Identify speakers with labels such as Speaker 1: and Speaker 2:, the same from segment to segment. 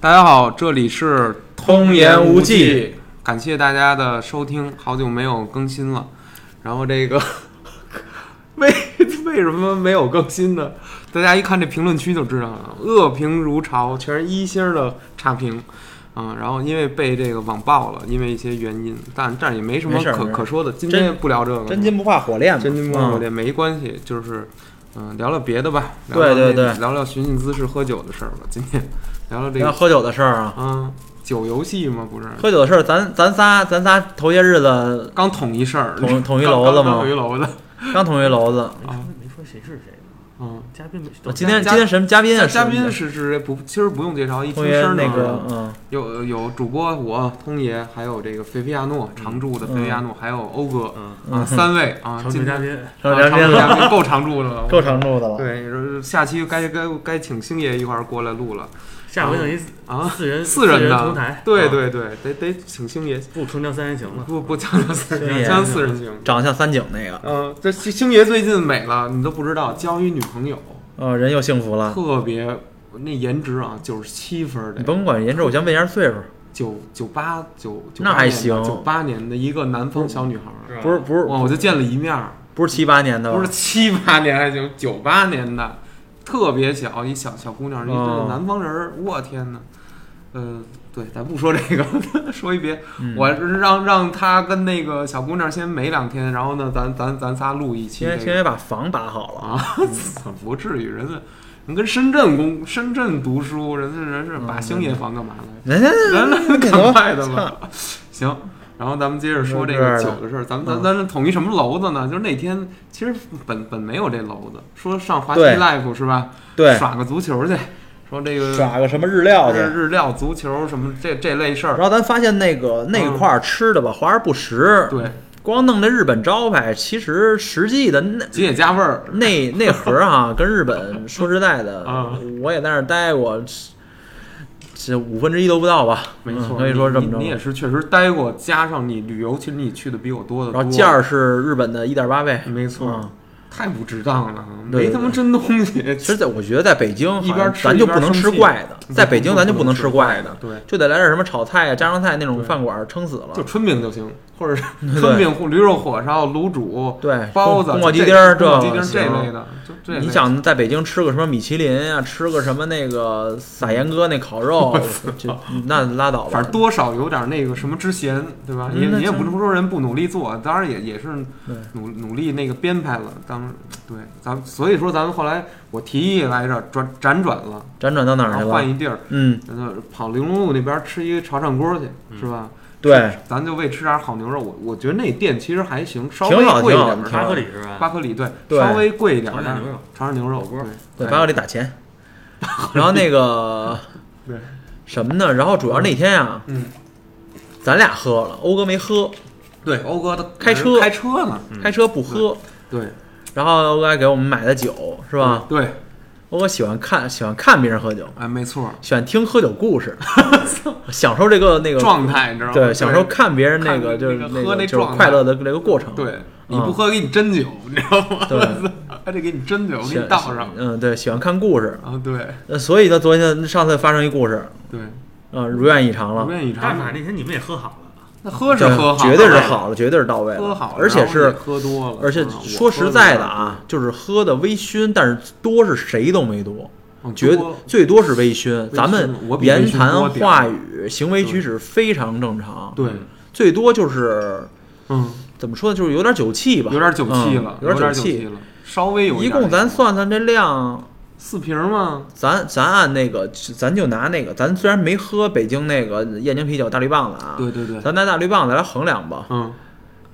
Speaker 1: 大家好，这里是
Speaker 2: 通言无忌，
Speaker 1: 感谢大家的收听，好久没有更新了。然后这个 为为什么没有更新呢？大家一看这评论区就知道了，恶评如潮，全是一星儿的差评。嗯，然后因为被这个网爆了，因为一些原因，但但也没什么
Speaker 2: 没事儿
Speaker 1: 可
Speaker 2: 没事儿
Speaker 1: 可说的。今天
Speaker 2: 真
Speaker 1: 不聊这个，
Speaker 2: 真金不怕火炼嘛，
Speaker 1: 真金不换火
Speaker 2: 嗯
Speaker 1: 炼没关系，就是嗯、聊聊别的吧。聊
Speaker 2: 对
Speaker 1: 聊
Speaker 2: 对
Speaker 1: 那个
Speaker 2: 对
Speaker 1: 聊聊寻衅滋事喝酒的事儿吧。今天聊聊这
Speaker 2: 然
Speaker 1: 个
Speaker 2: 后嗯喝酒的事儿啊，
Speaker 1: 嗯，酒游戏吗？不是，
Speaker 2: 喝酒的事儿，咱咱仨咱仨头些日子
Speaker 1: 刚捅一事儿，
Speaker 2: 捅捅一
Speaker 1: 刚
Speaker 2: 娄子
Speaker 1: 刚
Speaker 2: 吗
Speaker 1: 捅一娄子，
Speaker 2: 刚捅一娄子。
Speaker 1: 啊
Speaker 3: 没说谁是谁，
Speaker 1: 嗯。
Speaker 3: 嘉宾没。
Speaker 2: 我今天
Speaker 1: 嘉
Speaker 2: 今天什么嘉宾啊？
Speaker 1: 嘉宾
Speaker 2: 是
Speaker 1: 是是不，其实不用介绍，一听
Speaker 2: 同学
Speaker 1: 声儿啊就
Speaker 2: 那
Speaker 1: 知道
Speaker 2: 个
Speaker 1: 了
Speaker 2: 嗯，
Speaker 1: 有有主播我通爷，还有这个菲菲亚诺常驻的菲菲亚诺，还有欧哥
Speaker 3: 嗯，
Speaker 1: 啊，三位啊，
Speaker 3: 常
Speaker 1: 今
Speaker 3: 驻
Speaker 1: 天
Speaker 3: 嘉宾，
Speaker 2: 上
Speaker 1: 啊
Speaker 2: 嘉
Speaker 1: 常
Speaker 2: 宾
Speaker 1: 驻
Speaker 2: 了，
Speaker 1: 嘉宾够常驻的了，
Speaker 2: 够长住的了。
Speaker 1: 对，然后下期该该该请星爷一块儿过来录了
Speaker 3: 下回等一
Speaker 1: 啊，
Speaker 3: 嗯四人
Speaker 1: 四
Speaker 3: 人
Speaker 1: 的
Speaker 3: 同台，
Speaker 1: 对
Speaker 3: 啊，
Speaker 1: 对对，得得请星爷，
Speaker 3: 不充当三人行了。
Speaker 1: 不不强调四
Speaker 2: 星
Speaker 1: 人，
Speaker 2: 爷
Speaker 1: 强调四人行。
Speaker 2: 长得像三井那个，
Speaker 1: 嗯，这星星爷最近美了，你都不知道，交一女朋友，
Speaker 2: 哦，人又幸福了。
Speaker 1: 特别那颜值啊，九十七分儿
Speaker 2: 你
Speaker 1: 得，
Speaker 2: 甭管颜值，我先问一下岁数，
Speaker 1: 九九八九，
Speaker 2: 那还行
Speaker 1: 九八年的一个南方小女孩儿，
Speaker 2: 不是不是嗯
Speaker 1: 哇，我就见了一面儿，
Speaker 2: 不是七八年的吧，
Speaker 1: 不是七八年还行，九八年的，特别小，一小小姑娘，一
Speaker 2: 哦
Speaker 1: 个南方人儿，我天呐，呃，对，咱不说这个， 说一别，
Speaker 2: 嗯
Speaker 1: 我让让她跟那个小姑娘先美两天，然后呢，咱咱咱仨录一期、这
Speaker 2: 先
Speaker 1: 个，
Speaker 2: 先也把房把好了。
Speaker 1: 啊， 不至于，人家人跟深圳工深圳读书，人家人是把
Speaker 2: 嗯
Speaker 1: 星爷房干嘛来？
Speaker 2: 人家
Speaker 1: 人来
Speaker 2: 那
Speaker 1: 赶
Speaker 2: 个
Speaker 1: 快的
Speaker 2: 嗯
Speaker 1: 吧。 行，然后咱们接着说这个酒的事儿，咱们
Speaker 2: 嗯
Speaker 1: 咱咱是统一什么娄子呢？就是那天其实本本没有这娄子，说上华西
Speaker 2: 对
Speaker 1: life 是吧？
Speaker 2: 对，
Speaker 1: 耍个足球去，说这个
Speaker 2: 耍个什么日料去。
Speaker 1: 日日料足球什么这这类事
Speaker 2: 然
Speaker 1: 儿，
Speaker 2: 后咱发现那个那块儿吃的吧，华而不实。
Speaker 1: 嗯对，
Speaker 2: 光弄那日本招牌，其实实际的那
Speaker 1: 解解加味儿。
Speaker 2: 那那盒 儿哈，跟日本说实在的
Speaker 1: 啊，
Speaker 2: 我也在那儿待过，这五分之一都不到吧，
Speaker 1: 没错，
Speaker 2: 嗯可以说这么
Speaker 1: 你
Speaker 2: 着
Speaker 1: 你。也是确实待过，加上你旅游，其实你去的比我多的多。
Speaker 2: 然后价儿是日本的一点八倍，
Speaker 1: 没错，
Speaker 2: 嗯
Speaker 1: 太不值当了，
Speaker 2: 对
Speaker 1: 没他妈真东西。
Speaker 2: 其实在我觉得在北京好像
Speaker 1: 一边吃
Speaker 2: 咱就不
Speaker 1: 一
Speaker 2: 能
Speaker 1: 边
Speaker 2: 吃
Speaker 1: 生气嗯
Speaker 2: 怪的，在北京咱就不能吃怪
Speaker 1: 的，
Speaker 2: 的，
Speaker 1: 对，
Speaker 2: 就得来点什么炒菜啊、家常菜那种
Speaker 1: 对
Speaker 2: 饭馆儿撑死了
Speaker 1: 就。春饼就行，或者是
Speaker 2: 对
Speaker 1: 春饼、或驴肉火烧、卤煮、
Speaker 2: 对，
Speaker 1: 包子、
Speaker 2: 宫保鸡
Speaker 1: 这
Speaker 2: 丁儿
Speaker 1: 宫保鸡
Speaker 2: 个
Speaker 1: 丁这
Speaker 2: 行
Speaker 1: 类的，就这类的
Speaker 2: 你想在北京吃个什么米其林啊，吃个什么那个撒盐哥那烤肉，就那拉倒吧。
Speaker 1: 反正多少有点那个什么之嫌，对吧？
Speaker 2: 嗯
Speaker 1: 也
Speaker 2: 那
Speaker 1: 你也不
Speaker 2: 真
Speaker 1: 能说人不努力做，当然也也是
Speaker 2: 对
Speaker 1: 努努力那个编排了。当时对，咱们所以说咱们后来我提议来着，转辗转了，
Speaker 2: 辗转到哪儿
Speaker 1: 然
Speaker 2: 去
Speaker 1: 后
Speaker 2: 了？
Speaker 1: 换一地儿，
Speaker 2: 嗯，
Speaker 1: 咱就跑玲珑路那边吃一个潮汕锅去，是吧？
Speaker 2: 对，
Speaker 1: 咱就为吃点好牛肉，我我觉得那店其实还行，稍微
Speaker 2: 挺好
Speaker 1: 贵一点儿，
Speaker 2: 挺好
Speaker 3: 巴克里是吧？
Speaker 1: 巴克里对，
Speaker 2: 对
Speaker 1: 稍微贵一点儿
Speaker 3: 潮
Speaker 1: 但
Speaker 3: 汕
Speaker 1: 是
Speaker 3: 牛肉，
Speaker 1: 潮汕牛肉
Speaker 3: 火锅
Speaker 2: 对，
Speaker 1: 对，哎
Speaker 2: 八个里打钱，然后那个
Speaker 1: 对
Speaker 2: 什么呢？然后主要那天啊，
Speaker 1: 嗯，
Speaker 2: 咱俩喝了，欧哥没喝，
Speaker 1: 对欧哥他
Speaker 2: 开车
Speaker 1: 开车呢，
Speaker 2: 开车不喝，
Speaker 1: 嗯对
Speaker 2: 然后欧哥还给我们买的酒，是
Speaker 1: 是
Speaker 2: 吧？？
Speaker 1: 对，
Speaker 2: 欧哥喜欢看喜欢看别人喝酒，
Speaker 1: 哎，没错，
Speaker 2: 喜欢听喝酒 故事，享受这个那个
Speaker 1: 状态你知道吗？
Speaker 2: 对，享受看别人那
Speaker 1: 看
Speaker 2: 个就是
Speaker 1: 那个
Speaker 2: 那
Speaker 1: 喝那
Speaker 2: 个就是
Speaker 1: 状态
Speaker 2: 快乐的这个过程。
Speaker 1: 对，你不喝给你斟酒，你知道吗？
Speaker 2: 嗯对，
Speaker 1: 还得给你斟酒，
Speaker 2: 喜
Speaker 1: 给你倒上
Speaker 2: 嗯，对，喜欢看故事。
Speaker 1: 啊，对
Speaker 2: 呃，所以呢，昨天上次发生一故事，
Speaker 1: 对，
Speaker 2: 嗯，如愿以偿
Speaker 1: 不
Speaker 2: 了。
Speaker 1: 愿意
Speaker 3: 但是
Speaker 1: 尝，
Speaker 3: 那天你们也喝好了，
Speaker 1: 那喝是喝好了，
Speaker 2: 绝对是好了，绝对是到位了，
Speaker 1: 喝好了，
Speaker 2: 而且
Speaker 1: 然
Speaker 2: 是
Speaker 1: 后也喝嗯多了，
Speaker 2: 而且
Speaker 1: 是吧
Speaker 2: 说实在的啊，，就是喝的微醺，但是多是谁都没多，
Speaker 1: 我喝
Speaker 2: 绝
Speaker 1: 的多嗯
Speaker 2: 最多是微
Speaker 1: 醺
Speaker 2: 醺。咱们
Speaker 1: 我比微
Speaker 2: 言
Speaker 1: 醺
Speaker 2: 谈
Speaker 1: 多点儿
Speaker 2: 话语、行为举止非常正常，
Speaker 1: 对，
Speaker 2: 最多就是
Speaker 1: 嗯，
Speaker 2: 怎么说呢，就是有点酒气吧，
Speaker 1: 有点酒气
Speaker 2: 嗯
Speaker 1: 了，
Speaker 2: 有
Speaker 1: 点
Speaker 2: 点
Speaker 1: 酒
Speaker 2: 气。
Speaker 1: 了，稍微有
Speaker 2: 一
Speaker 1: 点
Speaker 2: 共咱算算这量，
Speaker 1: 四瓶吗？
Speaker 2: 咱咱按那个，咱就拿那个，咱虽然没喝北京那个燕京啤酒大绿棒子啊，
Speaker 1: 对对对，
Speaker 2: 咱拿大绿棒子来衡量吧，
Speaker 1: 嗯，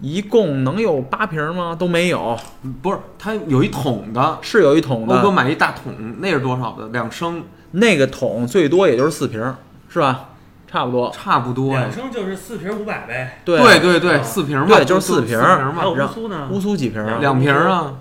Speaker 2: 一共能有八瓶吗？都没有，
Speaker 1: 不是，它有一桶的，
Speaker 2: 是有一桶
Speaker 1: 欧哥
Speaker 2: 的，
Speaker 1: 买一大桶，那是多少的？两升，
Speaker 2: 那个桶最多也就是四瓶，是吧？差不多，
Speaker 1: 差不多呀
Speaker 3: 两。升就是四瓶五百呗，
Speaker 2: 对
Speaker 1: 对对对，
Speaker 3: 啊
Speaker 1: 四瓶吧，
Speaker 2: 对就是
Speaker 1: 四
Speaker 2: 四
Speaker 1: 瓶
Speaker 2: 瓶
Speaker 3: 还有
Speaker 1: 嘛，
Speaker 3: 乌苏呢。
Speaker 2: 乌苏几瓶？
Speaker 3: 两
Speaker 1: 两瓶啊，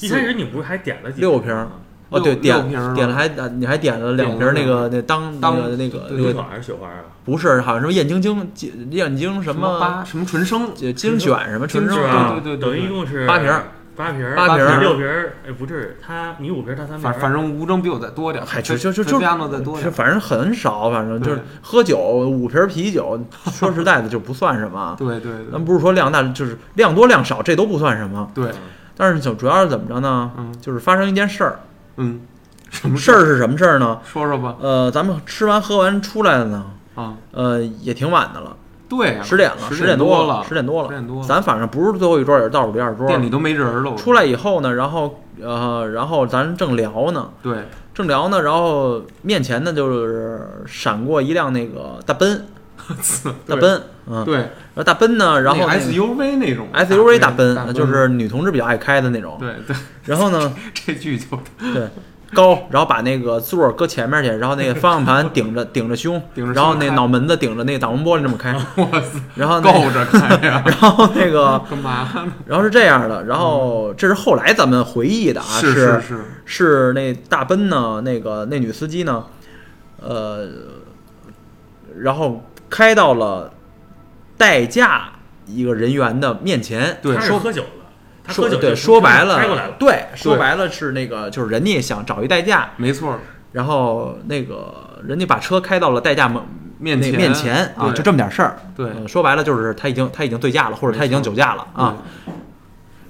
Speaker 3: 一开始你不是还点了几
Speaker 2: 六瓶
Speaker 3: 吗
Speaker 2: 哦，对，
Speaker 1: 六
Speaker 2: 点
Speaker 1: 六瓶儿啊
Speaker 2: 点了还你还点了两瓶那个那当
Speaker 1: 当
Speaker 2: 那个那个
Speaker 1: 对
Speaker 2: 那
Speaker 3: 冰
Speaker 2: 个
Speaker 3: 爽还是雪花啊？
Speaker 2: 不是，好像什么燕京京燕京什
Speaker 1: 什么八什么纯生，
Speaker 2: 精选什么纯
Speaker 1: 精对
Speaker 2: 正
Speaker 3: 是
Speaker 1: 选
Speaker 2: 啊
Speaker 1: 对
Speaker 3: 吧？
Speaker 1: 对对对
Speaker 3: 等于一共是
Speaker 2: 八瓶，
Speaker 3: 八瓶儿，
Speaker 2: 八
Speaker 1: 瓶儿
Speaker 3: 六瓶儿，哎，不至于，他你五瓶儿，他三瓶
Speaker 1: 反
Speaker 3: 儿，
Speaker 1: 反正吴征比我再多点儿，
Speaker 2: 嗨，就就就
Speaker 1: 菲
Speaker 2: 就
Speaker 1: 菲亚诺再多点
Speaker 2: 是
Speaker 1: 儿，
Speaker 2: 反正很少，反正就是
Speaker 1: 对
Speaker 2: 喝酒五瓶啤酒，说实在的就不算什么。
Speaker 1: 对对对
Speaker 2: 咱不是说量大，就是量多量少，这都不算什么。
Speaker 1: 对，
Speaker 2: 但是就主要是怎么着呢？
Speaker 1: 嗯
Speaker 2: 就是发生一件事儿，
Speaker 1: 嗯，什么
Speaker 2: 事儿是什么事儿呢？
Speaker 1: 说说吧
Speaker 2: 呃，咱们吃完喝完出来的呢，
Speaker 1: 啊，
Speaker 2: 呃，也挺晚的了，
Speaker 1: 对呀，
Speaker 2: 十点了，
Speaker 1: 十
Speaker 2: 点
Speaker 1: 多
Speaker 2: 了，十点多
Speaker 1: 十点多了，
Speaker 2: 咱反正不是最后一桌，也是倒数第二桌了。
Speaker 1: 店里都没人儿了，我
Speaker 2: 出来以后呢，然后呃，然后咱正聊呢，
Speaker 1: 对，
Speaker 2: 正聊呢，然后面前呢就是闪过一辆那个大奔， 大
Speaker 1: 对
Speaker 2: 奔，嗯，
Speaker 1: 对，
Speaker 2: 然后大奔呢，然后
Speaker 1: 那
Speaker 2: 那个
Speaker 1: SUV 那种
Speaker 2: SUV 大
Speaker 1: 啊奔，
Speaker 2: 奔，就是女同志比较爱开的那种。
Speaker 1: 对对，
Speaker 2: 然后 呢，
Speaker 1: 这句
Speaker 2: 啊
Speaker 1: 就
Speaker 2: 对，高，然后把那个座儿搁前面去，然后那个方向盘 顶着顶着胸，
Speaker 1: 顶着胸
Speaker 2: 然后那
Speaker 1: 开
Speaker 2: 脑门子顶着那个挡风玻璃这么 开，
Speaker 1: 我操，
Speaker 2: 然后那
Speaker 1: 够着开呀，
Speaker 2: 然后那个，
Speaker 1: 干嘛呢？
Speaker 2: 然后是这样的，然后这是后来咱们回忆的啊，
Speaker 1: 嗯是
Speaker 2: 是
Speaker 1: 是，
Speaker 2: 是那大奔呢，那个那女司机呢，呃，然后开到了代驾一个人员的面前，
Speaker 1: 对
Speaker 3: 他是
Speaker 1: 说
Speaker 3: 喝酒了，他
Speaker 2: 说
Speaker 3: 喝酒
Speaker 2: 对
Speaker 3: 就
Speaker 2: 说白了
Speaker 3: 开过来了，
Speaker 2: 对说白了是那个就是人家想找一代驾，
Speaker 1: 没错儿，
Speaker 2: 然后那个人家把车开到了代驾门
Speaker 1: 面
Speaker 2: 那
Speaker 1: 前
Speaker 2: 面前啊，
Speaker 1: 对
Speaker 2: 就这么点事儿。
Speaker 1: 对
Speaker 2: 嗯说白了就是他已经他已经醉驾了，或者他已经酒驾了啊。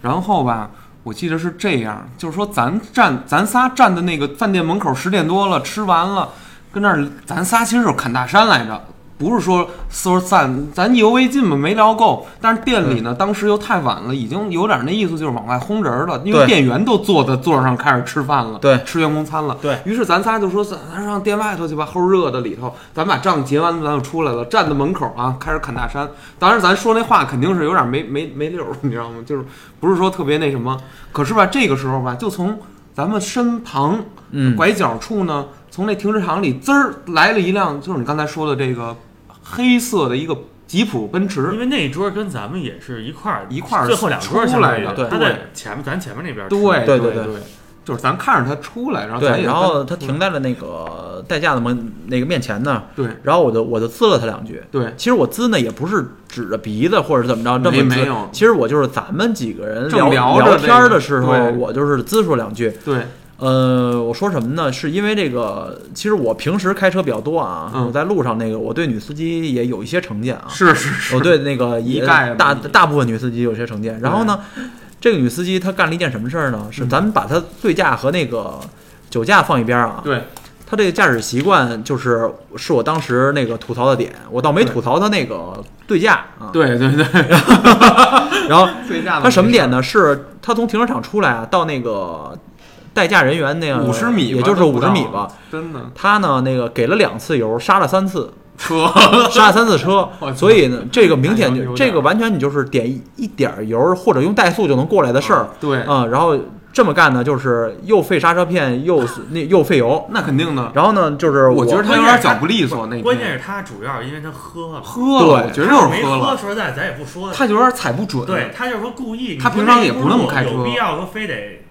Speaker 1: 然后吧，我记得是这样，就是说咱站咱仨站的那个饭店门口十点多了，吃完了，跟那儿咱仨其实就是侃大山来着。不是说说散，咱意犹未尽嘛，没聊够。但是店里呢，
Speaker 2: 嗯
Speaker 1: 当时又太晚了，已经有点那意思，就是往外轰人了。因为
Speaker 2: 对
Speaker 1: 店员都坐在座上开始吃饭了，
Speaker 2: 对
Speaker 1: 吃员工餐了。
Speaker 2: 对
Speaker 1: 于是咱仨就说，咱咱上店外头去吧，齁热的里头，咱把账结完了，咱就出来了，站在门口啊，开始侃大山。当然，咱说那话肯定是有点没没没溜儿，你知道吗？就是不是说特别那什么。可是吧，这个时候吧，就从咱们身旁
Speaker 2: 嗯
Speaker 1: 拐角处呢，从那停车场里滋儿来了一辆，就是你刚才说的这个黑色的一个吉普奔
Speaker 3: 因
Speaker 1: 驰。
Speaker 3: 为那一桌跟咱们也是一块儿
Speaker 1: 一块儿
Speaker 3: 最后两桌
Speaker 1: 出来的
Speaker 3: 的，他
Speaker 1: 对
Speaker 3: 在前面，咱前面那边儿吃
Speaker 1: 对
Speaker 2: 对
Speaker 1: 对
Speaker 2: 对
Speaker 1: 就是咱看着他出来，然后咱
Speaker 2: 对，
Speaker 1: 也
Speaker 2: 然后他
Speaker 1: 嗯
Speaker 2: 停在了那个代驾的门那个面前呢，
Speaker 1: 对
Speaker 2: 然后我就我就滋了他两句。
Speaker 1: 对
Speaker 2: 其实我滋呢也不是指着鼻子或者怎么着这
Speaker 1: 没
Speaker 2: 么滋
Speaker 1: 没有
Speaker 2: 其实我就是咱们几个人
Speaker 1: 正
Speaker 2: 聊
Speaker 1: 聊着这
Speaker 2: 天儿
Speaker 1: 个
Speaker 2: 的时候，
Speaker 1: 对
Speaker 2: 我就是滋出两句。
Speaker 1: 对，
Speaker 2: 呃，我说什么呢？是因为这个，其实我平时开车比较多啊，
Speaker 1: 嗯
Speaker 2: 我在路上那个，我对女司机也有一些成见啊。
Speaker 1: 是是是，
Speaker 2: 我对那个
Speaker 1: 一
Speaker 2: 也
Speaker 1: 概
Speaker 2: 大
Speaker 1: 不
Speaker 2: 大部分女司机有些成见。然后呢，这个女司机她干了一件什么事儿呢？
Speaker 1: 嗯
Speaker 2: 是咱们把她醉驾和那个酒驾放一边儿啊。
Speaker 1: 哦对
Speaker 2: 她这个驾驶习惯就是是我当时那个吐槽的点，我倒没
Speaker 1: 对
Speaker 2: 吐槽她那个醉驾啊。
Speaker 1: 对对对，
Speaker 2: 然后
Speaker 1: 最大的
Speaker 2: 她什么点呢？是她从停车场出来啊，到那个代驾人员那个
Speaker 1: 五十米吧，
Speaker 2: 也就是
Speaker 1: 都不
Speaker 2: 五十
Speaker 1: 到
Speaker 2: 米吧。，
Speaker 1: 真的
Speaker 2: 她呢那个给了两次油，刹了 三次。
Speaker 1: 车，
Speaker 2: 刹了三次车
Speaker 1: 我，操
Speaker 2: 所以呢，这个明显
Speaker 1: 哎有
Speaker 2: 就
Speaker 1: 点
Speaker 2: 这个完全你就是点一一点儿油或者用怠速就能过来的事儿
Speaker 1: 对，
Speaker 2: 啊、然后这么干呢，就是又费刹车片，又那又费油，
Speaker 1: 那肯定的。
Speaker 2: 然后呢，就是
Speaker 1: 我觉得
Speaker 3: 关
Speaker 1: 他
Speaker 3: 键
Speaker 1: 有
Speaker 3: 是
Speaker 1: 点脚不利索，那天
Speaker 3: 关键是他主要是因为他喝了，
Speaker 1: 喝了，
Speaker 2: 对
Speaker 1: 我觉得就是
Speaker 3: 没
Speaker 1: 喝了，
Speaker 3: 说实在咱也不说，
Speaker 1: 他就有点踩不准，
Speaker 3: 对，他就是说故意，
Speaker 1: 他
Speaker 3: 你说
Speaker 1: 平常
Speaker 3: 那
Speaker 1: 也不那么开车
Speaker 3: 有必要说非得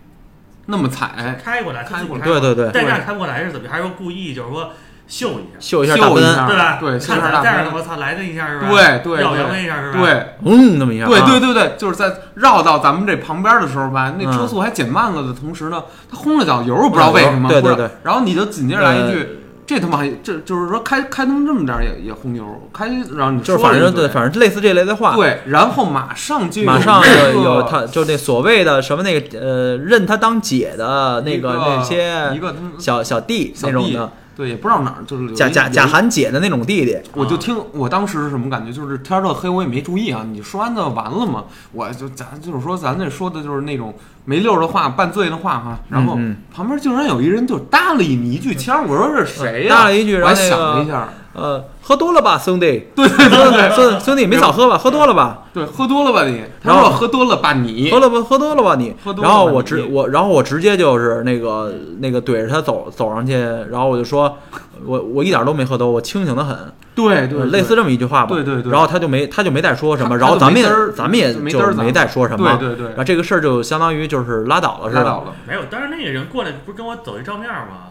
Speaker 1: 那么踩，
Speaker 3: 开过来，
Speaker 1: 开过来
Speaker 2: 对对对
Speaker 3: 代驾开不过来是怎么？还是说故意就是说秀一下，
Speaker 2: 秀一下
Speaker 1: 秀一
Speaker 2: 大
Speaker 1: 下
Speaker 2: 奔，
Speaker 3: 对吧？
Speaker 1: 啊对秀一
Speaker 3: 看
Speaker 1: 下
Speaker 3: 咱
Speaker 1: 大
Speaker 3: 带
Speaker 1: 奔
Speaker 3: 着我操来那一下是吧？
Speaker 1: 对对
Speaker 3: 耀
Speaker 1: 对
Speaker 3: 扬了一下是吧？，
Speaker 1: 对。
Speaker 2: 嗯，那么一下、啊，
Speaker 1: 对对对对，就是在绕到咱们这旁边的时候吧，那
Speaker 2: 嗯
Speaker 1: 车速还减慢了的同时呢，他轰了脚油，我不知道为什么，
Speaker 2: 对对
Speaker 1: 忽然
Speaker 2: 对，
Speaker 1: 然后你就紧接着来一
Speaker 2: 呃
Speaker 1: 句，这他妈还这就是说开开他妈这么点儿也也轰油，开然后你
Speaker 2: 就是
Speaker 1: 说了
Speaker 2: 反
Speaker 1: 一
Speaker 2: 正
Speaker 1: 堆
Speaker 2: 对，反正类似这类的话，
Speaker 1: 对，然后马上就
Speaker 2: 马上
Speaker 1: 有一
Speaker 2: 就
Speaker 1: 个
Speaker 2: 有他就那所谓的什么那个呃认他当姐的那个那些
Speaker 1: 一个他妈
Speaker 2: 小小弟
Speaker 1: 小
Speaker 2: 那种
Speaker 1: 弟
Speaker 2: 的，
Speaker 1: 对，也不知道哪儿就是有一
Speaker 2: 假假
Speaker 1: 有一
Speaker 2: 假喊姐的那种弟弟，
Speaker 1: 我就听我当时是什么感觉，就是天儿热黑，我也没注意啊。你说完就完了嘛，我就咱就是说咱这说的就是那种没溜儿的话、半醉的话哈。然后
Speaker 2: 嗯
Speaker 1: 旁边竟然有一人就搭了你一句腔，我说这是谁呀、
Speaker 2: 搭了一句
Speaker 1: 我还
Speaker 2: 然后那
Speaker 1: 想
Speaker 2: 个
Speaker 1: 了一下，
Speaker 2: 呃，喝多了吧，兄 弟？对对对，兄兄弟没少喝吧？喝多了吧？
Speaker 1: 对，喝多了吧你？他
Speaker 2: 然后
Speaker 1: 说我喝多了吧你
Speaker 2: 喝？了吧？喝多了吧你
Speaker 1: 喝？多了吧
Speaker 2: 然后我直
Speaker 1: 你
Speaker 2: 我然后我直接就是那个那个怼着他走走上去，然后我就说，我我一点都没喝多，我清醒的很，
Speaker 1: 对对，对
Speaker 2: 类似这么一句话吧。
Speaker 1: 对对对
Speaker 2: 然后他就没他就没再说什么，
Speaker 1: 他
Speaker 2: 然后
Speaker 1: 他就
Speaker 2: 咱
Speaker 1: 没
Speaker 2: 们也
Speaker 1: 嘚儿
Speaker 2: 咱们也
Speaker 1: 就没嘚
Speaker 2: 就
Speaker 1: 儿
Speaker 2: 没再说什么。
Speaker 1: 对对对
Speaker 2: 然后这个事儿就相当于就是拉倒了，是
Speaker 1: 拉倒
Speaker 2: 吧？
Speaker 1: 了。
Speaker 3: 没有。但是那个人过来不是跟我走一照面吗？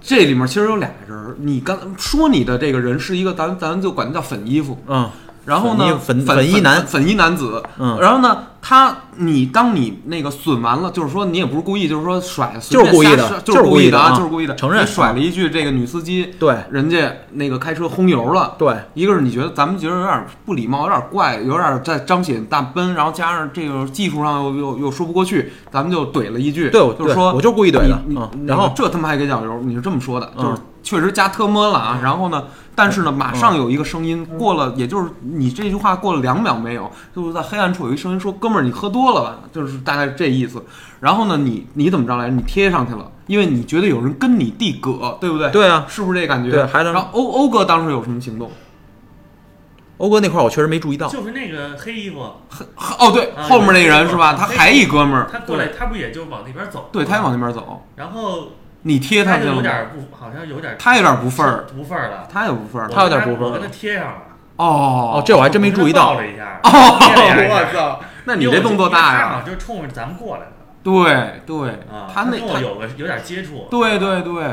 Speaker 1: 这里面其实有俩人儿，你刚说你的这个人是一个，咱咱就管他叫粉衣服，
Speaker 2: 嗯，
Speaker 1: 然后呢，
Speaker 2: 粉衣
Speaker 1: 粉
Speaker 2: 粉粉衣男
Speaker 1: 粉衣男子，
Speaker 2: 嗯
Speaker 1: 然后呢，他你当你那个损完了，就是说你也不是故意，就是说甩，
Speaker 2: 就是故意
Speaker 1: 随
Speaker 2: 的
Speaker 1: 便瞎甩
Speaker 2: 就
Speaker 1: 就是是
Speaker 2: 故意的啊
Speaker 1: 啊，就是故意的。
Speaker 2: 承认
Speaker 1: 你甩了一句这个女司机，
Speaker 2: 对
Speaker 1: 人家那个开车轰油了。
Speaker 2: 对，
Speaker 1: 一个是你觉得咱们觉得有点不礼貌，有点怪，有点在彰显大奔，然后加上这个技术上又又又说不过去，咱们就怼了一句，
Speaker 2: 对我
Speaker 1: 就是
Speaker 2: 对
Speaker 1: 说
Speaker 2: 我就是故意怼的
Speaker 1: 你你
Speaker 2: 嗯
Speaker 1: 你
Speaker 2: 然后
Speaker 1: 这他妈还给酱油，你是这么说的，就是
Speaker 2: 嗯
Speaker 1: 确实加特么了啊，然后呢，但是呢，马上有一个声音过了，也就是你这句话过了两秒没有，就是在黑暗处有一声音说：“哥们儿，你喝多了吧？”就是大概这意思。然后呢，你你怎么着来着？你贴上去了，因为你觉得有人跟你递葛，对不对？
Speaker 2: 对啊，
Speaker 1: 是不是这感觉？
Speaker 2: 对还能
Speaker 1: 然后欧欧哥当时有什么行动？
Speaker 2: 欧哥那块儿我确实没注意到，
Speaker 3: 就是那个黑衣服，
Speaker 1: 哦，对，
Speaker 3: 啊
Speaker 1: 后面那人是吧？
Speaker 3: 有
Speaker 1: 他还一哥们儿，
Speaker 3: 他过来，他不也就往那边走吗？
Speaker 1: 对他也往那边走，
Speaker 3: 然后
Speaker 1: 你贴
Speaker 3: 他
Speaker 1: 去
Speaker 3: 就
Speaker 1: 了
Speaker 3: 有
Speaker 1: 吗？
Speaker 3: 点不，好像有点
Speaker 1: 他有点不忿儿，
Speaker 3: 不份儿了。
Speaker 1: 他也不忿儿。
Speaker 2: 他有点不
Speaker 3: 我跟
Speaker 2: 忿儿
Speaker 3: 我跟他贴上了，
Speaker 1: 哦
Speaker 2: 哦，这我还真没注意到
Speaker 3: 我跟他抱了一下。
Speaker 1: 我操！哦那你
Speaker 3: 因为
Speaker 1: 这
Speaker 3: 我
Speaker 1: 动作大
Speaker 3: 因为他好
Speaker 1: 呀！
Speaker 3: 像就冲着咱们过来了
Speaker 1: 对对
Speaker 3: 啊，，
Speaker 1: 他那
Speaker 3: 跟我
Speaker 1: 他
Speaker 3: 有个有点接触，
Speaker 1: 对对对，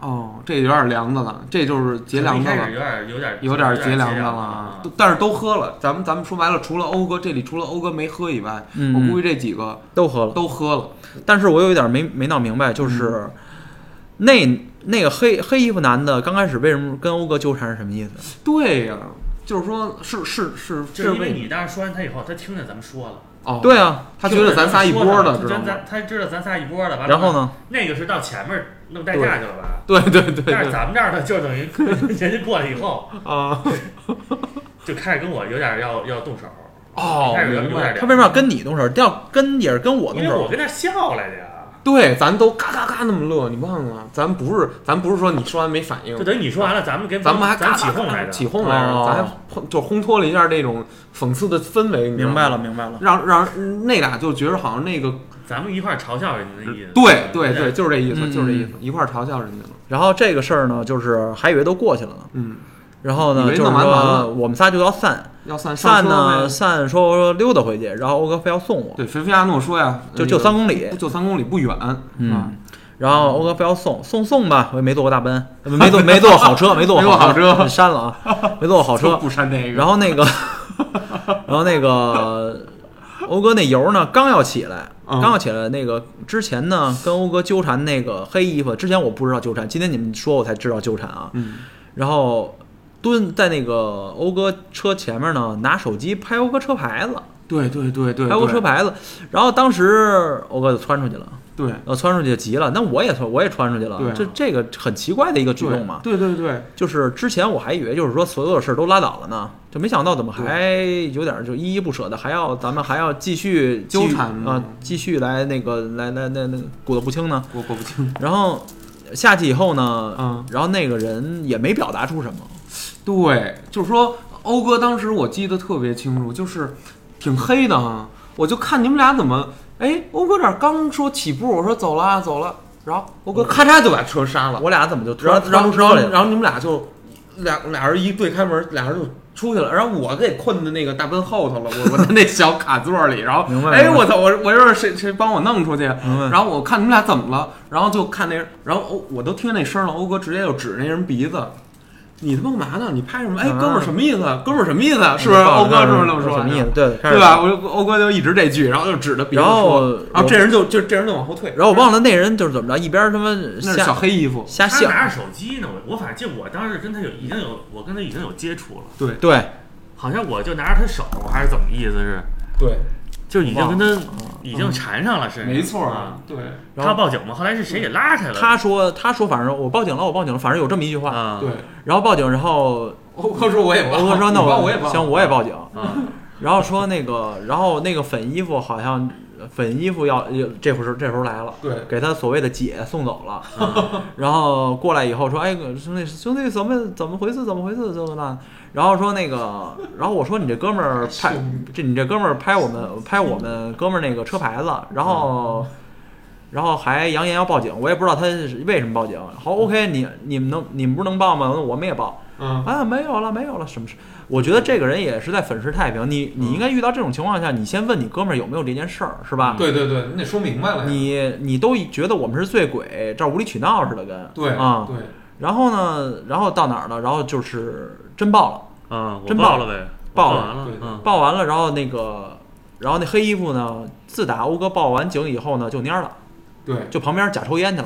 Speaker 1: 哦，这有点凉的了，这就是结
Speaker 3: 从
Speaker 1: 凉
Speaker 3: 一
Speaker 1: 的
Speaker 3: 开
Speaker 1: 了
Speaker 3: 始，有点有点
Speaker 1: 有
Speaker 3: 点
Speaker 1: 结
Speaker 3: 凉
Speaker 1: 凉的了
Speaker 3: 啊
Speaker 1: 啊。都但是都喝了，咱们咱们说白了，除了欧哥这里，除了欧哥没喝以外，
Speaker 2: 嗯
Speaker 1: 我估计这几个
Speaker 2: 都喝了。
Speaker 1: 都喝了。
Speaker 2: 但是我有一点没没闹明白，
Speaker 1: 嗯
Speaker 2: 就是那那个黑黑衣服男的刚开始为什么跟欧哥纠缠是什么意思？
Speaker 1: 对呀，就是说，是是是，
Speaker 3: 就是因为
Speaker 1: 为
Speaker 3: 你当时说完他以后，他听见咱们说了，
Speaker 1: 哦，
Speaker 2: 对啊，
Speaker 1: 他觉得咱仨一波的，
Speaker 3: 就
Speaker 1: 知
Speaker 3: 是
Speaker 1: 道
Speaker 3: 咱
Speaker 1: 吗？
Speaker 3: 咱他知道咱仨一波的，完了
Speaker 2: 然后呢？
Speaker 3: 那个是到前面弄代驾去了吧？
Speaker 1: 对对对
Speaker 3: 但是
Speaker 1: 对
Speaker 3: 咱们这儿呢，就等于 人家过来以后，
Speaker 1: 啊！
Speaker 3: 就开始跟我有点要要动手，
Speaker 1: 哦
Speaker 3: 开，始有
Speaker 1: 明
Speaker 3: 有点
Speaker 1: 白。
Speaker 3: 凉
Speaker 2: 他为什么要跟你动手？要跟也是跟
Speaker 1: 哦
Speaker 2: 我动
Speaker 3: 因为我
Speaker 2: 手？
Speaker 3: 跟他笑来的呀，
Speaker 1: 对，咱都嘎嘎嘎那么乐，你忘了？咱不是，咱不是说你说完没反应
Speaker 3: 就，等于你说完了，咱们跟
Speaker 1: 咱们还
Speaker 3: 咱
Speaker 1: 嘎
Speaker 3: 起
Speaker 1: 嘎
Speaker 3: 哄来
Speaker 1: 嘎
Speaker 3: 着，
Speaker 1: 起哄来着，
Speaker 2: 哦
Speaker 1: 咱还碰就烘托了一下这种讽刺的氛围，你知道
Speaker 2: 明
Speaker 1: 吗
Speaker 2: 白了，，明白了。
Speaker 1: 让让那俩就觉得好像那个，
Speaker 3: 咱们一块儿嘲笑人家的意思。
Speaker 1: 对对
Speaker 3: 对
Speaker 1: 对，，就是这意思，
Speaker 2: 嗯
Speaker 1: 就是这意思，一块儿嘲笑人家了，
Speaker 2: 然后这个事儿呢，就是还以为都过去了呢。
Speaker 1: 嗯，
Speaker 2: 然后
Speaker 1: 以
Speaker 2: 呢，
Speaker 1: 为
Speaker 2: 就是
Speaker 1: 弄完完
Speaker 2: 说
Speaker 1: 了
Speaker 2: 我们仨就要散，
Speaker 1: 要散上
Speaker 2: 散
Speaker 1: 车
Speaker 2: 呢，
Speaker 1: 呗
Speaker 2: 散说溜达回去，然后欧哥非要送我，
Speaker 1: 对，菲菲亚诺说呀，
Speaker 2: 就
Speaker 1: 那
Speaker 2: 就
Speaker 1: 个
Speaker 2: 三公里。
Speaker 1: 就三公里不远，啊
Speaker 2: 嗯，然后欧哥非要送送送吧，我也没坐过大奔，没坐没坐过好车，没坐
Speaker 1: 没坐
Speaker 2: 好
Speaker 1: 好车
Speaker 2: 删了啊，没坐过好车
Speaker 1: 就。不删这个，
Speaker 2: 然后那个， 然后那个欧哥那油呢，刚要起来，
Speaker 1: 嗯
Speaker 2: 刚要起来，那个之前呢跟欧哥纠缠那个黑衣服，之前我不知道纠缠，今天你们说我才知道纠缠啊。
Speaker 1: 嗯，
Speaker 2: 然后蹲在那个欧哥车前面呢，拿手机拍欧哥车牌子，
Speaker 1: 对对对对，
Speaker 2: 拍欧哥
Speaker 1: 对
Speaker 2: 车，牌子。然后当时欧哥就窜出去了。
Speaker 1: 对
Speaker 2: 呃，窜出去急了，那我也窜，我也窜出去了，
Speaker 1: 对啊
Speaker 2: 这这个很奇怪的一个举
Speaker 1: 对
Speaker 2: 动嘛。
Speaker 1: 对对对，
Speaker 2: 就是之前我还以为就是说所有的事儿都拉倒了呢，就没想到怎么还有点就依依不舍的，还要咱们还要继续
Speaker 1: 纠
Speaker 2: 继续
Speaker 1: 缠
Speaker 2: 啊、
Speaker 1: 呢
Speaker 2: 继续来那个来来那那鼓捣不清呢。
Speaker 1: 我我不清，
Speaker 2: 然后下去以后呢，
Speaker 1: 嗯
Speaker 2: 然后那个人也没表达出什么，
Speaker 1: 对，就是说欧哥当时我记得特别清楚，就是挺黑的啊，我就看你们俩怎么，哎，欧哥这儿刚说起步，我说走了啊走了，然后欧哥咔嚓就把车刹了，
Speaker 2: 我俩怎么就突
Speaker 1: 然
Speaker 2: 啊然
Speaker 1: 后然后
Speaker 2: 窜
Speaker 1: 然
Speaker 2: 出车
Speaker 1: 后
Speaker 2: 来了？
Speaker 1: 然后你们俩就俩俩人一对开门，俩人就。出去了，然后我给困在那个大奔后头了，我我在那小卡座里，然后
Speaker 2: 明白
Speaker 1: 哎
Speaker 2: 明白
Speaker 1: 我操，我我说谁谁帮我弄出去，
Speaker 2: 明白
Speaker 1: 然后我看你们俩怎么了，然后就看那人，然后欧我都听那声了，欧哥直接就指那人鼻子，你他妈干嘛呢？你拍什么？哎，
Speaker 2: 啊
Speaker 1: 哥们儿什么意思？哥们儿什么意思？是不是？欧哥是不是这么说？
Speaker 2: 什么意思？？对，啊开始
Speaker 1: 对吧？？我欧哥就一直这句，然后就指着鼻子
Speaker 2: 然后
Speaker 1: 说，然后这人就就这人就往后退，
Speaker 2: 然后我忘了那人就是怎么着，一边他妈
Speaker 1: 那是小
Speaker 2: 瞎
Speaker 1: 黑衣服，
Speaker 2: 瞎
Speaker 3: 他
Speaker 2: 想，
Speaker 3: 拿着手机呢，我我反正就我当时跟他有已经有我跟他已经有接触了，
Speaker 1: 对
Speaker 2: 对，
Speaker 3: 好像我就拿着他手还是怎么意思是，
Speaker 1: 对，
Speaker 3: 就已经跟他
Speaker 2: 嗯
Speaker 3: 已经缠上了是，
Speaker 1: 嗯没错
Speaker 3: 啊。，
Speaker 1: 对
Speaker 2: 然后
Speaker 3: 他报警吗？后来是谁给拉开了？
Speaker 2: 他说，他说，反正我报警了，我报警了，反正有这么一句话。
Speaker 3: 啊，
Speaker 1: 对。
Speaker 2: 然后报警，然后
Speaker 1: 欧哥说我也报，
Speaker 2: 欧哥说那
Speaker 1: 你报我也
Speaker 2: 也
Speaker 1: 报，
Speaker 2: 行，我也哎报警。
Speaker 3: 啊，
Speaker 2: 然后说那个，然后那个粉衣服好像粉衣服要有这会儿这时候来了，
Speaker 1: 对
Speaker 2: 给他所谓的姐送走了。 然后过来以后说，哎，兄弟兄弟怎么怎么回事？怎么回事？这个那。然后说那个，然后我说你这哥们儿拍这你这哥们儿拍我们拍我们哥们儿那个车牌子，然后。然后还扬言要报警，我也不知道他是为什么报警。好，OK，你你们能你们不是能报吗？那我们也报
Speaker 1: 嗯，
Speaker 2: 啊，没有了，没有了，什么事？我觉得这个人也是在粉饰太平。你
Speaker 1: 嗯
Speaker 2: 你应该遇到这种情况下，你先问你哥们儿有没有这件事儿，是吧？
Speaker 1: 对对嗯对，你得说明白了呀，
Speaker 2: 你你都觉得我们是醉鬼，这儿无理取闹似的跟
Speaker 1: 对
Speaker 2: 啊、
Speaker 1: 对，
Speaker 2: 然后呢，然后到哪儿了？然后就是真报了，
Speaker 3: 啊，我
Speaker 2: 真报
Speaker 3: 报了呗，
Speaker 2: 报
Speaker 3: 我
Speaker 2: 了
Speaker 3: 完了，
Speaker 1: 对
Speaker 3: 嗯，
Speaker 2: 报完了，然后那个然后那黑衣服呢，自打欧哥报完警以后呢，就蔫儿了，
Speaker 1: 对，
Speaker 2: 就旁边假抽烟去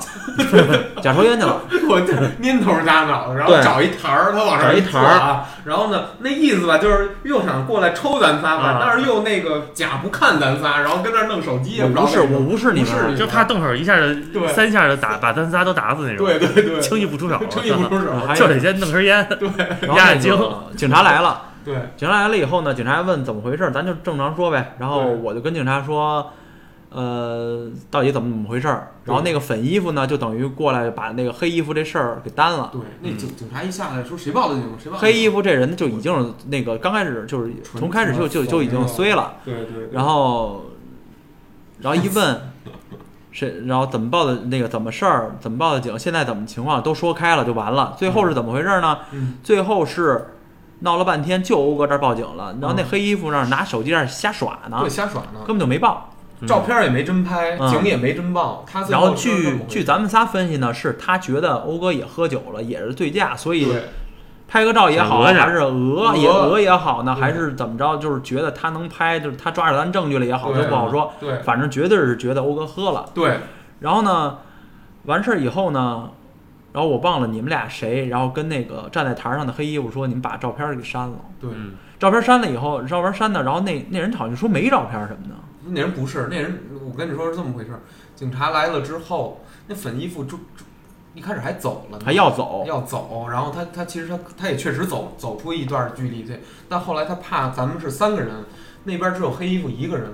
Speaker 2: 了， 假抽烟去了。
Speaker 1: 我这蔫头耷脑的，然后
Speaker 2: 对
Speaker 1: 找一台儿，他往这
Speaker 2: 找一
Speaker 1: 坐
Speaker 2: 台
Speaker 1: 啊，然后呢，那意思吧，就是又想过来抽咱仨吧
Speaker 3: 啊，
Speaker 1: 但是又那个假不看咱仨，然后跟那儿弄手机，也
Speaker 2: 我
Speaker 1: 不知道
Speaker 2: 无视，
Speaker 1: 为什
Speaker 2: 我
Speaker 1: 么
Speaker 2: 无视你
Speaker 1: 无视
Speaker 2: 们，
Speaker 1: 你
Speaker 3: 就怕动手一下
Speaker 1: 对
Speaker 3: 子三下子打把咱仨都打死那种，
Speaker 1: 对对对，
Speaker 3: 轻易不出手，
Speaker 1: 轻易不出手，
Speaker 2: 啊还
Speaker 3: 就得先弄根烟，
Speaker 2: 然后
Speaker 3: 压
Speaker 2: 那
Speaker 3: 眼睛
Speaker 2: 个警察来了。
Speaker 1: 对，
Speaker 2: 警察来了以后呢，警察问怎么回事，咱就正常说呗。然后
Speaker 1: 对
Speaker 2: 我就跟警察说，呃，到底怎么怎么回事儿。
Speaker 1: 对
Speaker 2: 然后那个粉衣服呢，就等于过来把那个黑衣服这事儿给担了。
Speaker 1: 对，那警警察一下来说谁报的警，谁报的
Speaker 2: 啊黑
Speaker 1: 警
Speaker 2: 衣服这人就已经是那个刚开始就是
Speaker 1: 纯
Speaker 2: 从开始就就就已经衰了，
Speaker 1: 对对，对
Speaker 2: 然后，然后一问， 谁，然后怎么报的那个怎么事儿，怎么报的警，现在怎么情况都说开了就完了。最后是怎么回事呢？
Speaker 1: 嗯
Speaker 2: 最后是闹了半天，就欧哥这儿报警了，然后那
Speaker 1: 嗯
Speaker 2: 黑衣服那儿拿手机那儿瞎耍呢
Speaker 1: 对，瞎耍呢
Speaker 2: 根，本就没报。
Speaker 1: 照片也没真拍，
Speaker 2: 啊嗯
Speaker 1: 警也没真报，他最
Speaker 2: 然后
Speaker 1: 就是这么
Speaker 2: 据
Speaker 1: 回事
Speaker 2: 据咱们仨分析呢，是他觉得欧哥也喝酒了，也是醉驾，所以
Speaker 1: 对
Speaker 2: 拍个照也好，啊
Speaker 3: 想讹着
Speaker 2: 还是讹
Speaker 1: 讹
Speaker 2: 也讹也好呢，
Speaker 1: 对
Speaker 2: 还是怎么着，就是觉得他能拍，就是他抓着咱证据了也好，
Speaker 1: 对
Speaker 2: 都不好说。
Speaker 1: 对
Speaker 2: 反正绝对是觉得欧哥喝了。
Speaker 1: 对
Speaker 2: 然后呢，完事儿以后呢，然后我忘了你们俩谁，然后跟那个站在台上的黑衣服说，你们把照片儿给删了。
Speaker 1: 对，
Speaker 3: 嗯，
Speaker 2: 照片删了以后，照片删的，然后那那人好像说没照片什么的，
Speaker 1: 那人不是那人，我跟你说是这么回事儿，警察来了之后，那粉衣服就就一开始还走了呢，
Speaker 2: 还要走。
Speaker 1: 要走，然后他他其实他他也确实走走出一段距离去，但后来他怕咱们是三个人，那边只有黑衣服一个人，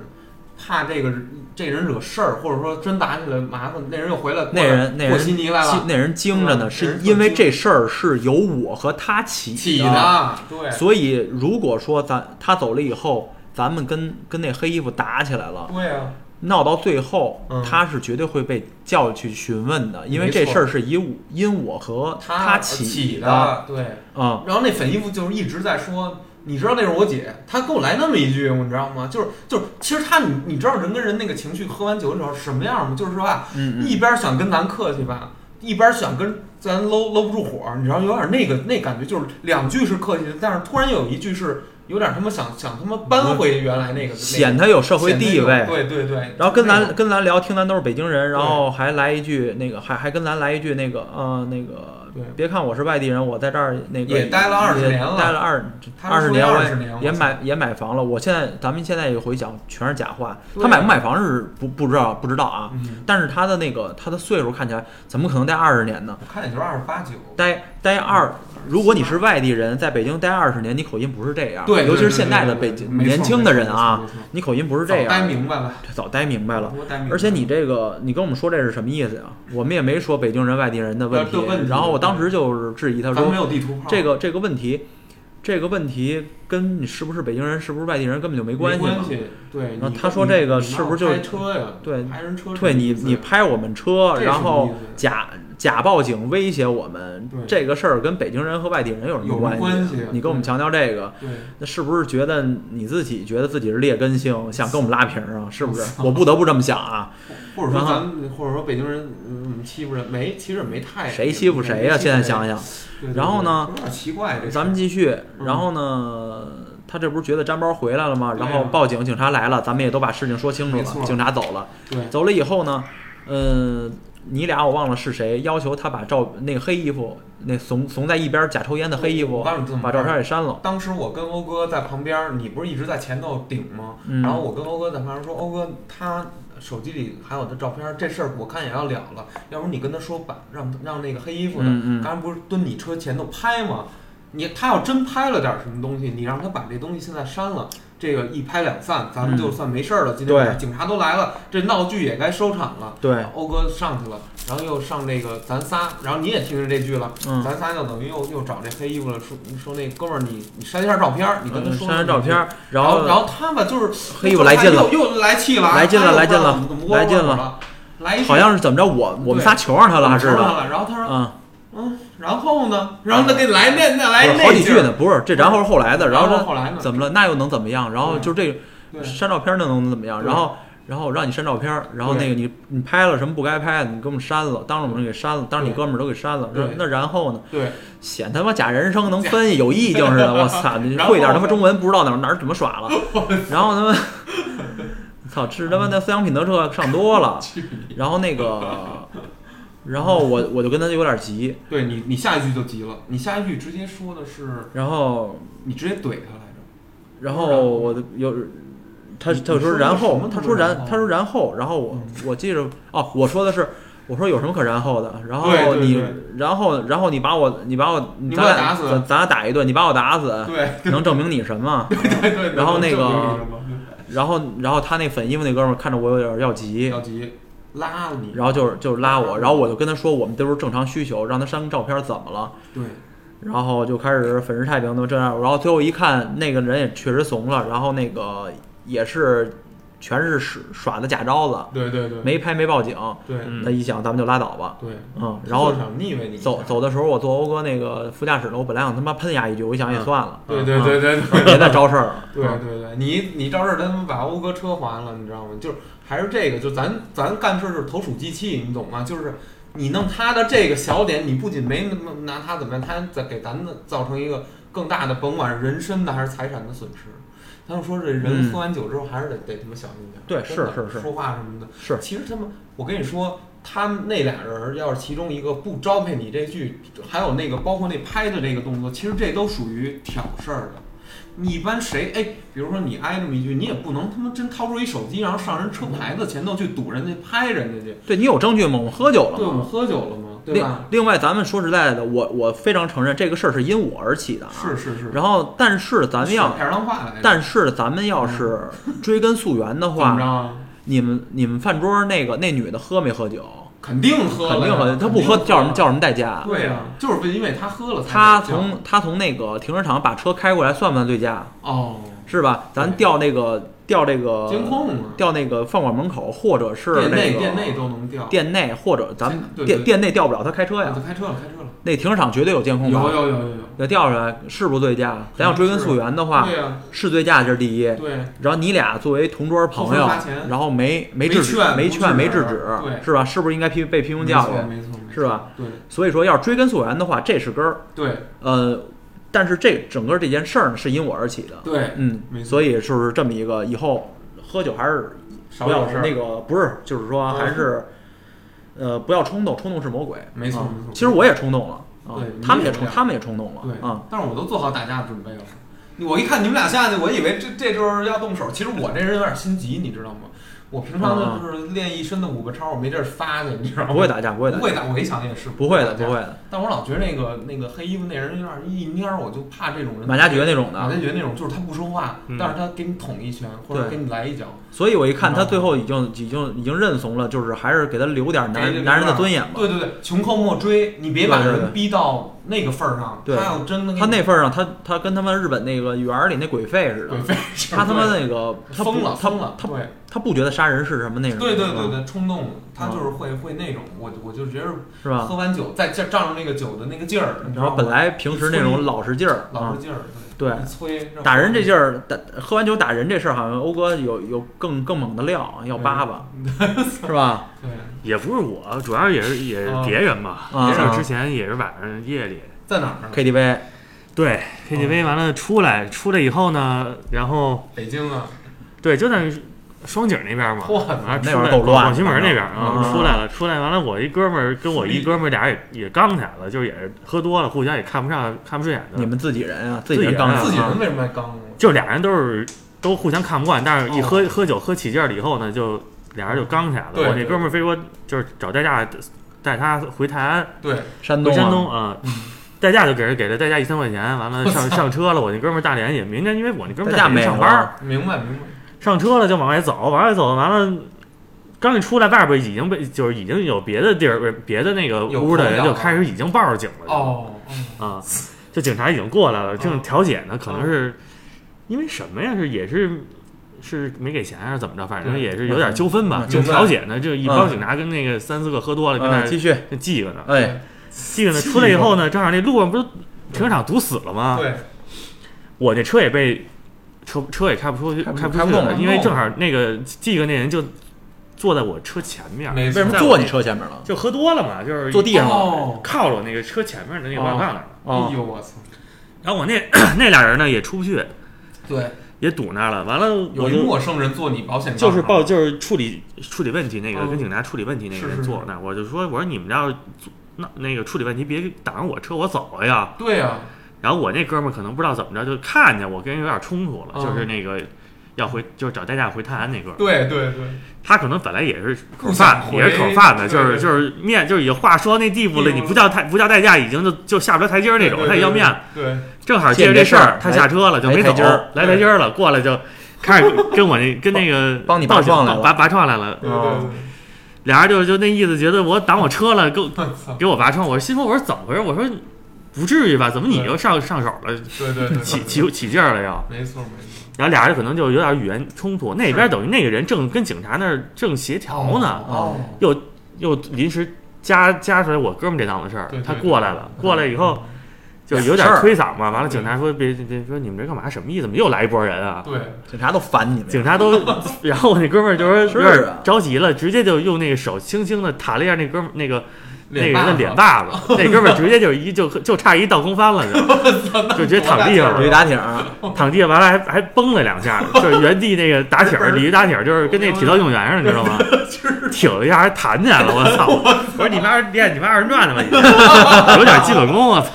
Speaker 1: 怕这个这人惹事儿，或者说真打起来麻烦，那人又回来过来
Speaker 2: 那人那人
Speaker 1: 和稀泥来
Speaker 2: 惊
Speaker 1: 了，
Speaker 2: 那人惊着呢，
Speaker 1: 嗯
Speaker 2: 是因为这事儿是由我和他起
Speaker 1: 起的，对，
Speaker 2: 所以如果说咱他走了以后，咱们跟跟那黑衣服打起来了，
Speaker 1: 对啊，
Speaker 2: 闹到最后，
Speaker 1: 嗯
Speaker 2: 他是绝对会被叫去询问的，因为
Speaker 1: 没错
Speaker 2: 这事儿是以我因我和
Speaker 1: 他
Speaker 2: 起的，
Speaker 1: 的，对。
Speaker 2: 嗯，
Speaker 1: 然后那粉衣服就是一直在说，你知道那是我姐，她给我来那么一句，你知道吗？就是就是，其实她你你知道人跟人那个情绪，喝完酒的时候是什么样吗？就是说吧，
Speaker 2: 嗯嗯
Speaker 1: 一边想跟咱客气吧，一边想跟咱搂搂不住火，你知道有点那个那感觉，就是两句是客气的，但是突然有一句是有点他妈想想他妈扳回原来那个，
Speaker 2: 显他有社会地位，
Speaker 1: 对对对，
Speaker 2: 然后跟
Speaker 1: 那
Speaker 2: 咱
Speaker 1: 种
Speaker 2: 跟咱聊，听咱都是北京人，然
Speaker 1: 对
Speaker 2: 后还来一句那个，还还跟咱来一句那个，呃，那个
Speaker 1: 对，
Speaker 2: 别看我是外地人，我在这儿那个
Speaker 1: 也待了20
Speaker 2: 也
Speaker 1: 年了
Speaker 2: 待了二
Speaker 1: 他
Speaker 2: 二
Speaker 1: 们
Speaker 2: 十
Speaker 1: 说
Speaker 2: 年，我
Speaker 1: 20年我
Speaker 2: 也也
Speaker 1: 操
Speaker 2: 买也买房了。我现在咱们现在一回想，全是假话。
Speaker 1: 对
Speaker 2: 他买不买房是不不知道不知道啊，
Speaker 1: 嗯，
Speaker 2: 但是他的那个他的岁数看起来，怎么可能待二十年呢？
Speaker 1: 我看也就是二十八九，
Speaker 2: 待待二，如果你是外地人，在北京待二十年，你口音不是这样，
Speaker 1: 对，对
Speaker 2: 尤其
Speaker 1: 对对
Speaker 2: 是现在的
Speaker 1: 对
Speaker 2: 北
Speaker 1: 对
Speaker 2: 京
Speaker 1: 没错
Speaker 2: 年轻的人啊，
Speaker 1: 没错没错没错
Speaker 2: 你口音不是这
Speaker 1: 早待
Speaker 2: 样，
Speaker 1: 明白了，
Speaker 2: 早待明白了。
Speaker 1: 多待明白了，
Speaker 2: 而且你这个，你跟我们说这是什么意思呀、我们也没说北京人、外地人的问题
Speaker 1: 这问。题嗯
Speaker 2: 然后我当时就是质疑他
Speaker 1: 咱们没
Speaker 2: 说，
Speaker 1: 有地图炮，
Speaker 2: 这个这个问题，这个问题跟你是不是北京人、是不是外地人根本就没关
Speaker 1: 关
Speaker 2: 系嘛。
Speaker 1: 对，
Speaker 2: 然后
Speaker 1: 你
Speaker 2: 他说
Speaker 1: 你
Speaker 2: 这个
Speaker 1: 你
Speaker 2: 是
Speaker 1: 闹
Speaker 2: 不是就
Speaker 1: 开车呀？
Speaker 2: 对
Speaker 1: 开人车是
Speaker 2: 对
Speaker 1: 什么
Speaker 2: 你，
Speaker 1: 意思
Speaker 2: 你拍我们车，
Speaker 1: 这是
Speaker 2: 然
Speaker 1: 什
Speaker 2: 后
Speaker 1: 么意思
Speaker 2: 假假报警威胁我们
Speaker 1: 对，
Speaker 2: 这个事儿跟北京人和外地人有什么
Speaker 1: 有什么关系啊
Speaker 2: 系？你跟我们
Speaker 1: 对
Speaker 2: 强调这个，
Speaker 1: 对
Speaker 2: 那是不是觉得你自己觉得自己是劣根性，想跟我们拉平啊？是不 是？我不得不这么想啊。
Speaker 1: 或或者说
Speaker 2: 然后
Speaker 1: 咱们或者说北京人嗯我们欺负人没，其实也没太
Speaker 2: 谁欺负谁呀、现在想
Speaker 1: 想，
Speaker 2: 想。
Speaker 1: 对对
Speaker 2: 然后呢
Speaker 1: 对有点奇怪这事儿
Speaker 2: 咱们继续，
Speaker 1: 嗯
Speaker 2: 然后呢，他这不是觉得粘包回来了吗？
Speaker 1: 对啊
Speaker 2: 然后报警，警察来了，咱们也都把事情说清楚
Speaker 1: 没错
Speaker 2: 了。警察走了，
Speaker 1: 对
Speaker 2: 走了以后呢，嗯，你俩我忘了是谁要求他把照那个黑衣服，那怂怂在一边假抽烟的黑衣
Speaker 1: 我
Speaker 2: 服，
Speaker 1: 帮你这么
Speaker 2: 把照片给删了。
Speaker 1: 当时我跟欧哥在旁边儿，你不是一直在前头顶吗？
Speaker 2: 嗯
Speaker 1: 然后我跟欧哥在旁边说，欧哥他手机里还有他照片儿，这事儿我看也要了了，要不你跟他说吧，让让那个黑衣服的，
Speaker 2: 嗯嗯
Speaker 1: 刚才不是蹲你车前头拍吗？你他要真拍了点儿什么东西，你让他把这东西现在删了，这个一拍两散，咱们
Speaker 2: 嗯
Speaker 1: 就算没事儿了。今天晚上
Speaker 2: 对
Speaker 1: 警察都来了，这闹剧也该收场了。
Speaker 2: 对，
Speaker 1: 欧哥上去了，然后又上那个咱仨，然后你也听着这句了，
Speaker 2: 嗯
Speaker 1: 咱仨就等于又又找这黑衣服了，说说那哥们儿你你删一下照片儿，你跟他
Speaker 2: 嗯
Speaker 1: 说、
Speaker 2: 删完照片，儿，
Speaker 1: 然
Speaker 2: 后
Speaker 1: 然后他吧就是
Speaker 2: 黑衣呃服来劲了
Speaker 1: 又又来气了，
Speaker 2: 来劲了
Speaker 1: 哎呦
Speaker 2: 来劲了
Speaker 1: 我不知道怎么
Speaker 2: 来劲了
Speaker 1: 了，来一句
Speaker 2: 好像是怎么着，我我们仨求上他了似
Speaker 1: 我看
Speaker 2: 的，
Speaker 1: 了，然后他说
Speaker 2: 嗯，
Speaker 1: 嗯，然后呢，然后他给来那那来
Speaker 2: 不
Speaker 1: 那
Speaker 2: 是好几
Speaker 1: 劲儿
Speaker 2: 句呢，，不是这，然后是后来的，然
Speaker 1: 然
Speaker 2: 后
Speaker 1: 后嗯来
Speaker 2: 说
Speaker 1: 呢，
Speaker 2: 怎么了？那又能怎么样？然后
Speaker 1: 对
Speaker 2: 就这
Speaker 1: 对
Speaker 2: 删照片那能怎么样？
Speaker 1: 对
Speaker 2: 然后然后我让你删照片，然后那个你你拍了什么不该拍的，你给我们删了，当着我们给删了，当着你
Speaker 1: 对
Speaker 2: 哥们儿都给删了。
Speaker 1: 对
Speaker 2: 那那然后呢？
Speaker 1: 对，
Speaker 2: 显他妈假人生能分 析有意境似的，我操，你
Speaker 1: 然后
Speaker 2: 会点他妈中文不知道哪儿哪儿怎么耍了，然后他妈操，吃他妈的思想品德课上多 了，然后那个，然后我我就跟他就有点急，
Speaker 1: 对你，你下一句就急了，你下一句直接说的是，
Speaker 2: 然后
Speaker 1: 你直接怼他来着。
Speaker 2: 然后我的有他
Speaker 1: 你
Speaker 2: 他就
Speaker 1: 你说
Speaker 2: 说
Speaker 1: 的
Speaker 2: 然
Speaker 1: 是什
Speaker 2: 后
Speaker 1: 么，
Speaker 2: 他
Speaker 1: 不
Speaker 2: 说
Speaker 1: 是然
Speaker 2: 然
Speaker 1: 后嗯
Speaker 2: 他说然后，然后我我记着哦，我说的是我说有什么可然后的，然后
Speaker 1: 对对
Speaker 2: 你
Speaker 1: 对
Speaker 2: 然后然后你把我你把我
Speaker 1: 你
Speaker 2: 咱
Speaker 1: 把我
Speaker 2: 俩
Speaker 1: 打死
Speaker 2: 咱咱俩打一顿，你把我打死，
Speaker 1: 对
Speaker 2: 能证明你什么？
Speaker 1: 对 对。
Speaker 2: 然后那个
Speaker 1: 这就是什么
Speaker 2: 然后然后他那粉衣服那哥们儿看着我有点要急，
Speaker 1: 要急，拉你，
Speaker 2: 然后就是就是拉我，然后我就跟他说我们都是正常需求，让他删个照片怎么了？
Speaker 1: 对，
Speaker 2: 然后就开始粉饰太平，都这样。然后最后一看，那个人也确实怂了，然后那个也是全是耍耍的假招子，
Speaker 1: 对对对，
Speaker 2: 没拍没报警。
Speaker 1: 对
Speaker 3: 嗯
Speaker 2: 他一想，咱们就拉倒吧。
Speaker 1: 对，
Speaker 2: 嗯，然后
Speaker 1: 就是想腻歪你一下
Speaker 2: 走，走的时候，我坐欧哥那个副驾驶了，我本来想他妈喷他一句，我一想也算了，
Speaker 1: 对对对对对。
Speaker 2: 别再招事儿 了。
Speaker 1: 对对对，你你照这儿，他们把欧哥车还了，你知道吗？就是还是这个，就咱咱干事是投鼠忌器，你懂吗？就是你弄他的这个小点，你不仅没拿他怎么样，他再给咱们造成一个更大的，甭管是人身的还是财产的损失。他们说这人
Speaker 2: 嗯
Speaker 1: 喝完酒之后还是得得他妈小心点儿，
Speaker 2: 对
Speaker 1: 真的
Speaker 2: 是是是
Speaker 1: 说话什么的。
Speaker 2: 是
Speaker 1: 其实他们，我跟你说，他们那俩人儿要是其中一个不招配你这句，还有那个包括那拍的这个动作，其实这都属于挑事儿的。你一般谁哎，比如说你挨这么一句，你也不能他妈真掏出一手机，然后上人车牌子前头去堵人家拍人家去。
Speaker 2: 对你有证据吗？我们喝酒了
Speaker 1: 对，我们
Speaker 2: 吗？
Speaker 1: 喝酒了吗？对
Speaker 2: 另
Speaker 1: 吧？
Speaker 2: 另外，咱们说实在的，我我非常承认这个事儿是因我而起的啊。
Speaker 1: 是是是。
Speaker 2: 然后，但是咱们要
Speaker 1: 片儿汤话来着，
Speaker 2: 但是咱们要是追根溯源的
Speaker 1: 怎么着
Speaker 2: 话，
Speaker 1: 啊？
Speaker 2: 你们你们饭桌那个那女的喝没喝酒？
Speaker 1: 肯定喝了呀，
Speaker 2: 肯定喝，她
Speaker 1: 肯
Speaker 2: 不喝
Speaker 1: 了
Speaker 2: 叫什么？叫什么代驾？
Speaker 1: 对呀，就是因为他喝了才
Speaker 2: 她
Speaker 1: 叫
Speaker 2: 从她从那个停车场把车开过来，算不算醉驾？
Speaker 1: 哦
Speaker 2: 是吧？咱调那个调这个
Speaker 1: 监控啊，
Speaker 2: 调那个饭馆门口，或者呃是
Speaker 1: 店
Speaker 2: 那
Speaker 1: 内
Speaker 2: 个
Speaker 1: 店内都能调，
Speaker 2: 店内或者咱
Speaker 1: 对
Speaker 2: 们
Speaker 1: 对
Speaker 2: 店店内调不了他开车
Speaker 1: 啊
Speaker 2: 呀
Speaker 1: 就，开车了，开车了，
Speaker 2: 那停车场绝对有监控
Speaker 1: 有
Speaker 2: 吧？
Speaker 1: 有有有有，
Speaker 2: 要调出来是不是醉驾？咱要追根溯源的话
Speaker 1: 对，呀，
Speaker 2: 是醉驾这是第一。
Speaker 1: 对，
Speaker 2: 然后你俩作为同桌朋
Speaker 1: 不
Speaker 2: 友
Speaker 1: 分花钱，
Speaker 2: 然后没
Speaker 1: 没
Speaker 2: 没制止
Speaker 1: 劝
Speaker 2: 没
Speaker 1: 不制止
Speaker 2: 劝没制止，
Speaker 1: 对
Speaker 2: 是吧？是不是应该批被批评
Speaker 1: 没
Speaker 2: 教
Speaker 1: 错
Speaker 2: 育？
Speaker 1: 没错，没错
Speaker 2: 是吧？
Speaker 1: 对
Speaker 2: 所以说，要是追根溯源的话，这是根儿。
Speaker 1: 对
Speaker 2: 呃，但是这整个这件事儿呢，是因我而起的。
Speaker 1: 对，
Speaker 2: 嗯
Speaker 1: 没，错
Speaker 2: 所以就是这么一个，以后喝酒还是
Speaker 1: 少
Speaker 2: 不要
Speaker 1: 点事儿
Speaker 2: 那个，不是，就是说
Speaker 1: 嗯
Speaker 2: 还是呃不要冲动，冲动是魔鬼。
Speaker 1: 没错
Speaker 2: 啊
Speaker 1: 没错
Speaker 2: 其实我也冲动了，啊
Speaker 1: 对，
Speaker 2: 他们也
Speaker 1: 你也
Speaker 2: 冲，
Speaker 1: 是
Speaker 2: 他们也冲动了
Speaker 1: 对，
Speaker 2: 啊。
Speaker 1: 但是我都做好打架的准备了。我一看你们俩下去，我以为这这就是要动手。其实我这人有点心急，你知道吗？我平常
Speaker 2: 啊
Speaker 1: 就是练一身的五个超，我没地儿发去，你知道吗？
Speaker 2: 不会打架，不会打
Speaker 1: 不
Speaker 2: 架，
Speaker 1: 会打，我一想也是
Speaker 2: 不会的，
Speaker 1: 打架
Speaker 2: 不会。的。
Speaker 1: 但我老觉得那个那个黑衣服那人有点一蔫儿，我就怕这种人。
Speaker 2: 马加爵那种的，
Speaker 1: 马加爵那种，就是他不说话，
Speaker 3: 嗯
Speaker 1: 但是他给你捅一拳或者
Speaker 2: 对
Speaker 1: 给你来一脚，
Speaker 2: 所以我一看
Speaker 1: 你知道吗
Speaker 2: 他最后已经已经已经认怂了，就是还是给他留点
Speaker 1: 给这
Speaker 2: 男
Speaker 1: 个
Speaker 2: 男人的尊严吧。
Speaker 1: 对对对，穷寇莫追，你别把
Speaker 2: 对对对
Speaker 1: 人逼到那个份儿上。
Speaker 2: 对
Speaker 1: 他要真的给
Speaker 2: 他
Speaker 1: 你
Speaker 2: 那份儿上，他他跟他们日本那个园儿里那鬼废似的
Speaker 1: 鬼，费，
Speaker 2: 他他妈那个他不
Speaker 1: 疯了，
Speaker 2: 他
Speaker 1: 疯了，
Speaker 2: 他
Speaker 1: 对。
Speaker 2: 他不觉得杀人是什么那种，
Speaker 1: 对对对
Speaker 2: 是吧，
Speaker 1: 对，冲动，他就是会会那种，我我就觉得
Speaker 2: 是吧？
Speaker 1: 喝完酒再仗仗着那个酒的那个劲儿，你知
Speaker 2: 然
Speaker 1: 道
Speaker 2: 后
Speaker 1: 吗？
Speaker 2: 本来平时那种老实劲儿
Speaker 1: 老
Speaker 2: 啊
Speaker 1: 是，劲儿，
Speaker 2: 对
Speaker 1: 一催
Speaker 2: 打人这劲儿，打喝完酒打人这事儿，好像欧哥有有更更猛的料，要叭叭，是吧？
Speaker 1: 嗯对，
Speaker 3: 也不是我，主要也是也是
Speaker 1: 啊
Speaker 3: 别人嘛。
Speaker 2: 啊
Speaker 3: 也是
Speaker 2: 啊
Speaker 3: 之前也是晚上夜里，哦
Speaker 1: 在哪儿呢？
Speaker 2: KTV
Speaker 3: 对 KTV 完了出来，出来以后呢，然后
Speaker 1: 北京啊，
Speaker 3: 对就在双井那边嘛，
Speaker 1: 嚯
Speaker 3: 啊，
Speaker 2: 那会儿
Speaker 3: 出来
Speaker 2: 够乱
Speaker 3: 广渠门那边啊，
Speaker 2: 啊
Speaker 3: 出来了，出来完了，我一哥们儿跟我一哥们儿俩也也刚起来了，就是也是喝多了，互相也看不上看不顺眼的，
Speaker 2: 你们自己人啊，自
Speaker 3: 己
Speaker 2: 己
Speaker 3: 人
Speaker 2: 人刚
Speaker 3: 啊
Speaker 1: 自己
Speaker 2: 才
Speaker 1: 人为什么爱刚我？
Speaker 3: 就俩人都是都互相看不惯，但是一
Speaker 1: 哦
Speaker 3: 喝、喝酒喝起劲儿了以后呢，就俩人就刚起来了。
Speaker 1: 对
Speaker 3: 我那
Speaker 1: 对
Speaker 3: 哥们儿非说就是找代驾带他回泰安，
Speaker 1: 对，
Speaker 2: 山
Speaker 3: 回
Speaker 2: 东
Speaker 3: 山
Speaker 2: 啊，
Speaker 3: 东啊。代驾就给人给了代驾一千块钱，完了上上车了。我那哥们儿大连也明天，因为我那哥们儿
Speaker 2: 代驾
Speaker 3: 在北
Speaker 2: 没
Speaker 3: 京上
Speaker 2: 有
Speaker 3: 班儿，
Speaker 2: 啊
Speaker 1: 明白明白。
Speaker 3: 上车了就往外走，往外走完了，刚一出来外边已经被就是已经有别的地儿别的那个
Speaker 1: 有
Speaker 3: 屋的
Speaker 1: 朋
Speaker 3: 人
Speaker 1: 友
Speaker 3: 就
Speaker 1: 了
Speaker 3: 开始已经报着警了。
Speaker 1: 哦，哦
Speaker 3: 啊，就警察已经过来了，正
Speaker 1: 嗯
Speaker 3: 调解呢，可能是因为什么呀？是也是是没给钱还是怎么着？反正
Speaker 1: 对
Speaker 3: 也是有点纠纷吧，
Speaker 1: 嗯
Speaker 3: 就
Speaker 1: 明白
Speaker 3: 调解呢，就一帮
Speaker 2: 嗯
Speaker 3: 警察跟那个三四个喝多了，跟那
Speaker 2: 嗯，继续，
Speaker 3: 儿记着呢，
Speaker 2: 哎，
Speaker 3: 记着呢。
Speaker 1: 记
Speaker 3: 出来以
Speaker 1: 着
Speaker 3: 后呢，正好那路上不是停车场堵死了吗？
Speaker 1: 哦对，
Speaker 3: 我那车也被车车也开不出去，
Speaker 2: 开不
Speaker 3: 开不
Speaker 2: 开不
Speaker 3: 出去
Speaker 2: 动
Speaker 3: 了，
Speaker 1: 了
Speaker 3: 因为正好那个记着那人就坐在我车前面，
Speaker 1: 没
Speaker 2: 为什么坐你车前面了？
Speaker 3: 就喝多了嘛，就是
Speaker 2: 坐地上了
Speaker 1: 哦，
Speaker 3: 靠着我那个车前面的那个
Speaker 2: 哦
Speaker 3: 栏杆那儿。
Speaker 1: 哎
Speaker 2: 啊，
Speaker 1: 呦我操！
Speaker 3: 然后我那那俩人呢也出不去，
Speaker 1: 对，
Speaker 3: 也堵那儿了。完了，
Speaker 4: 有
Speaker 3: 我
Speaker 4: 一
Speaker 2: 啊
Speaker 3: 就
Speaker 4: 陌生人做你保险杠，啊
Speaker 3: 就是报就是处理处理问题那
Speaker 2: 哦
Speaker 3: 个
Speaker 4: 嗯
Speaker 3: 跟警察处理问题那个
Speaker 4: 是是
Speaker 3: 人
Speaker 4: 是
Speaker 3: 坐那儿，我就说我说你们要做那那个处理问题别挡我车我走呀。
Speaker 4: 对啊呀、
Speaker 3: 然后我那哥们儿可能不知道怎么着就看见我跟人有点冲突了，
Speaker 4: 嗯
Speaker 3: 就是那个要回就是找代驾回泰安那哥们儿，
Speaker 4: 对对对，
Speaker 3: 他可能本来也是口
Speaker 4: 不想
Speaker 3: 饭
Speaker 4: 回
Speaker 3: 也是口饭的，
Speaker 4: 哎对
Speaker 3: 就是
Speaker 4: 对
Speaker 3: 就是面就是已经话说到那地步了，
Speaker 4: 嗯
Speaker 3: 你不叫代不叫代驾已经就就下不了台阶儿那种，他也要面子。
Speaker 4: 对，对，
Speaker 3: 正好借着这事儿，他下车了就没走
Speaker 2: 来台
Speaker 3: 哦
Speaker 2: 阶儿，
Speaker 3: 来台阶儿了，过 来就开始跟我那跟那个
Speaker 2: 帮你拔创来了
Speaker 3: 拔拔创来了，
Speaker 4: 对对对
Speaker 3: 俩人就就那意思，觉得我挡我车了，给我
Speaker 4: 对，我操，
Speaker 3: 给我拔创，我心说我说怎么回事？我说不至于吧，怎么你就上上手了，
Speaker 4: 对对对，
Speaker 3: 起起起劲儿了又？
Speaker 4: 没错没错，
Speaker 3: 然后俩人可能就有点语言冲突，那边等于那个人正跟警察那儿正协调呢，
Speaker 4: 哦，
Speaker 3: 又又临时加加出来我哥们儿这档子事儿
Speaker 4: 对，对
Speaker 3: 他过来了，过来以后就有点
Speaker 2: 事儿
Speaker 3: 推搡嘛。完了，警察说别别说你们这干嘛？什么意思？怎么又来一波人啊？
Speaker 4: 哦对，
Speaker 2: 警察都烦你们。
Speaker 3: 警察都，然后我那哥们儿就说有
Speaker 2: 是啊
Speaker 3: 点着急了，直接就用那个手轻轻的弹了一下那哥们儿那个那个人的脸
Speaker 4: 蛋，
Speaker 3: 巴子，那哥们儿直接就一就就差一倒空翻了，就就直接躺地上
Speaker 4: 多大劲儿
Speaker 2: 驴打啊挺
Speaker 3: 了，
Speaker 2: 儿，
Speaker 3: 躺地上完了还还崩了两下， 就是原地那个打挺儿，鲤鱼打挺儿，就是跟那体操运动员似的，你知 道吗？挺了一下还弹起来了，我操！我说你妈练你妈二人转呢吧，已 经有点基本功，我操！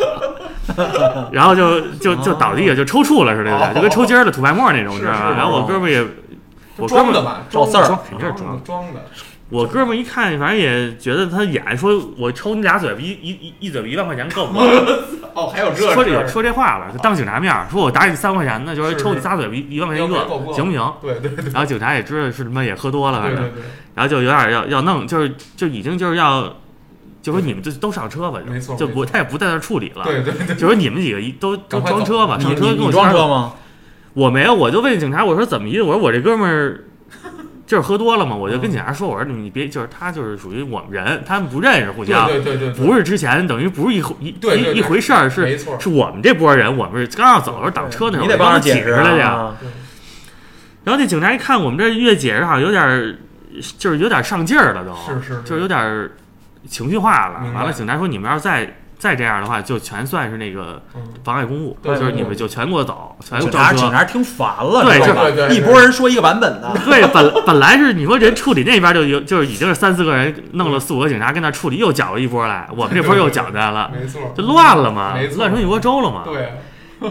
Speaker 3: 然后就就就倒地下就抽搐了似的，就跟抽筋儿了、吐白沫那种，你知道
Speaker 4: 是
Speaker 3: 吗
Speaker 4: 哦是？
Speaker 3: 然后我哥们儿也，我哥
Speaker 4: 装
Speaker 3: 们
Speaker 4: 的
Speaker 3: 儿
Speaker 4: 吧，
Speaker 2: 赵四儿
Speaker 4: 装的
Speaker 3: 肯定是装的
Speaker 4: 装的，
Speaker 3: 我哥们儿一看，反正也觉得他演说，我抽你俩嘴巴，一一一一嘴巴一万块钱够 不够？
Speaker 4: 哦，还有这
Speaker 3: 说
Speaker 4: 事
Speaker 3: 这
Speaker 4: 儿
Speaker 3: 说这话了，当警察面儿说，我打你三块钱呢，就是
Speaker 4: 是
Speaker 3: 抽你仨嘴巴一一万块钱一个
Speaker 4: 要不然够不，够
Speaker 3: 行不行？
Speaker 4: 对对对
Speaker 3: 然后警察也知道是他妈也喝多了，反
Speaker 4: 对
Speaker 3: 正
Speaker 4: 对
Speaker 3: 然后就有点要要弄，就是就已经就是要，就说你们就都上车吧，
Speaker 4: 没错
Speaker 3: 就
Speaker 4: 没
Speaker 3: 不他也不在那儿处理了，
Speaker 4: 对对对对，
Speaker 3: 就说你们几个一都都
Speaker 4: 赶快
Speaker 3: 装
Speaker 4: 走
Speaker 3: 车吧，
Speaker 2: 你
Speaker 3: 上车
Speaker 2: 你
Speaker 3: 跟我
Speaker 2: 你装
Speaker 3: 签
Speaker 2: 车吗？
Speaker 3: 我没有，我就问警察，我说怎么一？我说我这哥 们儿就是喝多了嘛，我就跟警
Speaker 4: 嗯
Speaker 3: 察说，我说你别，就是他就是属于我们人，他们不认识互相，
Speaker 4: 对对对对，
Speaker 3: 不是之前等于不是一回一
Speaker 4: 对对
Speaker 3: 一
Speaker 4: 对
Speaker 3: 一回事儿，是
Speaker 4: 没错，
Speaker 3: 是我们这波人，我们是刚要走的时候挡车那会儿，
Speaker 2: 你得帮着
Speaker 3: 我刚
Speaker 2: 解
Speaker 3: 解
Speaker 2: 释
Speaker 3: 来去。
Speaker 2: 啊。
Speaker 3: 然后那警察一看我们这越解释好像有点儿，就是有点儿上劲儿了都，
Speaker 4: 是是，
Speaker 3: 哦就是有点儿情绪化了
Speaker 4: 明。白
Speaker 3: 完了，警察说你们要是再再这样的话，就全算是那个
Speaker 4: 嗯
Speaker 3: 妨碍公务，
Speaker 4: 对
Speaker 3: 就是
Speaker 4: 对
Speaker 3: 你们就全给我走，全给
Speaker 2: 警
Speaker 3: 哎我
Speaker 2: 察
Speaker 3: 撞
Speaker 2: 警
Speaker 3: 车。
Speaker 2: 察听烦了，
Speaker 3: 对
Speaker 2: 知道
Speaker 3: 这
Speaker 2: 吧
Speaker 4: 对对对
Speaker 2: 一拨人说一个版本的，
Speaker 3: 对，本本来是你说人处理那边就有，就是已经是三四个人，弄了四五个警察跟那处理，又搅了一波来，我们这波又搅起来了，
Speaker 4: 没错，
Speaker 3: 就乱了嘛
Speaker 4: 没，错
Speaker 3: 乱成一锅粥了嘛。
Speaker 4: 对，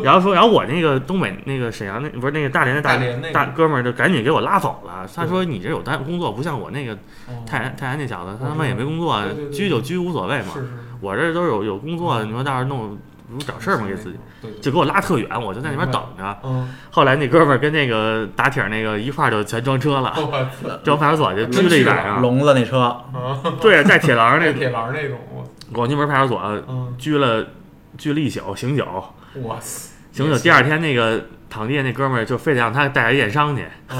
Speaker 3: 然后说，然后我那个东北那个沈阳那不是那个大连的大
Speaker 4: 大连那个
Speaker 3: 大哥们儿就赶紧给我拉走了，他说你这有单工作，不像我那个
Speaker 4: 哦
Speaker 3: 泰安泰安那小子，他他
Speaker 4: 我
Speaker 3: 妈
Speaker 4: 知
Speaker 3: 也没工作
Speaker 4: 对对，对
Speaker 3: 拘就拘无所谓嘛
Speaker 4: 是。是
Speaker 3: 我这都有有工作，你说到时候弄不是找事儿嘛给自己，，
Speaker 4: 对对，
Speaker 3: 就给我拉特远，我就在那
Speaker 4: 明
Speaker 3: 边
Speaker 4: 白
Speaker 3: 等着。
Speaker 4: 嗯，
Speaker 3: 后来那哥们儿跟那个打挺儿那个一块儿就全装车了，
Speaker 4: 我操
Speaker 3: 装派出所
Speaker 4: 嗯
Speaker 3: 就拘了一晚上。
Speaker 2: 聋子那车，
Speaker 4: 啊，
Speaker 3: 对，在铁栏那
Speaker 4: 铁栏那种，我操，
Speaker 3: 广渠门派出所
Speaker 4: 嗯，
Speaker 3: 拘了拘了一宿，醒酒
Speaker 4: 我操，
Speaker 3: 醒酒。第二天那个躺地下那哥们儿就非得让他带着验伤去，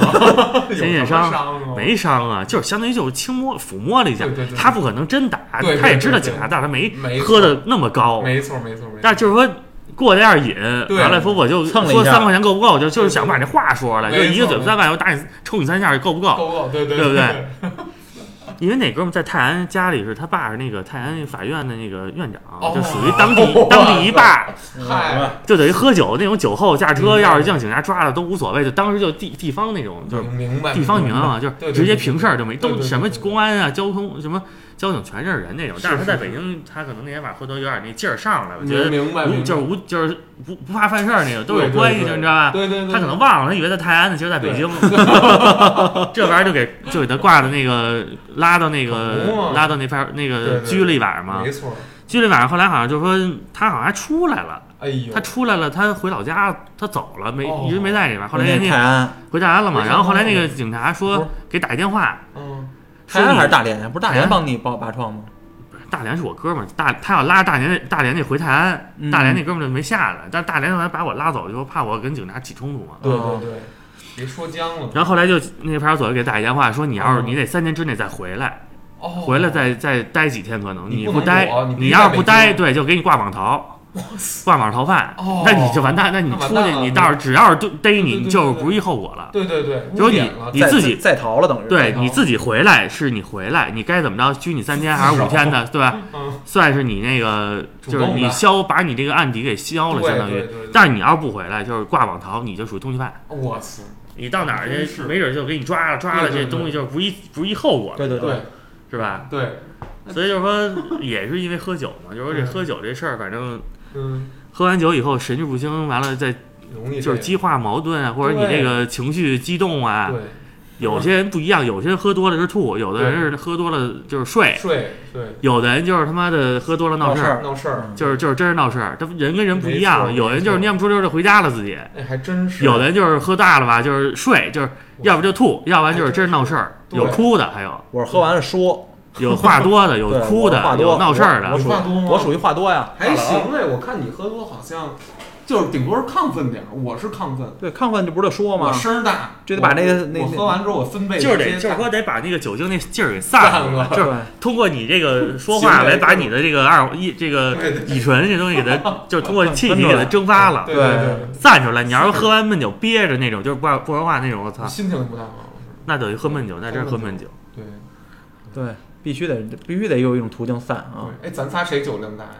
Speaker 3: 先验伤
Speaker 4: 伤
Speaker 3: 没伤啊，就是相当于就是轻摸抚摸了一下
Speaker 4: 哦对对对，
Speaker 3: 他不可能真打，
Speaker 4: 对对
Speaker 3: 他也知道
Speaker 4: 对对
Speaker 3: 警察但他没
Speaker 4: 没错
Speaker 3: 喝的那么高，
Speaker 4: 没错没错没错，
Speaker 3: 但就是说。过了点儿瘾，
Speaker 4: 对
Speaker 3: 完了说我就
Speaker 2: 蹭了一
Speaker 3: 说
Speaker 2: 下
Speaker 3: 三块钱够不够，就就是想把这话说出来，
Speaker 4: 没
Speaker 3: 就
Speaker 4: 错哦
Speaker 3: 一个嘴巴三万，我打你抽你三下够不够？
Speaker 4: 够不够？对对
Speaker 3: 对不
Speaker 4: 对
Speaker 3: 对？因为那哥们儿在泰安家里是他爸是那个泰安法院的那个院长，
Speaker 4: 哦
Speaker 3: 就属于当地、
Speaker 4: 哇
Speaker 3: 当地一霸，
Speaker 4: 嗨，
Speaker 3: 就等于喝酒那种酒后驾
Speaker 4: 明
Speaker 3: 车，
Speaker 4: 白
Speaker 3: 要是让警察抓了都无所谓，就当时就地地方那种就是
Speaker 4: 明白
Speaker 3: 地方名啊，就是
Speaker 4: 对对
Speaker 3: 直接平事儿就没
Speaker 4: 对对
Speaker 3: 都
Speaker 4: 对
Speaker 3: 什么
Speaker 4: 对对
Speaker 3: 公安啊、交通什么交警全认识人那种。但是他
Speaker 4: 是
Speaker 3: 在
Speaker 4: 是
Speaker 3: 北京，他可能那天晚上喝多有点那劲儿上来了，
Speaker 4: 明
Speaker 3: 觉得
Speaker 4: 明白
Speaker 3: 无
Speaker 4: 明
Speaker 3: 就是
Speaker 4: 白，
Speaker 3: 无就是不不怕犯事儿那种，都有
Speaker 4: 对对
Speaker 3: 关系，
Speaker 4: 对
Speaker 3: 就你知道吧？
Speaker 4: 对对对，
Speaker 3: 他可能忘了，他以为在泰安呢，其实在北京。 这玩意儿就给就给他挂到那个拉到那
Speaker 4: 可不
Speaker 3: 个
Speaker 4: 嘛
Speaker 3: 拉到那派那
Speaker 4: 啊对
Speaker 3: 个
Speaker 4: 对对
Speaker 3: 拘了一晚上嘛
Speaker 4: 没，错，
Speaker 3: 拘了一晚上，后来好像就说他好像还出来了，
Speaker 4: 哎呦，
Speaker 3: 他出来了，他回老家，他走了，没
Speaker 4: 哦
Speaker 3: 一直没在这边。后来
Speaker 2: 那
Speaker 3: 人
Speaker 2: 泰
Speaker 3: 家
Speaker 2: 安，
Speaker 3: 回泰安了嘛，
Speaker 4: 回
Speaker 3: 然后后来那
Speaker 4: 泰安
Speaker 3: 个
Speaker 4: 了
Speaker 3: 警察
Speaker 2: 不
Speaker 3: 说
Speaker 2: 是
Speaker 3: 给打一电话，
Speaker 4: 嗯，
Speaker 2: 泰
Speaker 3: 说
Speaker 2: 安还是
Speaker 3: 你哎
Speaker 2: 大连呀？不是大
Speaker 3: 泰
Speaker 2: 连
Speaker 3: 安
Speaker 2: 帮你拔拔创吗？
Speaker 3: 大连是我哥们儿，大他要拉大连那大连那回泰安，
Speaker 2: 嗯
Speaker 3: 大连那哥们儿就没下来，但是大连后来把我拉走，就说怕我跟警察起冲突嘛。
Speaker 4: 对对对，别说僵了，
Speaker 3: 然后后来就那个派出所给打一电话说，你要是
Speaker 4: 哦
Speaker 1: 嗯
Speaker 3: 你得三天之内再回来，
Speaker 4: 哦，
Speaker 3: 回来再再待几天可能
Speaker 4: 你不
Speaker 3: 不
Speaker 4: 能
Speaker 3: 待
Speaker 4: 躲，你必须
Speaker 3: 你要
Speaker 4: 在
Speaker 3: 是
Speaker 4: 北
Speaker 3: 不待，
Speaker 4: 京
Speaker 3: 对，就给你挂网逃。万马逃犯
Speaker 1: 哦，
Speaker 3: 那你就完蛋，那你
Speaker 1: 那完
Speaker 3: 出
Speaker 1: 蛋
Speaker 3: 去，
Speaker 1: 了
Speaker 3: 你到时只要是逮逮
Speaker 1: 对对
Speaker 3: 你，
Speaker 1: 对
Speaker 3: 你就是不计后果了。
Speaker 1: 对对对，
Speaker 3: 就
Speaker 1: 污
Speaker 3: 是你
Speaker 1: 点了
Speaker 3: 你
Speaker 2: 再
Speaker 3: 自己
Speaker 2: 再逃了，等于
Speaker 3: 对
Speaker 1: 对，
Speaker 3: 你自己回来是你回来，你该怎么着，拘你三天还是五天的，对吧？
Speaker 1: 嗯，
Speaker 3: 算是你那个，
Speaker 1: 主
Speaker 3: 就是
Speaker 1: 动
Speaker 3: 你
Speaker 1: 的
Speaker 3: 消，把你这个案底给消了，
Speaker 1: 对
Speaker 3: 相当
Speaker 1: 对
Speaker 3: 于。
Speaker 1: 对对
Speaker 3: 但是你要不回来，就是挂网逃，你就属于通缉犯。
Speaker 4: 哦
Speaker 1: 我操，
Speaker 3: 你到哪儿
Speaker 1: 真
Speaker 3: 去
Speaker 1: 是，
Speaker 3: 没准就给你抓了，抓了
Speaker 1: 对对
Speaker 3: 这
Speaker 1: 对
Speaker 3: 东西就是不计不计后果了，
Speaker 2: 对对
Speaker 1: 对
Speaker 3: 是吧？
Speaker 1: 对，
Speaker 3: 所以就是说，也是因为喝酒嘛，就是说这喝酒这事儿，反正
Speaker 1: 嗯，
Speaker 3: 喝完酒以后神志不清，完了再
Speaker 1: 容易
Speaker 3: 就是
Speaker 1: 这
Speaker 3: 激化矛盾啊，或者你
Speaker 1: 对
Speaker 3: 这个情绪激动
Speaker 1: 样
Speaker 3: 啊，
Speaker 1: 对
Speaker 3: 有些人不一样，有些人喝多了是吐，有的人是喝多了就是睡，
Speaker 1: 睡对
Speaker 3: 有的人就是他妈的喝多了闹
Speaker 2: 闹
Speaker 3: 事
Speaker 2: 事
Speaker 3: 哎儿，嗯
Speaker 2: 儿
Speaker 1: 闹事儿，
Speaker 3: 就是就是真是闹事儿，他人跟人不一样，
Speaker 1: 没错
Speaker 3: 有人就是
Speaker 1: 没错
Speaker 3: 蔫不出溜的回家了自己，
Speaker 1: 哎，还真是
Speaker 3: 有的人就是喝大了吧，就是睡，就是要不就吐，要不然就是真是闹事儿，
Speaker 1: 对
Speaker 3: 有哭的，还有
Speaker 2: 我是喝完了说，
Speaker 3: 有话多的，有
Speaker 2: 对
Speaker 3: 哭
Speaker 2: 我话
Speaker 3: 的，
Speaker 2: 多
Speaker 3: 有闹事儿
Speaker 2: 我
Speaker 3: 的，
Speaker 2: 属
Speaker 1: 你话多
Speaker 2: 于
Speaker 1: 吗
Speaker 2: 我属于话多呀，
Speaker 1: 还
Speaker 3: 啊
Speaker 1: 行哎，我看你喝多好像就是顶多是亢奋点儿，我是亢奋，
Speaker 2: 对，亢奋这不是就说
Speaker 1: 我
Speaker 2: 吗？
Speaker 1: 声儿大，
Speaker 2: 就得把那个
Speaker 1: 我
Speaker 2: 那
Speaker 1: 我喝完之后我分 贝
Speaker 3: 就是得
Speaker 1: 直接
Speaker 3: 就是
Speaker 1: 大
Speaker 3: 说得把那个酒精那劲儿给散了，
Speaker 1: 散了
Speaker 3: 就是
Speaker 2: 对
Speaker 3: 通过你这个说 话
Speaker 1: 行为
Speaker 3: 来把你的这个二一这个
Speaker 1: 对对
Speaker 3: 乙醇这东 西给它，就是通过气体
Speaker 2: 分出
Speaker 3: 给
Speaker 2: 来
Speaker 3: 它蒸发了，
Speaker 1: 对
Speaker 2: 对
Speaker 1: 对
Speaker 3: 散出来。你要是喝完闷酒憋着那种，就是不不说话那种，我操
Speaker 1: 对，，心情不太好，
Speaker 3: 那等于喝闷酒，那真是喝闷酒。
Speaker 1: 对
Speaker 2: 对，必须得必须得有一种途径散啊。
Speaker 1: 对，哎，咱仨谁酒量大呀？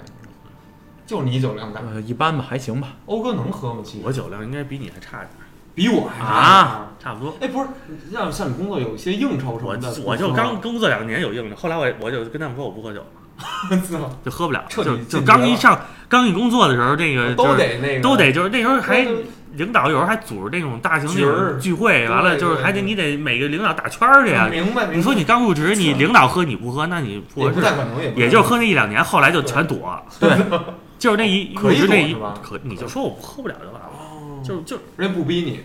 Speaker 1: 就你酒量大，
Speaker 2: 呃，一般吧，还行吧。
Speaker 1: 欧哥能喝吗？其实
Speaker 3: 嗯我酒量应该比你还差点儿，
Speaker 1: 比我还大
Speaker 2: 啊。
Speaker 3: 差不多。
Speaker 1: 哎，不是，像像你工作有一些应酬什
Speaker 3: 我
Speaker 1: 么的，
Speaker 3: 我就刚工作两年有应酬，后来我我就跟他们说我不喝酒了，
Speaker 1: 知道
Speaker 3: 就喝不了，
Speaker 1: 彻
Speaker 3: 就
Speaker 1: 底
Speaker 3: 就
Speaker 1: 禁
Speaker 3: 刚
Speaker 1: 绝
Speaker 3: 一
Speaker 1: 了
Speaker 3: 上刚一工作的时候，那个
Speaker 1: 都
Speaker 3: 就是
Speaker 1: 得那个嗯
Speaker 3: 都得就是那时候还
Speaker 1: 对对
Speaker 3: 领导有时候还组织那种大型
Speaker 1: 局
Speaker 3: 那
Speaker 1: 儿
Speaker 3: 种聚会，完了
Speaker 1: 对
Speaker 3: 就是
Speaker 1: 对
Speaker 3: 还得你得每个领导打圈儿去呀。啊
Speaker 1: 明白明白。
Speaker 3: 你说你刚入职，你
Speaker 1: 是
Speaker 3: 领导喝你不喝，那你不
Speaker 1: 也
Speaker 3: 合
Speaker 1: 不
Speaker 3: 适。
Speaker 1: 太可能，也
Speaker 3: 也就喝那一两年，后来就全躲。
Speaker 2: 对，
Speaker 3: 就是那一
Speaker 1: 可
Speaker 3: 入
Speaker 1: 以
Speaker 3: 职
Speaker 1: 躲
Speaker 3: 那一
Speaker 1: 是吧
Speaker 3: 可，你就说我喝不了就完了，
Speaker 1: 哦，
Speaker 3: 就就
Speaker 1: 人家不逼你，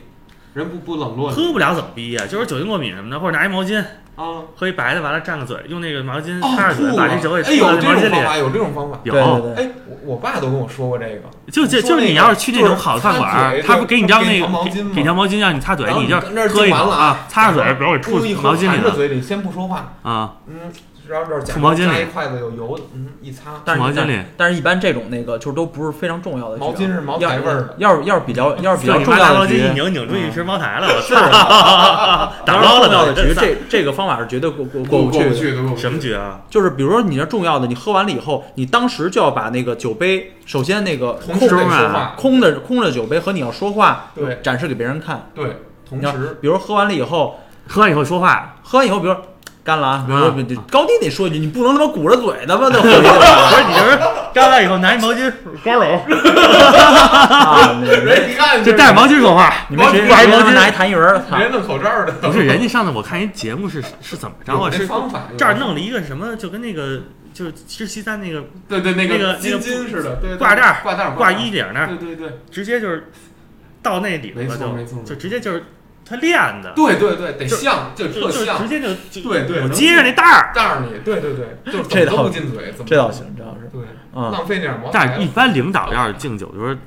Speaker 1: 人不不冷落你
Speaker 3: 喝不了怎么逼呀？就是酒精过敏什么的，或者拿一毛巾
Speaker 1: 啊。
Speaker 3: 喝一白的，完了蘸个嘴，用那个毛巾
Speaker 1: 哦
Speaker 3: 擦着嘴，
Speaker 1: 吐
Speaker 3: 把
Speaker 1: 了
Speaker 3: 这酒给
Speaker 1: 哎，
Speaker 3: 吐到
Speaker 1: 有
Speaker 3: 那
Speaker 1: 这种
Speaker 3: 毛巾
Speaker 1: 方法，
Speaker 3: 里。
Speaker 1: 有这种方法。
Speaker 2: 对
Speaker 3: 有，
Speaker 2: 对对，
Speaker 1: 哎，我我爸都跟我说过这个，
Speaker 3: 就就就是你要是去那种好的饭
Speaker 1: 说那
Speaker 3: 馆
Speaker 1: 个，
Speaker 3: 他不给你张那
Speaker 1: 就是
Speaker 3: 个
Speaker 1: 给你条毛巾吗
Speaker 3: 给条毛巾让你擦嘴
Speaker 1: 然，后
Speaker 3: 你就
Speaker 1: 跟这儿
Speaker 3: 喝一
Speaker 1: 就
Speaker 3: 口
Speaker 1: 完了啊
Speaker 3: 啊，擦着嘴，不要给
Speaker 1: 咕噜一
Speaker 3: 吐
Speaker 1: 喝
Speaker 3: 毛巾里
Speaker 1: 含着
Speaker 3: 了
Speaker 1: 嘴里，先不说话，
Speaker 3: 啊，
Speaker 1: 嗯，然后这儿假
Speaker 3: 吐毛
Speaker 1: 装
Speaker 3: 巾里
Speaker 1: 夹一筷子有油的，嗯，一擦，
Speaker 2: 但是
Speaker 3: 毛
Speaker 2: 你
Speaker 3: 巾里
Speaker 2: 但但是一般这种那个就是都不是非常重要的局啊。
Speaker 1: 毛巾是茅
Speaker 2: 要
Speaker 1: 台味儿的
Speaker 2: 要是要是比较要是比
Speaker 3: 就
Speaker 2: 较
Speaker 3: 你
Speaker 2: 重
Speaker 3: 妈
Speaker 2: 要
Speaker 3: 拿毛
Speaker 2: 的局
Speaker 3: 巾一，拧，拧出一瓶茅台了，我操！打
Speaker 2: 要是
Speaker 3: 包了
Speaker 2: 重 要的
Speaker 3: 都
Speaker 2: 局，这这个方法是绝对过过过
Speaker 1: 不
Speaker 2: 去
Speaker 1: 不
Speaker 2: 的。
Speaker 1: 去，过不去
Speaker 3: 什么局啊？
Speaker 2: 就是比如说你这重要的，你喝完了以后，你当时就要把那个酒杯，首先那个
Speaker 1: 同时得
Speaker 2: 空
Speaker 1: 说
Speaker 3: 空中
Speaker 1: 话
Speaker 3: 啊，
Speaker 2: 空的空的酒杯和你要说话，
Speaker 1: 对
Speaker 2: 展示给别人看。
Speaker 1: 对，同
Speaker 2: 你要
Speaker 1: 时
Speaker 2: 比如喝完了以后，
Speaker 3: 喝完以后说话，
Speaker 2: 喝完以后，比如说干了啊，比如说
Speaker 3: 啊
Speaker 2: 你高低得说一句，你不能他妈鼓着嘴他妈的喝酒啊
Speaker 3: 不是你就是干完以后拿一毛巾包拢，
Speaker 2: 啊！ 那个
Speaker 1: 人一看
Speaker 3: 就带着毛巾说话。
Speaker 2: 你们谁
Speaker 3: 不好意
Speaker 2: 谁
Speaker 3: 思
Speaker 2: 他
Speaker 3: 毛
Speaker 2: 妈
Speaker 3: 巾
Speaker 2: 拿一痰盂儿，操
Speaker 1: 人！家弄口罩的，
Speaker 3: 不是 人家上次我看一节目是是怎么着啊？
Speaker 1: 有这
Speaker 3: 是
Speaker 1: 方法有
Speaker 3: 这儿弄了一个什么，就跟那个就是吃西餐那个
Speaker 1: 对对，那
Speaker 3: 那个那
Speaker 1: 金
Speaker 3: 个
Speaker 1: 金似的，对对
Speaker 3: 挂这儿
Speaker 1: 挂带
Speaker 3: 挂衣，领那儿，
Speaker 1: 对对对
Speaker 3: 直接就是到那里边
Speaker 1: 没
Speaker 3: 了，
Speaker 1: 错没错
Speaker 3: 就
Speaker 1: 没错
Speaker 3: 就直接就是他练的，
Speaker 1: 对对对，得
Speaker 3: 就
Speaker 1: 像，就
Speaker 3: 就
Speaker 1: 特
Speaker 3: 就直
Speaker 1: 像，
Speaker 3: 接就就
Speaker 1: 对对
Speaker 3: 我
Speaker 1: 能
Speaker 3: 接着那袋儿。
Speaker 1: 带儿你，对对对，就是
Speaker 2: 这
Speaker 1: 怎么
Speaker 2: 倒
Speaker 1: 都不进嘴，怎么
Speaker 2: 这倒，行，这倒是
Speaker 1: 对，
Speaker 2: 啊。
Speaker 1: 浪费那点茅台
Speaker 3: 但
Speaker 1: 了
Speaker 3: 是一般领导要是敬酒，就是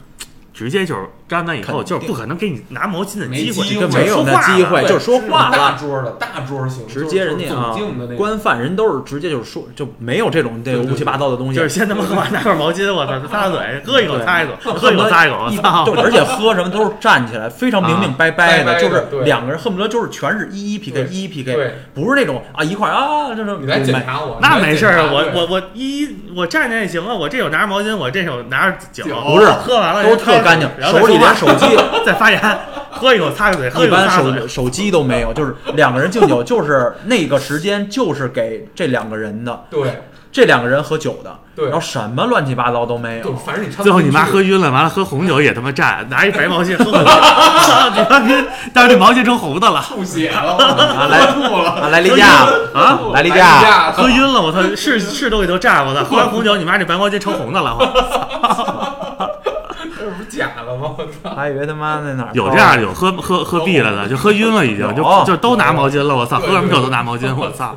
Speaker 3: 直接就是干完以
Speaker 2: 肯
Speaker 3: 后，
Speaker 2: 定
Speaker 3: 就是不可能给你拿毛巾的
Speaker 1: 没
Speaker 3: 机会，
Speaker 1: 机
Speaker 3: 就
Speaker 1: 会
Speaker 2: 没有
Speaker 3: 说
Speaker 2: 那
Speaker 3: 话
Speaker 2: 机
Speaker 3: 了
Speaker 2: 会
Speaker 1: 对
Speaker 2: 就是说话
Speaker 1: 大
Speaker 2: 了
Speaker 1: 桌的大桌行，
Speaker 2: 直接人家
Speaker 1: 就是
Speaker 2: 啊
Speaker 1: 总敬的那，个，
Speaker 2: 官饭人都是直接就是说就没有这种这个
Speaker 1: 对对
Speaker 2: 乌七八糟的东西，
Speaker 3: 就是先他妈喝完拿块毛巾，我操，擦擦嘴，喝一口
Speaker 2: 对
Speaker 3: 擦一口， 喝一口擦一口，我 操！
Speaker 2: 对，而且喝什么都是站起来，非常明明白白
Speaker 1: 啊
Speaker 2: 的，就
Speaker 1: 白
Speaker 2: 是
Speaker 1: 白的对
Speaker 2: 两个人恨不得就是全是一一
Speaker 1: 对
Speaker 2: PK 一一 PK，
Speaker 1: 对，
Speaker 2: 不是那种啊一块儿啊就是
Speaker 1: 你来检
Speaker 2: 买
Speaker 1: 查我，
Speaker 3: 那没事儿
Speaker 1: 儿
Speaker 3: 啊，我我我一我站着也行啊，我这手拿着毛巾，我这手拿着酒，
Speaker 1: 酒
Speaker 2: 不是
Speaker 3: 喝完了
Speaker 2: 都特干净，
Speaker 3: 然后
Speaker 2: 手里连手机
Speaker 3: 再发言，喝一口擦个嘴，喝
Speaker 2: 一
Speaker 3: 一口
Speaker 2: 般
Speaker 3: 擦个嘴
Speaker 2: 手，手机都 没有，就是两个人敬酒就是那个时间就是给这两个人的，
Speaker 1: 对
Speaker 2: 这两个人喝酒的，
Speaker 1: 对
Speaker 2: 然后什么乱七八糟都没
Speaker 1: 就
Speaker 2: 有
Speaker 1: 是，反正你掺不进去
Speaker 3: 最后你妈喝晕了，完了喝红酒也他妈站，拿一白毛巾喝红 酒，操你妈逼！但是这毛巾成红的了，
Speaker 1: 吐血了，啊
Speaker 2: 来
Speaker 1: 吐了，
Speaker 2: 啊来 例假
Speaker 3: 啊
Speaker 2: 来例
Speaker 1: 例
Speaker 2: 假，
Speaker 1: 假，
Speaker 3: 喝晕了，我操，是是都给都站，我操！喝完红酒，你妈这白毛巾成红的了，我操！
Speaker 1: 这不是假的吗？我操，
Speaker 2: 还以为他妈那哪儿啊
Speaker 3: 有这样的有喝喝喝毙了的，就喝晕了已经，
Speaker 2: 有
Speaker 3: 就就都拿毛巾了，我操！
Speaker 1: 对
Speaker 3: 喝什么酒都拿毛巾，我操！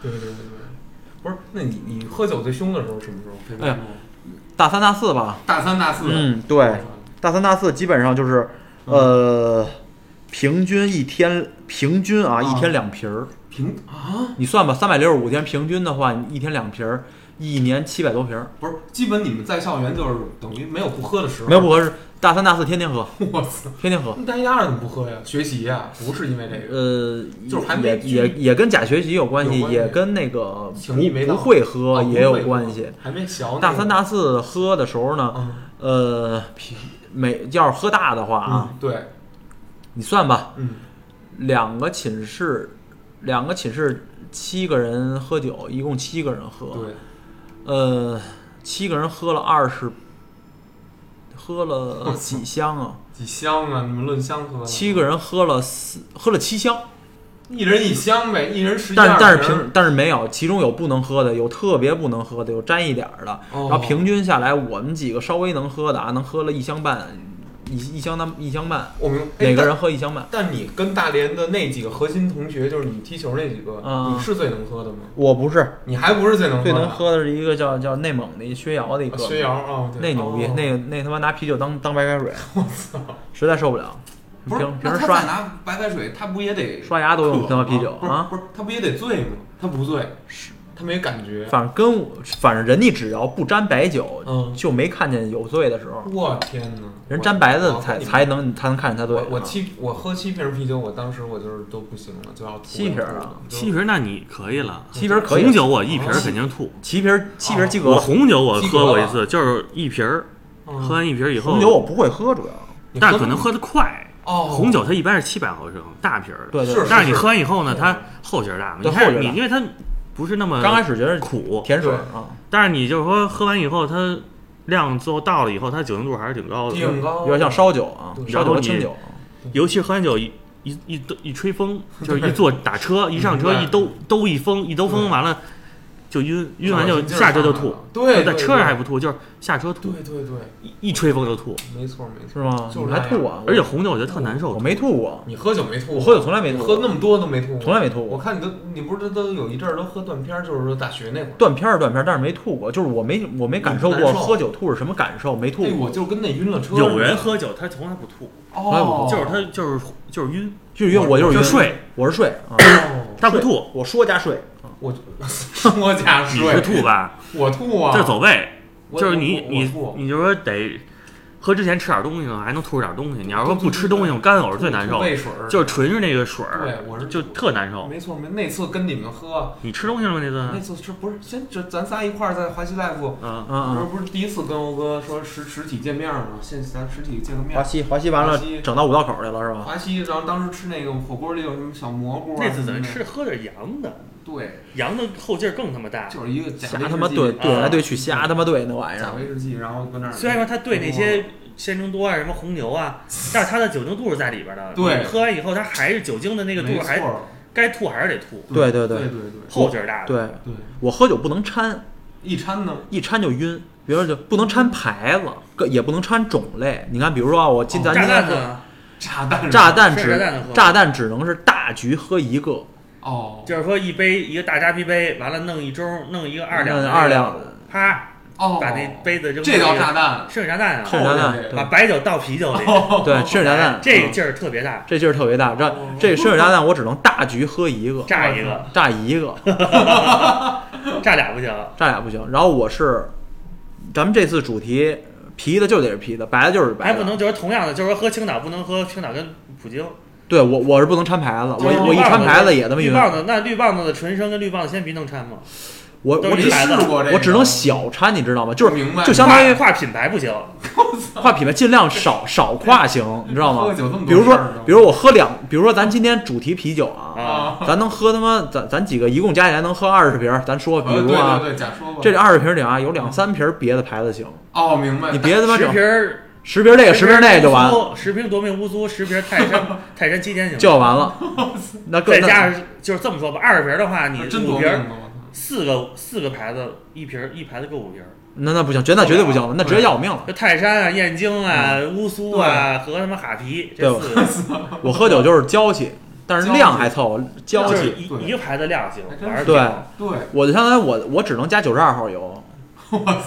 Speaker 1: 对对对对，不是，那你你喝酒最凶的时候什么时候？
Speaker 2: 哎呀大三大四吧，
Speaker 1: 大三大四，嗯
Speaker 2: 嗯对，大三大四基本上就是，呃，平均一天平均啊
Speaker 1: 啊
Speaker 2: 一天两瓶儿，
Speaker 1: 平啊，
Speaker 2: 你算吧，三百六十五天平均的话，你一天两瓶儿，一年七百多瓶儿，
Speaker 1: 不是，基本你们在校园就是等于没有不喝的时候。
Speaker 2: 没有不合适。大三大四天天喝，
Speaker 1: 我操！
Speaker 2: 天 天喝。
Speaker 1: 那大一、大二怎么不喝呀？学习呀，不是因为这个。
Speaker 2: 呃，
Speaker 1: 就是还没
Speaker 2: 也也也跟假学习有关系，
Speaker 1: 有关系
Speaker 2: 也跟那个
Speaker 1: 情谊没
Speaker 2: 不
Speaker 1: 到
Speaker 2: 不会喝
Speaker 1: 哦
Speaker 2: 也有关系。，
Speaker 1: 还没学那个
Speaker 2: 大三大四喝的时候呢，
Speaker 1: 嗯
Speaker 2: 呃，啤每要是喝大的话啊，
Speaker 1: 嗯，对，
Speaker 2: 你算吧，
Speaker 1: 嗯，
Speaker 2: 两个寝室，两个寝室七个人喝酒，一共七个人喝，
Speaker 1: 对，
Speaker 2: 呃，七个人喝了二十，喝了几 箱啊？
Speaker 1: 几箱啊？你们论箱喝？
Speaker 2: 七个人喝了四，喝了七箱，
Speaker 1: 一人一箱呗，一人十几
Speaker 2: 但
Speaker 1: 二
Speaker 2: 但是
Speaker 1: 瓶
Speaker 2: 平但是没有，其中有不能喝的，有特别不能喝的，有沾一点儿的，
Speaker 1: 哦
Speaker 2: 然后平均下来，我们几个稍微能喝的啊，能喝了一箱半，一一箱半一箱半，
Speaker 1: 我明白
Speaker 2: 每个。
Speaker 1: 哎
Speaker 2: 人喝一箱半。
Speaker 1: 但但你跟大连的那几个核心同学，就是你踢球那几个，
Speaker 2: 嗯
Speaker 1: 你是最能喝的吗？
Speaker 2: 我不是
Speaker 1: 你还不是最能喝的？
Speaker 2: 最能喝的是一个叫叫内蒙的一薛瑶的一
Speaker 1: 啊
Speaker 2: 哥们儿
Speaker 1: 薛瑶啊，对
Speaker 2: 那牛 逼，
Speaker 1: 哦
Speaker 2: 那那他妈拿啤酒当当白开水，我操，实在受不了。
Speaker 1: 不是
Speaker 2: 平
Speaker 1: 那
Speaker 2: 平时
Speaker 1: 他再
Speaker 2: 刷
Speaker 1: 拿白开水，他不也得
Speaker 2: 刷牙都 用
Speaker 1: 渴
Speaker 2: 他妈啤酒
Speaker 1: 吗
Speaker 2: 啊
Speaker 1: 不，是不是他不也得醉吗？他不醉，他没感觉。
Speaker 2: 反正跟我反正人家只要不沾白酒，
Speaker 1: 嗯
Speaker 2: 就没看见有醉的时候。
Speaker 1: 我天哪！
Speaker 2: 人沾白的
Speaker 1: 我
Speaker 2: 才
Speaker 1: 我跟你
Speaker 2: 才能才能看见他醉
Speaker 1: 我
Speaker 2: 啊。
Speaker 1: 我七我喝七瓶啤酒，我当时我就是都不行了，就要吐了
Speaker 2: 七瓶啊，
Speaker 3: 七瓶，那你可以了。
Speaker 2: 七瓶可以
Speaker 3: 红，酒我一瓶儿肯定吐。
Speaker 2: 七瓶七
Speaker 1: 啊
Speaker 2: 瓶及格
Speaker 3: 我
Speaker 2: 了。
Speaker 3: 红酒我喝过一次，就是一瓶儿，
Speaker 1: 嗯
Speaker 3: 喝完一瓶儿以后
Speaker 2: 红，酒我不会喝，主要
Speaker 1: 你
Speaker 3: 但是可能喝的快。
Speaker 1: 哦，
Speaker 3: 红酒它一般是七百毫升大瓶儿的，
Speaker 2: 对对
Speaker 1: 是
Speaker 2: 对。
Speaker 3: 但是你喝完以后呢，它后劲儿大嘛，你
Speaker 2: 对后劲
Speaker 3: 看
Speaker 2: 儿大
Speaker 3: 你因为它不是那么
Speaker 2: 刚开始觉得
Speaker 3: 苦，
Speaker 2: 甜水
Speaker 1: 对
Speaker 2: 啊，
Speaker 3: 但是你就是说喝完以后，它量最后到了以后，它酒精度还是挺高的，嗯
Speaker 1: 挺高，
Speaker 2: 有点像烧酒啊，
Speaker 1: 对
Speaker 2: 烧酒和清酒。
Speaker 3: 尤其是喝完酒一一一一吹风，就是一坐打车一上车
Speaker 1: 明
Speaker 2: 嗯
Speaker 1: 白
Speaker 3: 一兜兜一风一兜风
Speaker 1: 对
Speaker 3: 完了就晕晕完就
Speaker 1: 劲儿
Speaker 3: 下车就
Speaker 1: 上来
Speaker 3: 吐
Speaker 1: 了，对，对
Speaker 3: 在车上还不吐，就是下车
Speaker 1: 对嗯
Speaker 3: 吐，
Speaker 1: 对对，
Speaker 3: 一一吹风就吐，
Speaker 1: 没错没
Speaker 2: 是
Speaker 1: 错。
Speaker 2: 吗？
Speaker 1: 就
Speaker 2: 你
Speaker 1: 是
Speaker 2: 还
Speaker 1: 那样
Speaker 2: 吐啊？
Speaker 3: 而且红酒我觉得特难
Speaker 2: 我
Speaker 3: 受，
Speaker 2: 没吐过，
Speaker 1: 你喝酒没吐？
Speaker 2: 我喝酒从来没吐
Speaker 1: 喝那么多都没吐，
Speaker 2: 从来没吐
Speaker 1: 我
Speaker 2: 过。
Speaker 1: 看你都，你不是都有一阵儿都喝断片儿，就是说大学那会儿。
Speaker 2: 断片儿断片儿，但是没吐过，就是我没我没感受
Speaker 1: 你不
Speaker 2: 过
Speaker 1: 难受
Speaker 2: 喝酒吐是什么感受，没吐
Speaker 1: 哎，
Speaker 2: 过。
Speaker 1: 我就跟那晕了车。
Speaker 3: 有人喝酒他从来不吐，
Speaker 1: 哦，
Speaker 3: 就是他就是就是晕，
Speaker 2: 就是因为我就是
Speaker 3: 就
Speaker 2: 晕，
Speaker 3: 睡，
Speaker 2: 我是睡啊，
Speaker 1: 哦
Speaker 3: 他不吐，
Speaker 2: 我说加睡，
Speaker 1: 我我家
Speaker 3: 你
Speaker 1: 睡
Speaker 3: 是吐吧？
Speaker 1: 我吐啊，
Speaker 3: 这是走位，
Speaker 1: 我
Speaker 3: 就是你
Speaker 1: 我
Speaker 3: 你
Speaker 1: 我吐
Speaker 3: 你就说得喝之前吃点东西，还能吐出点东西。你要是说不吃东西，我干呕是最难受
Speaker 1: 吐
Speaker 3: 的，
Speaker 1: 胃水儿，
Speaker 3: 就是纯是那个水儿，
Speaker 1: 对，我是
Speaker 3: 就特难受。
Speaker 1: 没错没那次跟你们喝，
Speaker 3: 你吃东西了吗？那
Speaker 1: 那
Speaker 3: 顿？
Speaker 1: 次是不是先这咱仨一块儿在华西 life，
Speaker 3: 嗯，
Speaker 1: 不是
Speaker 2: 嗯
Speaker 1: 不是第一次跟欧哥说实实体见面儿吗？现咱实体见个
Speaker 2: 嗯，
Speaker 1: 面
Speaker 2: 华
Speaker 1: 儿。
Speaker 2: 西华西完了
Speaker 1: 华西
Speaker 2: 整到五道口去了是吧？
Speaker 1: 华西，然后当时吃那个火锅里有什么小蘑菇啊
Speaker 3: 那次
Speaker 1: 什么
Speaker 3: 咱
Speaker 1: 的
Speaker 3: 吃喝点羊的，
Speaker 1: 对，
Speaker 3: 羊的后劲儿更他妈大。
Speaker 1: 就是一个假
Speaker 2: 瞎
Speaker 1: 威士
Speaker 2: 他妈
Speaker 1: 忌
Speaker 2: 对对
Speaker 3: 啊
Speaker 2: 来对去，瞎他妈对那玩意
Speaker 1: 假
Speaker 2: 儿，
Speaker 1: 威士忌，然后搁那儿。
Speaker 3: 虽然说它对那些鲜橙多啊、什么红牛啊，但是它的酒精度是在里边的。
Speaker 1: 对
Speaker 3: 你喝完以后它还是酒精的那个
Speaker 1: 没
Speaker 3: 度，
Speaker 1: 错
Speaker 3: 还
Speaker 1: 儿
Speaker 3: 该吐还是得吐，
Speaker 2: 对
Speaker 1: 对
Speaker 2: 对
Speaker 1: 对
Speaker 2: 对
Speaker 1: 对
Speaker 3: 后劲儿大。，
Speaker 2: 对
Speaker 1: 对，
Speaker 2: 我喝酒不能掺，
Speaker 1: 一掺呢，
Speaker 2: 一掺就晕，比如说就不能掺牌子，个也不能掺种类。你看，比如说啊，我今咱
Speaker 3: 哦炸
Speaker 2: 今
Speaker 3: 弹
Speaker 2: 天喝
Speaker 3: 呢，
Speaker 1: 炸弹
Speaker 2: 炸弹
Speaker 3: 是炸
Speaker 2: 只
Speaker 3: 弹的喝
Speaker 2: 炸弹只能是大局喝一个，
Speaker 1: 哦
Speaker 3: 就是说一杯一个大扎啤杯，完了弄一盅，弄一个二两的
Speaker 2: 弄
Speaker 3: 那个，
Speaker 2: 二两
Speaker 3: 啪。
Speaker 1: 哦，
Speaker 3: 把那杯子扔
Speaker 1: 这叫
Speaker 3: 到那个
Speaker 1: 炸弹，
Speaker 3: 剩炸弹
Speaker 2: 是
Speaker 3: 啊，
Speaker 2: 炸
Speaker 1: 哦
Speaker 2: 弹，
Speaker 3: 把
Speaker 2: 对哦
Speaker 3: 白酒倒啤酒里，
Speaker 2: 对，吃炸弹，
Speaker 3: 哎这
Speaker 2: 嗯
Speaker 3: 劲儿特别大，
Speaker 2: 这劲儿特别大，这
Speaker 1: 哦
Speaker 2: 这生日炸弹我只能大局喝一个，
Speaker 3: 炸一个，
Speaker 2: 炸一个，嗯
Speaker 3: 炸俩不行。
Speaker 2: 炸俩不行。然后我是，咱们这次主题啤的就得是啤的，白的就是白
Speaker 3: 还
Speaker 2: 的，
Speaker 3: 不能就是同样的，就是说喝青岛不能喝青岛跟普京，
Speaker 2: 对我我是不能掺牌子，
Speaker 3: 就
Speaker 2: 我
Speaker 3: 是
Speaker 2: 一我一
Speaker 3: 绿棒
Speaker 2: 掺
Speaker 3: 子
Speaker 2: 牌子也他妈
Speaker 3: 绿
Speaker 2: 晕，
Speaker 3: 棒子那绿棒子的纯生跟绿棒子鲜啤能掺吗？
Speaker 2: 我
Speaker 3: 都
Speaker 2: 我
Speaker 3: 是
Speaker 2: 只
Speaker 3: 绿牌子
Speaker 1: 试过这个，
Speaker 2: 我只能小掺，你知道吗？就是
Speaker 1: 明白
Speaker 2: 就相当
Speaker 3: 跨
Speaker 2: 于
Speaker 3: 跨品牌不行，
Speaker 2: 跨品牌，尽量少少跨行，你知道
Speaker 1: 喝
Speaker 2: 吗
Speaker 1: 个？酒这么多
Speaker 2: 比如说
Speaker 1: 事儿呢
Speaker 2: 比如我喝两，比如说咱今天主题啤酒啊，
Speaker 3: 啊，
Speaker 1: 啊，
Speaker 2: 咱能喝他妈咱咱几个一共加起来能喝二十瓶儿，咱说
Speaker 1: 呃
Speaker 2: 比如啊
Speaker 1: 对，对对，假说吧，
Speaker 2: 这二十瓶里啊有两三瓶儿别的牌子行，
Speaker 1: 哦，明白，
Speaker 2: 你别 他妈
Speaker 3: 十
Speaker 2: 整
Speaker 3: 瓶儿
Speaker 2: 十瓶儿这个十瓶儿那个就完，
Speaker 3: 夺命乌苏，十瓶夺命乌苏，十瓶 泰山泰山七天行，
Speaker 2: 就完 了。那更
Speaker 3: 再加上就是这么说吧，二十瓶的话，你
Speaker 1: 真
Speaker 3: 五
Speaker 1: 夺命
Speaker 3: 瓶儿
Speaker 1: 啊！
Speaker 3: 四个四个牌子，一瓶儿一牌子各五瓶儿。
Speaker 2: 那那不行，绝那绝对不行了，那直接要我命了。
Speaker 3: 就泰山啊、燕京啊、
Speaker 2: 嗯
Speaker 3: 乌苏啊和他妈哈啤这四个，
Speaker 2: 我喝酒就是娇气，但是量还凑合，
Speaker 1: 娇
Speaker 2: 娇
Speaker 3: 就
Speaker 1: 气
Speaker 3: 是
Speaker 2: 气。
Speaker 3: 一
Speaker 1: 对
Speaker 3: 一个牌子量行
Speaker 1: 哎还，真
Speaker 3: 玩儿
Speaker 1: 是
Speaker 3: 挺
Speaker 2: 对
Speaker 3: 好
Speaker 1: 我操对，
Speaker 2: 我就相当于我我只能加九十二号 油，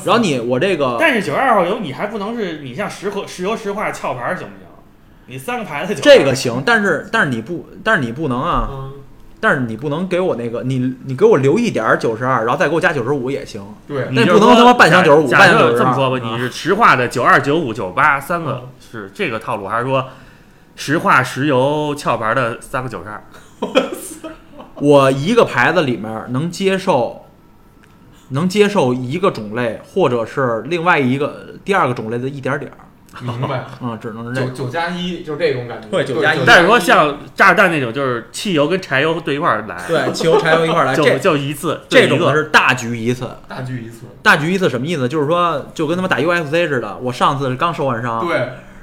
Speaker 2: 然后你我这个
Speaker 3: 但是九十二号油你还不能是你像石和石油石化壳牌儿行不行？你三个牌子酒
Speaker 2: 这个行，但是但是你不但是你不能啊，
Speaker 1: 嗯，
Speaker 2: 但是你不能给我那个，你你给我留一点九十二，然后再给我加九十五也行。
Speaker 1: 对
Speaker 3: 你就
Speaker 2: 那不能他妈半箱
Speaker 3: 假
Speaker 2: 95
Speaker 3: 假
Speaker 2: 半箱
Speaker 3: 设
Speaker 2: 92
Speaker 3: 这么说吧，
Speaker 2: 啊
Speaker 3: 你是实话的九二、九五、九八三个是这个套路，还是说实话石油壳牌的三个九十二？
Speaker 2: 我一个牌子里面能接受，能接受一个种类，或者是另外一个第二个种类的一点点儿，
Speaker 1: 明白。
Speaker 2: 嗯，只能是这
Speaker 1: 九
Speaker 2: 个。
Speaker 1: 九加一就这种感觉，
Speaker 2: 对九加一
Speaker 3: 但是说像炸弹那种，就是汽油跟柴油对一块儿来，
Speaker 2: 对，汽油、柴油一块儿来，
Speaker 3: 就
Speaker 2: 这
Speaker 3: 就一次
Speaker 2: 这
Speaker 3: 就一
Speaker 2: 种
Speaker 3: 个
Speaker 2: 的是大局一次。
Speaker 1: 大聚一次，
Speaker 2: 大局一次什么意思？就是说，就跟他妈打 UFC 似的。我上次刚受完伤，
Speaker 1: 对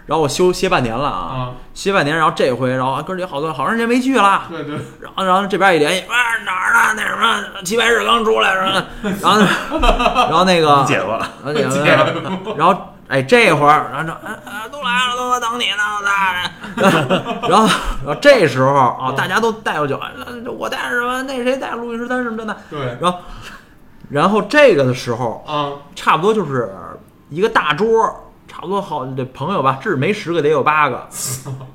Speaker 2: 然后我休歇半年了啊，
Speaker 1: 啊，
Speaker 2: 歇半年，然后这回，然后啊哥儿姐好多好长时间没去了，
Speaker 1: 对对，
Speaker 2: 然后然后这边一联系，啊哪儿呢？那什么齐白石刚出来什么的，然后然后那个
Speaker 3: 你解吧，
Speaker 2: 然后那个然后哎，这会儿，然后这、啊啊、都来了，都等你呢，我操！ 然后，然后这时候啊，大家都带有酒，啊我带什么？那谁带路易十三什么的呢？
Speaker 1: 对
Speaker 2: 然后，然后这个的时候，
Speaker 1: 啊，
Speaker 2: 差不多就是一个大桌，差不多好得朋友吧，至没十个得有八个，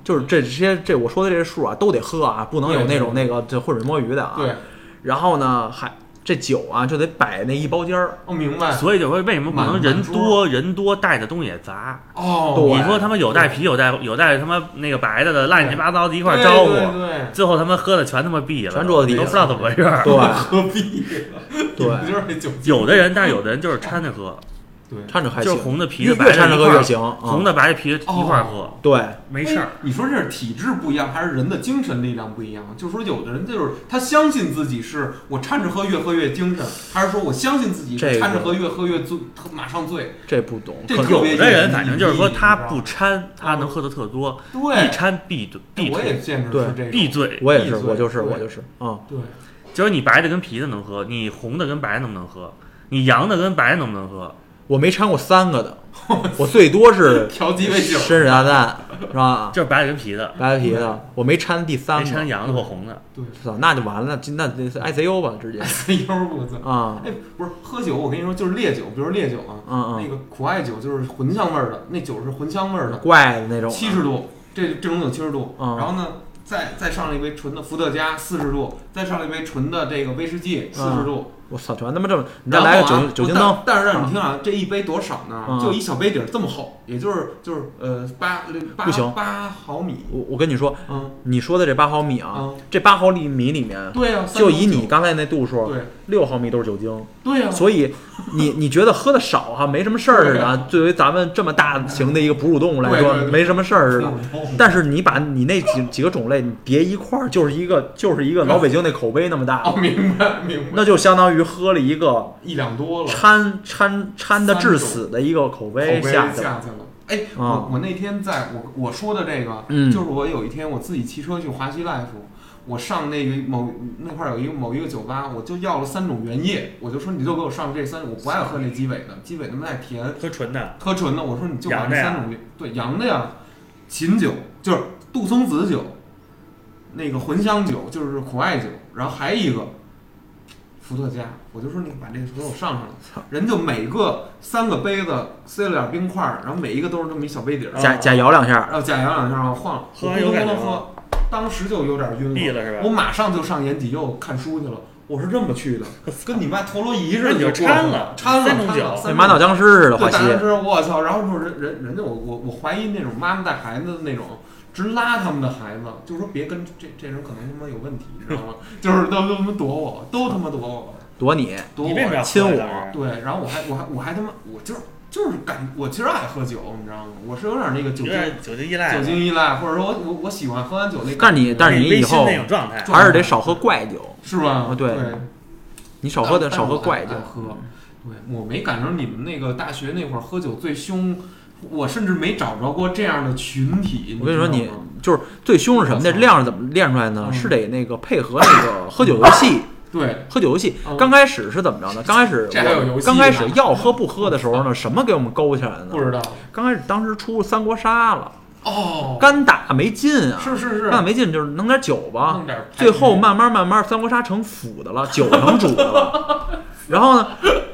Speaker 2: 就是这些这我说的这些数啊，都得喝啊，不能有那种那个这浑水摸鱼的啊。
Speaker 1: 对，
Speaker 2: 然后呢，还这酒啊就得摆那一包间儿。
Speaker 1: 我哦明
Speaker 2: 啊
Speaker 1: 白
Speaker 3: 所以就说为什么不能
Speaker 1: 满
Speaker 3: 人
Speaker 1: 满桌
Speaker 3: 多人多带的东西也杂？
Speaker 1: 哦，
Speaker 2: 对
Speaker 3: 你说他妈有带啤，有带有带他妈那个白的的，乱七八糟的一块儿
Speaker 1: 对
Speaker 3: 招
Speaker 1: 对
Speaker 3: 呼，
Speaker 1: 对，
Speaker 3: 最后他妈喝的全他妈毙了，
Speaker 2: 全桌子底下
Speaker 3: 都不知道怎么回事儿。
Speaker 2: 对，
Speaker 1: 何必呢？
Speaker 2: 对
Speaker 1: 你们就是那酒精
Speaker 3: 有的人，但是有的人就是掺着喝，
Speaker 1: 对，
Speaker 2: 掺着还
Speaker 3: 就
Speaker 2: 行，
Speaker 3: 是红的啤
Speaker 2: 越
Speaker 3: 的白
Speaker 2: 越
Speaker 3: 的
Speaker 2: 掺着
Speaker 3: 一
Speaker 2: 喝
Speaker 3: 块
Speaker 2: 越哦
Speaker 3: 儿嗯
Speaker 2: 行，
Speaker 3: 红
Speaker 2: 的
Speaker 3: 的白的啤的一块儿喝，
Speaker 2: 对
Speaker 3: 没事儿
Speaker 1: 哎。你说这是体质不一样，还是人的精神力量不一样？就是说，有的人就是他相信自己是我掺着喝越喝越精神，还是说我相信自己
Speaker 2: 这个
Speaker 1: 掺着喝越喝越醉，特马上醉？
Speaker 2: 这不懂，
Speaker 1: 这
Speaker 2: 可能
Speaker 1: 特别
Speaker 3: 有的人反正就是说他不
Speaker 2: 啊
Speaker 3: 掺，他能喝的特多，一
Speaker 1: 对，
Speaker 3: 掺必
Speaker 2: 哎
Speaker 3: 醉必
Speaker 1: 我
Speaker 3: 吐
Speaker 1: 也见着
Speaker 2: 对
Speaker 1: 是这
Speaker 3: 必
Speaker 1: 种。
Speaker 3: 醉。
Speaker 2: 我也是，
Speaker 1: 闭嘴
Speaker 2: 我就是
Speaker 1: 对
Speaker 2: 我就是，嗯，
Speaker 1: 对，
Speaker 3: 就是你白的跟啤的能喝，你红的跟白能不能喝，你洋的跟白能不能喝？
Speaker 2: 我没掺过三 个的，我最多是
Speaker 1: 调鸡尾酒，
Speaker 2: 深水炸弹是吧？
Speaker 3: 就是白的跟啤的，
Speaker 2: 白皮的，我没掺第
Speaker 3: 没
Speaker 2: 三
Speaker 3: 掺
Speaker 2: 个，
Speaker 3: 洋的或红的。
Speaker 1: 对，
Speaker 2: 操，那就完了，那那 ICU 吧， 直接
Speaker 1: 哎呦我操！
Speaker 2: 啊，
Speaker 1: 哎，不是喝酒，我跟你说，就是烈酒，比如烈酒啊，
Speaker 2: 嗯
Speaker 1: 那
Speaker 2: 嗯，
Speaker 1: 个苦艾酒就是茴香味儿的，那酒是茴香味儿的，
Speaker 2: 怪的那种，啊
Speaker 1: 七十度，这这种酒七十度，
Speaker 2: 嗯
Speaker 1: 然后呢，再再上了一杯纯的伏特加四十度，再上了一杯纯的这个威士忌四十度，
Speaker 2: 我操，全他妈这么，你再
Speaker 1: 然后
Speaker 2: 嗯来
Speaker 1: 啊
Speaker 2: 个酒酒精灯，，
Speaker 1: 但但是让你听啊，这一杯多少呢
Speaker 2: 嗯？
Speaker 1: 就一小杯底儿这么厚，也就是就是呃八八
Speaker 2: 不行
Speaker 1: 八毫米，
Speaker 2: 我我跟你说，
Speaker 1: 嗯
Speaker 2: 你说的这八毫米啊，
Speaker 1: 嗯，
Speaker 2: 这八毫厘米里面，
Speaker 1: 对啊，
Speaker 2: 就以
Speaker 1: 3.9
Speaker 2: 你刚才那度数，
Speaker 1: 对
Speaker 2: 六毫米都是酒精。
Speaker 1: 对 啊，
Speaker 2: 所以你你觉得喝的少哈、没什么事儿似的啊，对于咱们这么大型的一个哺乳动物来说
Speaker 1: 对对对嗯
Speaker 2: 没什么事儿似的。
Speaker 1: 以
Speaker 2: 但是你把你那几几个种类你叠一块儿，就是一个就是一个老北京那口碑那么大
Speaker 1: 哦，，明白明白，
Speaker 2: 那就相当于喝了一个
Speaker 1: 一两多了。
Speaker 2: 掺掺掺的致死的一个口碑
Speaker 1: 口碑下
Speaker 2: 下去
Speaker 1: 去
Speaker 2: 了。
Speaker 1: 了。哎，
Speaker 2: 啊
Speaker 1: 我我那天在我我说的这个，
Speaker 2: 嗯
Speaker 1: 就是我有一天我自己骑车去华西 life，我上那个某那块儿有一个某一个酒吧，我就要了三种原液，我就说你就给我上这三，我不爱喝那鸡尾的，鸡尾他妈太甜，
Speaker 3: 喝纯的，
Speaker 1: 喝纯的，我说你就把
Speaker 3: 洋
Speaker 1: 这
Speaker 3: 的呀
Speaker 1: 三种原对洋的呀，琴酒就是杜松子酒，那个茴香酒就是苦艾酒，然后还一个伏特加，我就说你把这个给我上上
Speaker 2: 操
Speaker 1: 来，人就每个三个杯子塞了点冰块儿，然后每一个都是这么一小杯底儿，
Speaker 2: 假假摇两下，
Speaker 1: 然后假洋两下晃，
Speaker 3: 喝
Speaker 1: 我咕
Speaker 3: 完
Speaker 1: 噜
Speaker 3: 有
Speaker 1: 咕
Speaker 3: 感
Speaker 1: 噜
Speaker 3: 觉
Speaker 1: 喝，当时就有点晕
Speaker 3: 毙了是吧
Speaker 1: 我马上就上延吉又看书去了。我是这么 去的，跟你妈陀螺仪似
Speaker 3: 那
Speaker 1: 的，
Speaker 3: 你就
Speaker 1: 过去
Speaker 3: 掺了
Speaker 1: 掺了，
Speaker 3: 三种
Speaker 1: 掺了
Speaker 3: 酒
Speaker 1: 三
Speaker 2: 那满脑僵尸似的，
Speaker 1: 哦对，
Speaker 2: 华西
Speaker 1: 大。家知道，我操！然后说人人人家我我我怀疑那种妈妈带孩子的那种，直拉他们的孩子，就是说别跟这这人可能他妈有问题，你知道吗？ 就是都都他妈躲我，都他妈躲我，
Speaker 2: 躲你，
Speaker 1: 躲
Speaker 3: 你为什么要
Speaker 1: 我。
Speaker 3: 啊
Speaker 2: 亲
Speaker 3: 喝
Speaker 2: 我
Speaker 3: 呀当时
Speaker 1: 对，然后我还我还我还他妈我就是就是感我其实爱喝酒，你知道吗？我是有点那个酒精
Speaker 3: 有点酒精依赖啊
Speaker 1: 酒
Speaker 3: 了，
Speaker 1: 精依赖，或者说我我我喜欢喝完酒那感觉。
Speaker 2: 但你但是你
Speaker 3: 微
Speaker 2: 以
Speaker 3: 醺
Speaker 2: 后
Speaker 3: 那种状态。
Speaker 2: 还是得少喝怪酒，
Speaker 1: 是吧
Speaker 2: 啊？对你少喝点少喝怪酒
Speaker 1: 但。是我还爱喝。对，我没赶上你们那个大学那会儿喝酒最凶，我甚至没找着过这样的群体。
Speaker 2: 我跟你说，
Speaker 1: 知道
Speaker 2: 你
Speaker 1: 吗
Speaker 2: 就是最凶是什么呢？
Speaker 1: 我操
Speaker 2: 量是怎么练出来呢？
Speaker 1: 嗯
Speaker 2: 是得那个配合那个喝酒游 戏，
Speaker 1: 对，
Speaker 2: 喝酒游戏。
Speaker 1: 嗯
Speaker 2: 刚开始是怎么着呢？刚开始
Speaker 1: 这还有游
Speaker 2: 我
Speaker 1: 戏呢
Speaker 2: 刚开始要喝不喝的时候呢，什么给我们勾起来呢
Speaker 1: 不？知道
Speaker 2: 刚开始当时出三国杀了，
Speaker 1: 哦，
Speaker 2: 干打没劲啊，
Speaker 1: 是嗯是是
Speaker 2: 干，打没劲就是弄点酒吧
Speaker 1: 弄。点牌
Speaker 2: 啊最后慢慢慢慢，三国杀成腐的了，酒成主的了。 然后呢，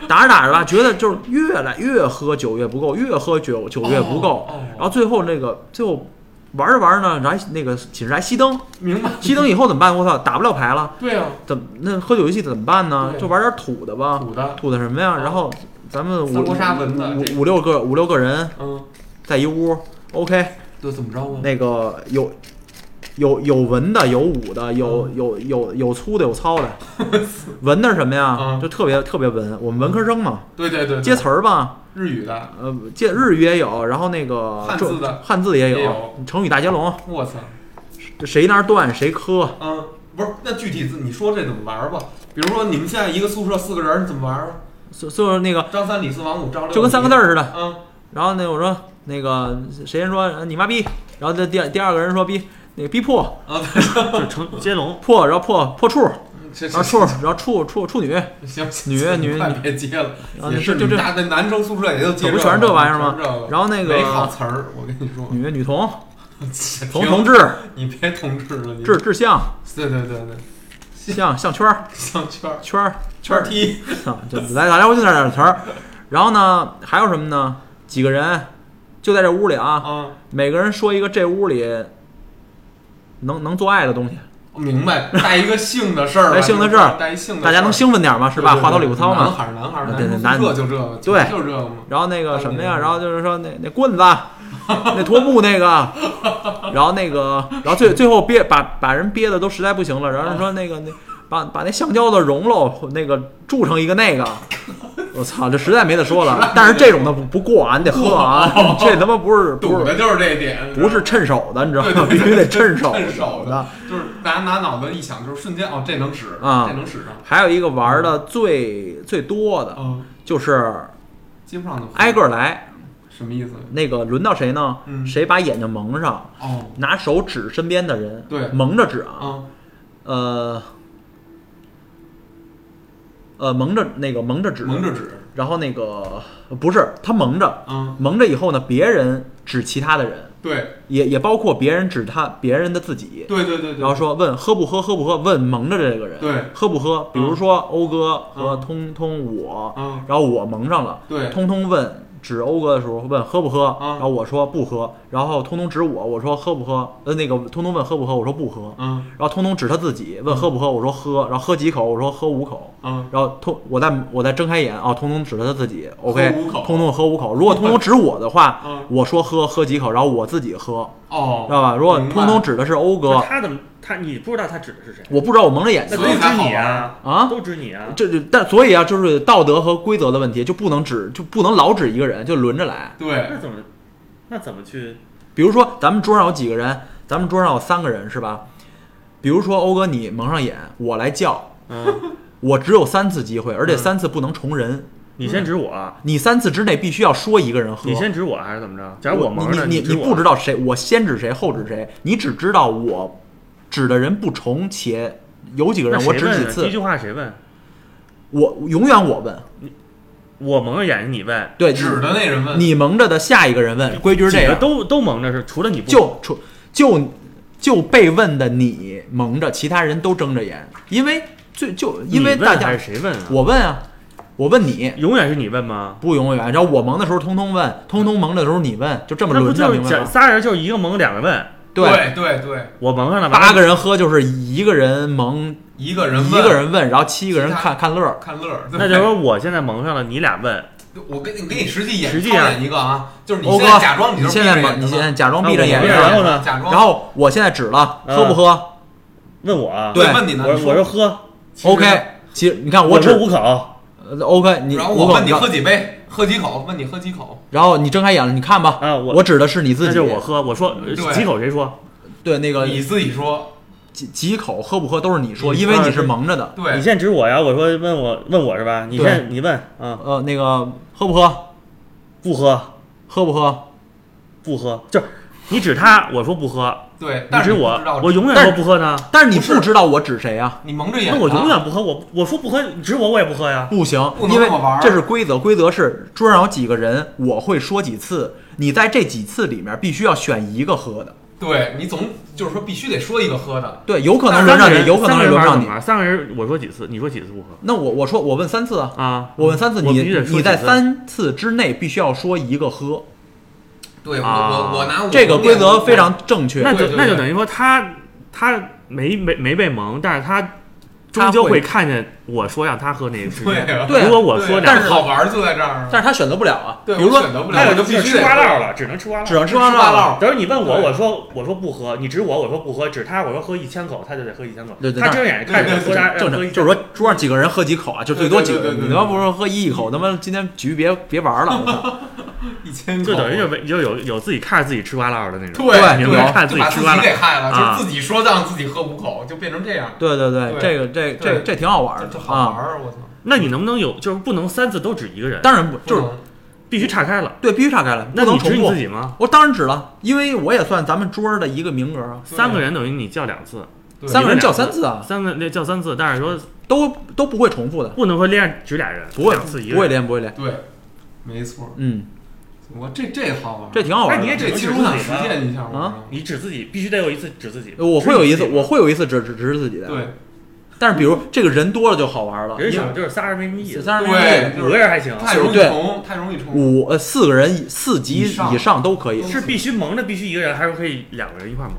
Speaker 2: 打着打着吧，觉得就是越来越喝酒越不够，越喝酒酒越不够。
Speaker 1: 哦哦
Speaker 2: 然后最后那个最后玩着玩着呢，然后还那个寝室还熄灯，
Speaker 1: 明白？
Speaker 2: 熄灯以后怎么办？我操，打不了牌了，
Speaker 1: 对啊，
Speaker 2: 怎么那喝酒游戏怎么办呢？
Speaker 1: 对
Speaker 2: 就玩点土的吧，
Speaker 1: 土的，
Speaker 2: 土的什么呀？然后咱们
Speaker 1: 三
Speaker 2: 五
Speaker 1: 国杀文的，这
Speaker 2: 五五六个五六个人
Speaker 1: 嗯，
Speaker 2: 在一屋，OK，
Speaker 1: 这怎么着啊？
Speaker 2: 那个有有有文的，有武的，有
Speaker 1: 嗯
Speaker 2: 有有有粗的，有糙 的。文的是什么呀
Speaker 1: 嗯？
Speaker 2: 就特别特别文，我们文科生嘛，
Speaker 1: 对对对，对
Speaker 2: 接词儿吧，
Speaker 1: 日语的，
Speaker 2: 呃，接日语也有，然后那个
Speaker 1: 汉字的
Speaker 2: 中汉字也
Speaker 1: 也
Speaker 2: 有
Speaker 1: 有，
Speaker 2: 成语大接龙，
Speaker 1: 我操，
Speaker 2: 谁那儿断谁磕。
Speaker 1: 嗯，不是，那具体自你说这怎么玩吧？比如说你们现在一个宿舍四个人怎么玩啊？
Speaker 2: 所所以说那个
Speaker 1: 张三、李四、王五、张六，
Speaker 2: 就跟三个字
Speaker 1: 儿，
Speaker 2: 儿啊似的。
Speaker 1: 嗯，
Speaker 2: 然后呢，我说那个谁先说呃你妈逼，然后这第二第二个人说逼那个逼破
Speaker 3: 就成接龙，
Speaker 2: 破，然后破破处，
Speaker 1: 这
Speaker 2: 然后处然后处处处女，
Speaker 1: 行，
Speaker 2: 女
Speaker 1: 行
Speaker 2: 女
Speaker 1: 快别接了，
Speaker 2: 啊
Speaker 1: 也是
Speaker 2: 就就这
Speaker 1: 你大那男生宿舍也就接
Speaker 2: 可不全是这玩意儿吗
Speaker 1: 吗？全是这
Speaker 2: 然后那个
Speaker 1: 没好词儿，我跟你 说，
Speaker 2: 女女同同
Speaker 1: 停
Speaker 2: 同，志
Speaker 1: 你别同志了，你
Speaker 2: 志志向
Speaker 1: 对对对对，
Speaker 2: 向向圈儿
Speaker 1: 项圈儿
Speaker 2: 圈儿
Speaker 1: 圈儿踢，
Speaker 2: 啊， 就来来来回去那点词儿。然后呢，还有什么呢？几个人就在这屋里啊，
Speaker 1: 啊，
Speaker 2: 每个人说一个这屋里能能做爱的东西，
Speaker 1: 我明白，带一个性的事儿吧，
Speaker 2: 带性的事儿
Speaker 1: 带一性的事儿，
Speaker 2: 大家能兴奋点嘛，是吧？
Speaker 1: 对对对
Speaker 2: 话头里不糙
Speaker 1: 男
Speaker 2: 嘛。
Speaker 1: 孩儿男孩儿，
Speaker 2: 对对
Speaker 1: 生
Speaker 2: 男
Speaker 1: 宿舍就这个，
Speaker 2: 对
Speaker 1: 就这个嘛，
Speaker 2: 然后那个什么呀，
Speaker 1: 嗯
Speaker 2: 然后就是说那那棍子，啊 那拖布那个，啊然后那个，然后最最后憋把把人憋的都实在不行了，然后说那个那把把那橡胶的融喽，那个铸成一个那个，我操，这实在没得说 了。但是这种的不不过啊，你得喝啊，这他妈不 是不
Speaker 1: 赌
Speaker 2: 是
Speaker 1: 的就是这一点，
Speaker 2: 不是趁手的，你知道吗？必须得趁手
Speaker 1: 趁手的，就是大家拿脑子一想，就是瞬间哦，这能使
Speaker 2: 啊
Speaker 1: 这能使上，
Speaker 2: 还有一个玩的最最多的
Speaker 1: 嗯，
Speaker 2: 就是
Speaker 1: 接不上就
Speaker 2: 挨个儿来，
Speaker 1: 什么意思？
Speaker 2: 那个轮到谁呢？
Speaker 1: 嗯
Speaker 2: 谁把眼睛蒙上，
Speaker 1: 哦，
Speaker 2: 拿手指身边的人，
Speaker 1: 对
Speaker 2: 蒙着指啊，
Speaker 1: 嗯，
Speaker 2: 呃，呃，蒙着那个蒙着指，
Speaker 1: 蒙着指，
Speaker 2: 然后那个不是他蒙着，
Speaker 1: 嗯，
Speaker 2: 蒙着以后呢，别人指其他的人，
Speaker 1: 对
Speaker 2: 也也包括别人指他别人的自己，
Speaker 1: 对对对对，
Speaker 2: 然后说问喝不喝，喝不喝，问蒙着这个人，
Speaker 1: 对
Speaker 2: 喝不喝，比如说欧哥和
Speaker 1: 嗯
Speaker 2: 通通我，
Speaker 1: 嗯
Speaker 2: 然后我蒙上了，
Speaker 1: 对
Speaker 2: 通通问指欧哥的时候问喝不喝，
Speaker 1: 嗯
Speaker 2: 然后我说不喝，然后通通指我，我说喝不喝，呃那个通通问喝不喝，我说不喝，
Speaker 1: 嗯
Speaker 2: 然后通通指他自己问喝不喝，我说喝，然后喝几口，我说喝五口。
Speaker 1: 嗯，
Speaker 2: 然后通，我再我再睁开眼啊，通通指他自己，OK，
Speaker 1: 喝五口，
Speaker 2: 通通喝五口。如果通通指我的话
Speaker 1: 嗯
Speaker 2: 我说喝喝几口，然后我自己喝，
Speaker 1: 哦，
Speaker 2: 知道吧？如果
Speaker 1: 明白
Speaker 2: 通通指的是欧哥
Speaker 3: 那，他怎么他你不知道他指的是谁？
Speaker 2: 我不知道我蒙着眼
Speaker 3: 那
Speaker 2: 睛
Speaker 3: 都
Speaker 1: 所以才
Speaker 3: 指
Speaker 1: 好
Speaker 3: 你
Speaker 1: 玩
Speaker 3: 啊
Speaker 1: 啊
Speaker 2: 啊
Speaker 3: 都指你啊！
Speaker 2: 这这，但所以啊，就是道德和规则的问题，就不能只就不能老指一个人，就轮着来。
Speaker 1: 对
Speaker 3: 那怎么那怎么去？
Speaker 2: 比如说，咱们桌上有几个人，咱们桌上有三个人，是吧？比如说欧哥，你蒙上眼，我来叫，
Speaker 3: 嗯，
Speaker 2: 我只有三次机会，而且
Speaker 3: 嗯
Speaker 2: 三次不能重人。
Speaker 3: 你先指我，啊
Speaker 2: 你三次之内必须要说一个人喝。
Speaker 3: 你先指我还是怎么着？假如我蒙着
Speaker 2: 你
Speaker 3: 指
Speaker 2: 你
Speaker 3: 我
Speaker 2: 不知道谁，我先指谁后指谁，你只知道我指的人不重，且有几个
Speaker 3: 那
Speaker 2: 人
Speaker 3: 谁
Speaker 2: 我指
Speaker 3: 问
Speaker 2: 几
Speaker 3: 啊
Speaker 2: 次
Speaker 3: 第一句，话谁问？
Speaker 2: 我永远我问。
Speaker 3: 我蒙着眼睛，你问。
Speaker 2: 对，
Speaker 1: 指的那人问，
Speaker 2: 你蒙着的下一个人问，规矩是这
Speaker 3: 几个
Speaker 2: 样，
Speaker 3: 都都蒙着是，除了你不
Speaker 2: 就除就就被问的你蒙着，其他人都睁着眼，因为最就因为
Speaker 3: 你问
Speaker 2: 大家
Speaker 3: 还是谁问啊？
Speaker 2: 我问啊，我问你
Speaker 3: 永远是你问吗？
Speaker 2: 不永远，然后我蒙的时候通通问，通通蒙的时候你问，就这么
Speaker 3: 那不
Speaker 2: 轮着，
Speaker 3: 就是
Speaker 2: 明白
Speaker 3: 假
Speaker 2: 吗？
Speaker 3: 仨人就一个蒙两个问，
Speaker 2: 对，
Speaker 1: 对对对，
Speaker 3: 我蒙上了
Speaker 2: 八个人喝就是一个人蒙
Speaker 1: 一个人
Speaker 2: 一
Speaker 1: 问
Speaker 2: 个人问，然后七个人
Speaker 1: 其他
Speaker 2: 看看乐儿。
Speaker 1: 看乐儿，对
Speaker 3: 那就 是说我现在蒙上了，你俩问，
Speaker 1: 我给你给你实际演
Speaker 3: 实际
Speaker 1: 操
Speaker 3: 啊
Speaker 1: 演一个啊，就是你
Speaker 2: 欧
Speaker 1: 现
Speaker 2: 哥
Speaker 1: 在假装
Speaker 2: 你
Speaker 1: 就是
Speaker 2: 现
Speaker 1: 闭着眼
Speaker 2: 在蒙，你
Speaker 1: 睛
Speaker 2: 现
Speaker 1: 呢
Speaker 2: 在假装闭着
Speaker 3: 啊
Speaker 2: 眼
Speaker 3: 我
Speaker 2: 睛，
Speaker 3: 闭着然后呢
Speaker 1: 假装
Speaker 2: 然后我现在指了，
Speaker 3: 嗯
Speaker 2: 喝不喝
Speaker 3: 问我，啊
Speaker 2: 对
Speaker 1: 问你呢，
Speaker 3: 我
Speaker 1: 你说
Speaker 3: 我说喝，
Speaker 1: 其实
Speaker 2: ？OK，其实你看
Speaker 3: 我
Speaker 2: 我
Speaker 3: 说啊
Speaker 2: 指
Speaker 3: 五口，
Speaker 2: 呃 OK，你
Speaker 1: 然后
Speaker 2: 五
Speaker 1: 我
Speaker 2: 口
Speaker 1: 问你
Speaker 2: 然
Speaker 1: 喝
Speaker 2: 后
Speaker 1: 几杯，喝几口，问你喝几口，
Speaker 2: 然后你睁开眼了，你看吧，
Speaker 3: 啊我
Speaker 2: 我指的是你自
Speaker 3: 那
Speaker 2: 己，
Speaker 3: 就是我喝，我说
Speaker 1: 对
Speaker 3: 几口谁说？
Speaker 2: 对那
Speaker 3: 呃
Speaker 2: 个
Speaker 1: 你自己说，
Speaker 2: 几几口喝不喝都是你说，
Speaker 1: 你
Speaker 2: 因为
Speaker 3: 说
Speaker 2: 你是蒙着的。
Speaker 1: 对
Speaker 3: 你，先指我呀，我说问我问我是吧？你
Speaker 2: 对
Speaker 3: 先你问啊，
Speaker 2: 呃，那个喝不喝？
Speaker 3: 不喝
Speaker 2: 喝不喝？
Speaker 3: 不喝，就是你指他，我说不喝，
Speaker 1: 对，
Speaker 3: 你
Speaker 1: 但
Speaker 3: 指
Speaker 1: 是你
Speaker 3: 我
Speaker 1: 不知道，
Speaker 3: 我永远
Speaker 2: 但
Speaker 3: 说
Speaker 2: 是
Speaker 3: 不喝呢。
Speaker 2: 但是你
Speaker 1: 不是
Speaker 2: 不知道我指谁啊？
Speaker 1: 你蒙着眼啊，
Speaker 3: 那我永远不喝，我我说不喝，你指我我也不喝呀。
Speaker 2: 不行，
Speaker 1: 不能
Speaker 2: 因为
Speaker 1: 这么玩儿
Speaker 2: 这是规则，规则是桌上有几个人，我会说几次，你在这几次里面必须要选一个喝的。
Speaker 1: 对你总就是说必须得说一个喝的，
Speaker 2: 对，有可能轮
Speaker 3: 三个
Speaker 2: 上
Speaker 3: 人
Speaker 2: 你，有可能轮上你。。
Speaker 3: 三个人玩怎么玩三个人我说几次，你说几次不喝
Speaker 2: 那我我说我问三次啊，
Speaker 3: 啊？
Speaker 2: 我问三次，
Speaker 3: 我
Speaker 2: 你
Speaker 3: 必须得说
Speaker 2: 你在
Speaker 3: 几次
Speaker 2: 三次之内必须要说一个喝，
Speaker 1: 对我
Speaker 3: 啊
Speaker 1: 我我拿我
Speaker 2: 这个规则非常正确。
Speaker 3: 那
Speaker 1: 对
Speaker 3: 就
Speaker 1: 对
Speaker 3: 那就
Speaker 1: 对
Speaker 3: 等于说他他没没没被蒙，但是他终
Speaker 2: 他
Speaker 3: 究
Speaker 2: 会
Speaker 3: 会看见我说让他喝那个时间。
Speaker 1: 对啊
Speaker 2: 对啊
Speaker 3: 如果我说
Speaker 1: 但
Speaker 3: 两
Speaker 1: 是
Speaker 3: 个，
Speaker 1: 好玩儿就在这儿啊，
Speaker 2: 但是他选择不了啊，
Speaker 1: 对
Speaker 2: 比如说
Speaker 1: 我选择不了
Speaker 3: 那我
Speaker 1: 我
Speaker 3: 就
Speaker 1: 就
Speaker 3: 必
Speaker 1: 必
Speaker 3: 须
Speaker 1: 须
Speaker 3: 吃
Speaker 1: 得
Speaker 3: 瓜唠了，只能吃瓜
Speaker 2: 只
Speaker 3: 唠。
Speaker 2: 能吃
Speaker 1: 吃
Speaker 2: 完
Speaker 1: 瓜
Speaker 2: 了。
Speaker 1: 唠儿，
Speaker 3: 等于你问我，
Speaker 1: 对
Speaker 3: 我说我说不喝，你指我我说不喝，指他我说喝一千口，他就得喝一千口
Speaker 2: 对。对
Speaker 3: 他
Speaker 2: 那
Speaker 3: 睁眼看着
Speaker 1: 对
Speaker 3: 我
Speaker 1: 对
Speaker 3: 说他
Speaker 2: 正
Speaker 3: 让喝
Speaker 2: 常，
Speaker 3: 一千口
Speaker 2: 就是说桌上几个人喝几口啊，就最多几个
Speaker 1: 对对
Speaker 2: 人。
Speaker 1: 对对对
Speaker 2: 你他妈不是喝一口，他妈今天局别别玩了，我操！
Speaker 4: 一千口
Speaker 3: 就等于就没就有有自己看着自己吃瓜唠的那种。
Speaker 1: 对
Speaker 2: 对
Speaker 3: 你
Speaker 2: 有
Speaker 3: 们
Speaker 2: 对
Speaker 3: 看
Speaker 1: 就
Speaker 3: 自己
Speaker 1: 把
Speaker 3: 吃
Speaker 1: 自
Speaker 3: 瓜
Speaker 1: 己
Speaker 3: 唠。
Speaker 1: 给害了，
Speaker 3: 啊
Speaker 1: 就是自己说让自己喝五口，就变成这样，
Speaker 2: 对对对，
Speaker 1: 对
Speaker 2: 这个这这
Speaker 1: 对
Speaker 2: 这挺好玩
Speaker 1: 这
Speaker 2: 的
Speaker 1: 这好玩
Speaker 2: 啊！
Speaker 1: 儿，我操！
Speaker 3: 那你能不能有就是不能三次都指一个人？
Speaker 2: 当然不
Speaker 1: 不
Speaker 2: 就是
Speaker 1: 能
Speaker 3: 必须岔开了。
Speaker 2: 对，必须岔开了，
Speaker 3: 那
Speaker 2: 不
Speaker 3: 你
Speaker 2: 能
Speaker 3: 指
Speaker 2: 重
Speaker 3: 你
Speaker 2: 复
Speaker 3: 自。己吗？
Speaker 2: 我当然指了，因为我也算咱们桌儿的一个名额啊，
Speaker 1: 对
Speaker 3: 三个人等于你叫两次，
Speaker 1: 对
Speaker 2: 三个人
Speaker 3: 你们俩
Speaker 2: 叫三次啊，
Speaker 3: 三个叫三次，但是说
Speaker 2: 都都不会重复的，
Speaker 3: 不能说连着指俩人，
Speaker 2: 不会
Speaker 3: 两次一
Speaker 2: 不
Speaker 3: 个
Speaker 2: 会
Speaker 3: 人。
Speaker 2: 连不会连，
Speaker 1: 对，没错儿，
Speaker 2: 嗯，
Speaker 1: 我这这好玩儿，哎
Speaker 2: 这挺好玩
Speaker 3: 那你
Speaker 2: 的
Speaker 3: 也。
Speaker 1: 这其实我想实践一下，我
Speaker 2: 啊
Speaker 3: 你指自己必须得有一次指自己。
Speaker 2: 呃我会有一次，
Speaker 3: 指你自己
Speaker 2: 我会有一次指指指自己的，
Speaker 1: 对，
Speaker 2: 但是比如这个人多了就好玩了，
Speaker 3: 人
Speaker 2: 因
Speaker 3: 少
Speaker 2: 为
Speaker 3: 就是仨人没什么意思，
Speaker 2: 三十
Speaker 1: 对
Speaker 2: 人
Speaker 1: 就是
Speaker 3: 五个人还行，
Speaker 1: 太容易
Speaker 2: 对
Speaker 1: 冲，太容易冲，
Speaker 2: 五呃四个人以四级
Speaker 1: 以上
Speaker 2: 以上都可以。
Speaker 3: 是必须蒙着必须一个人，还是可以两个人一块蒙？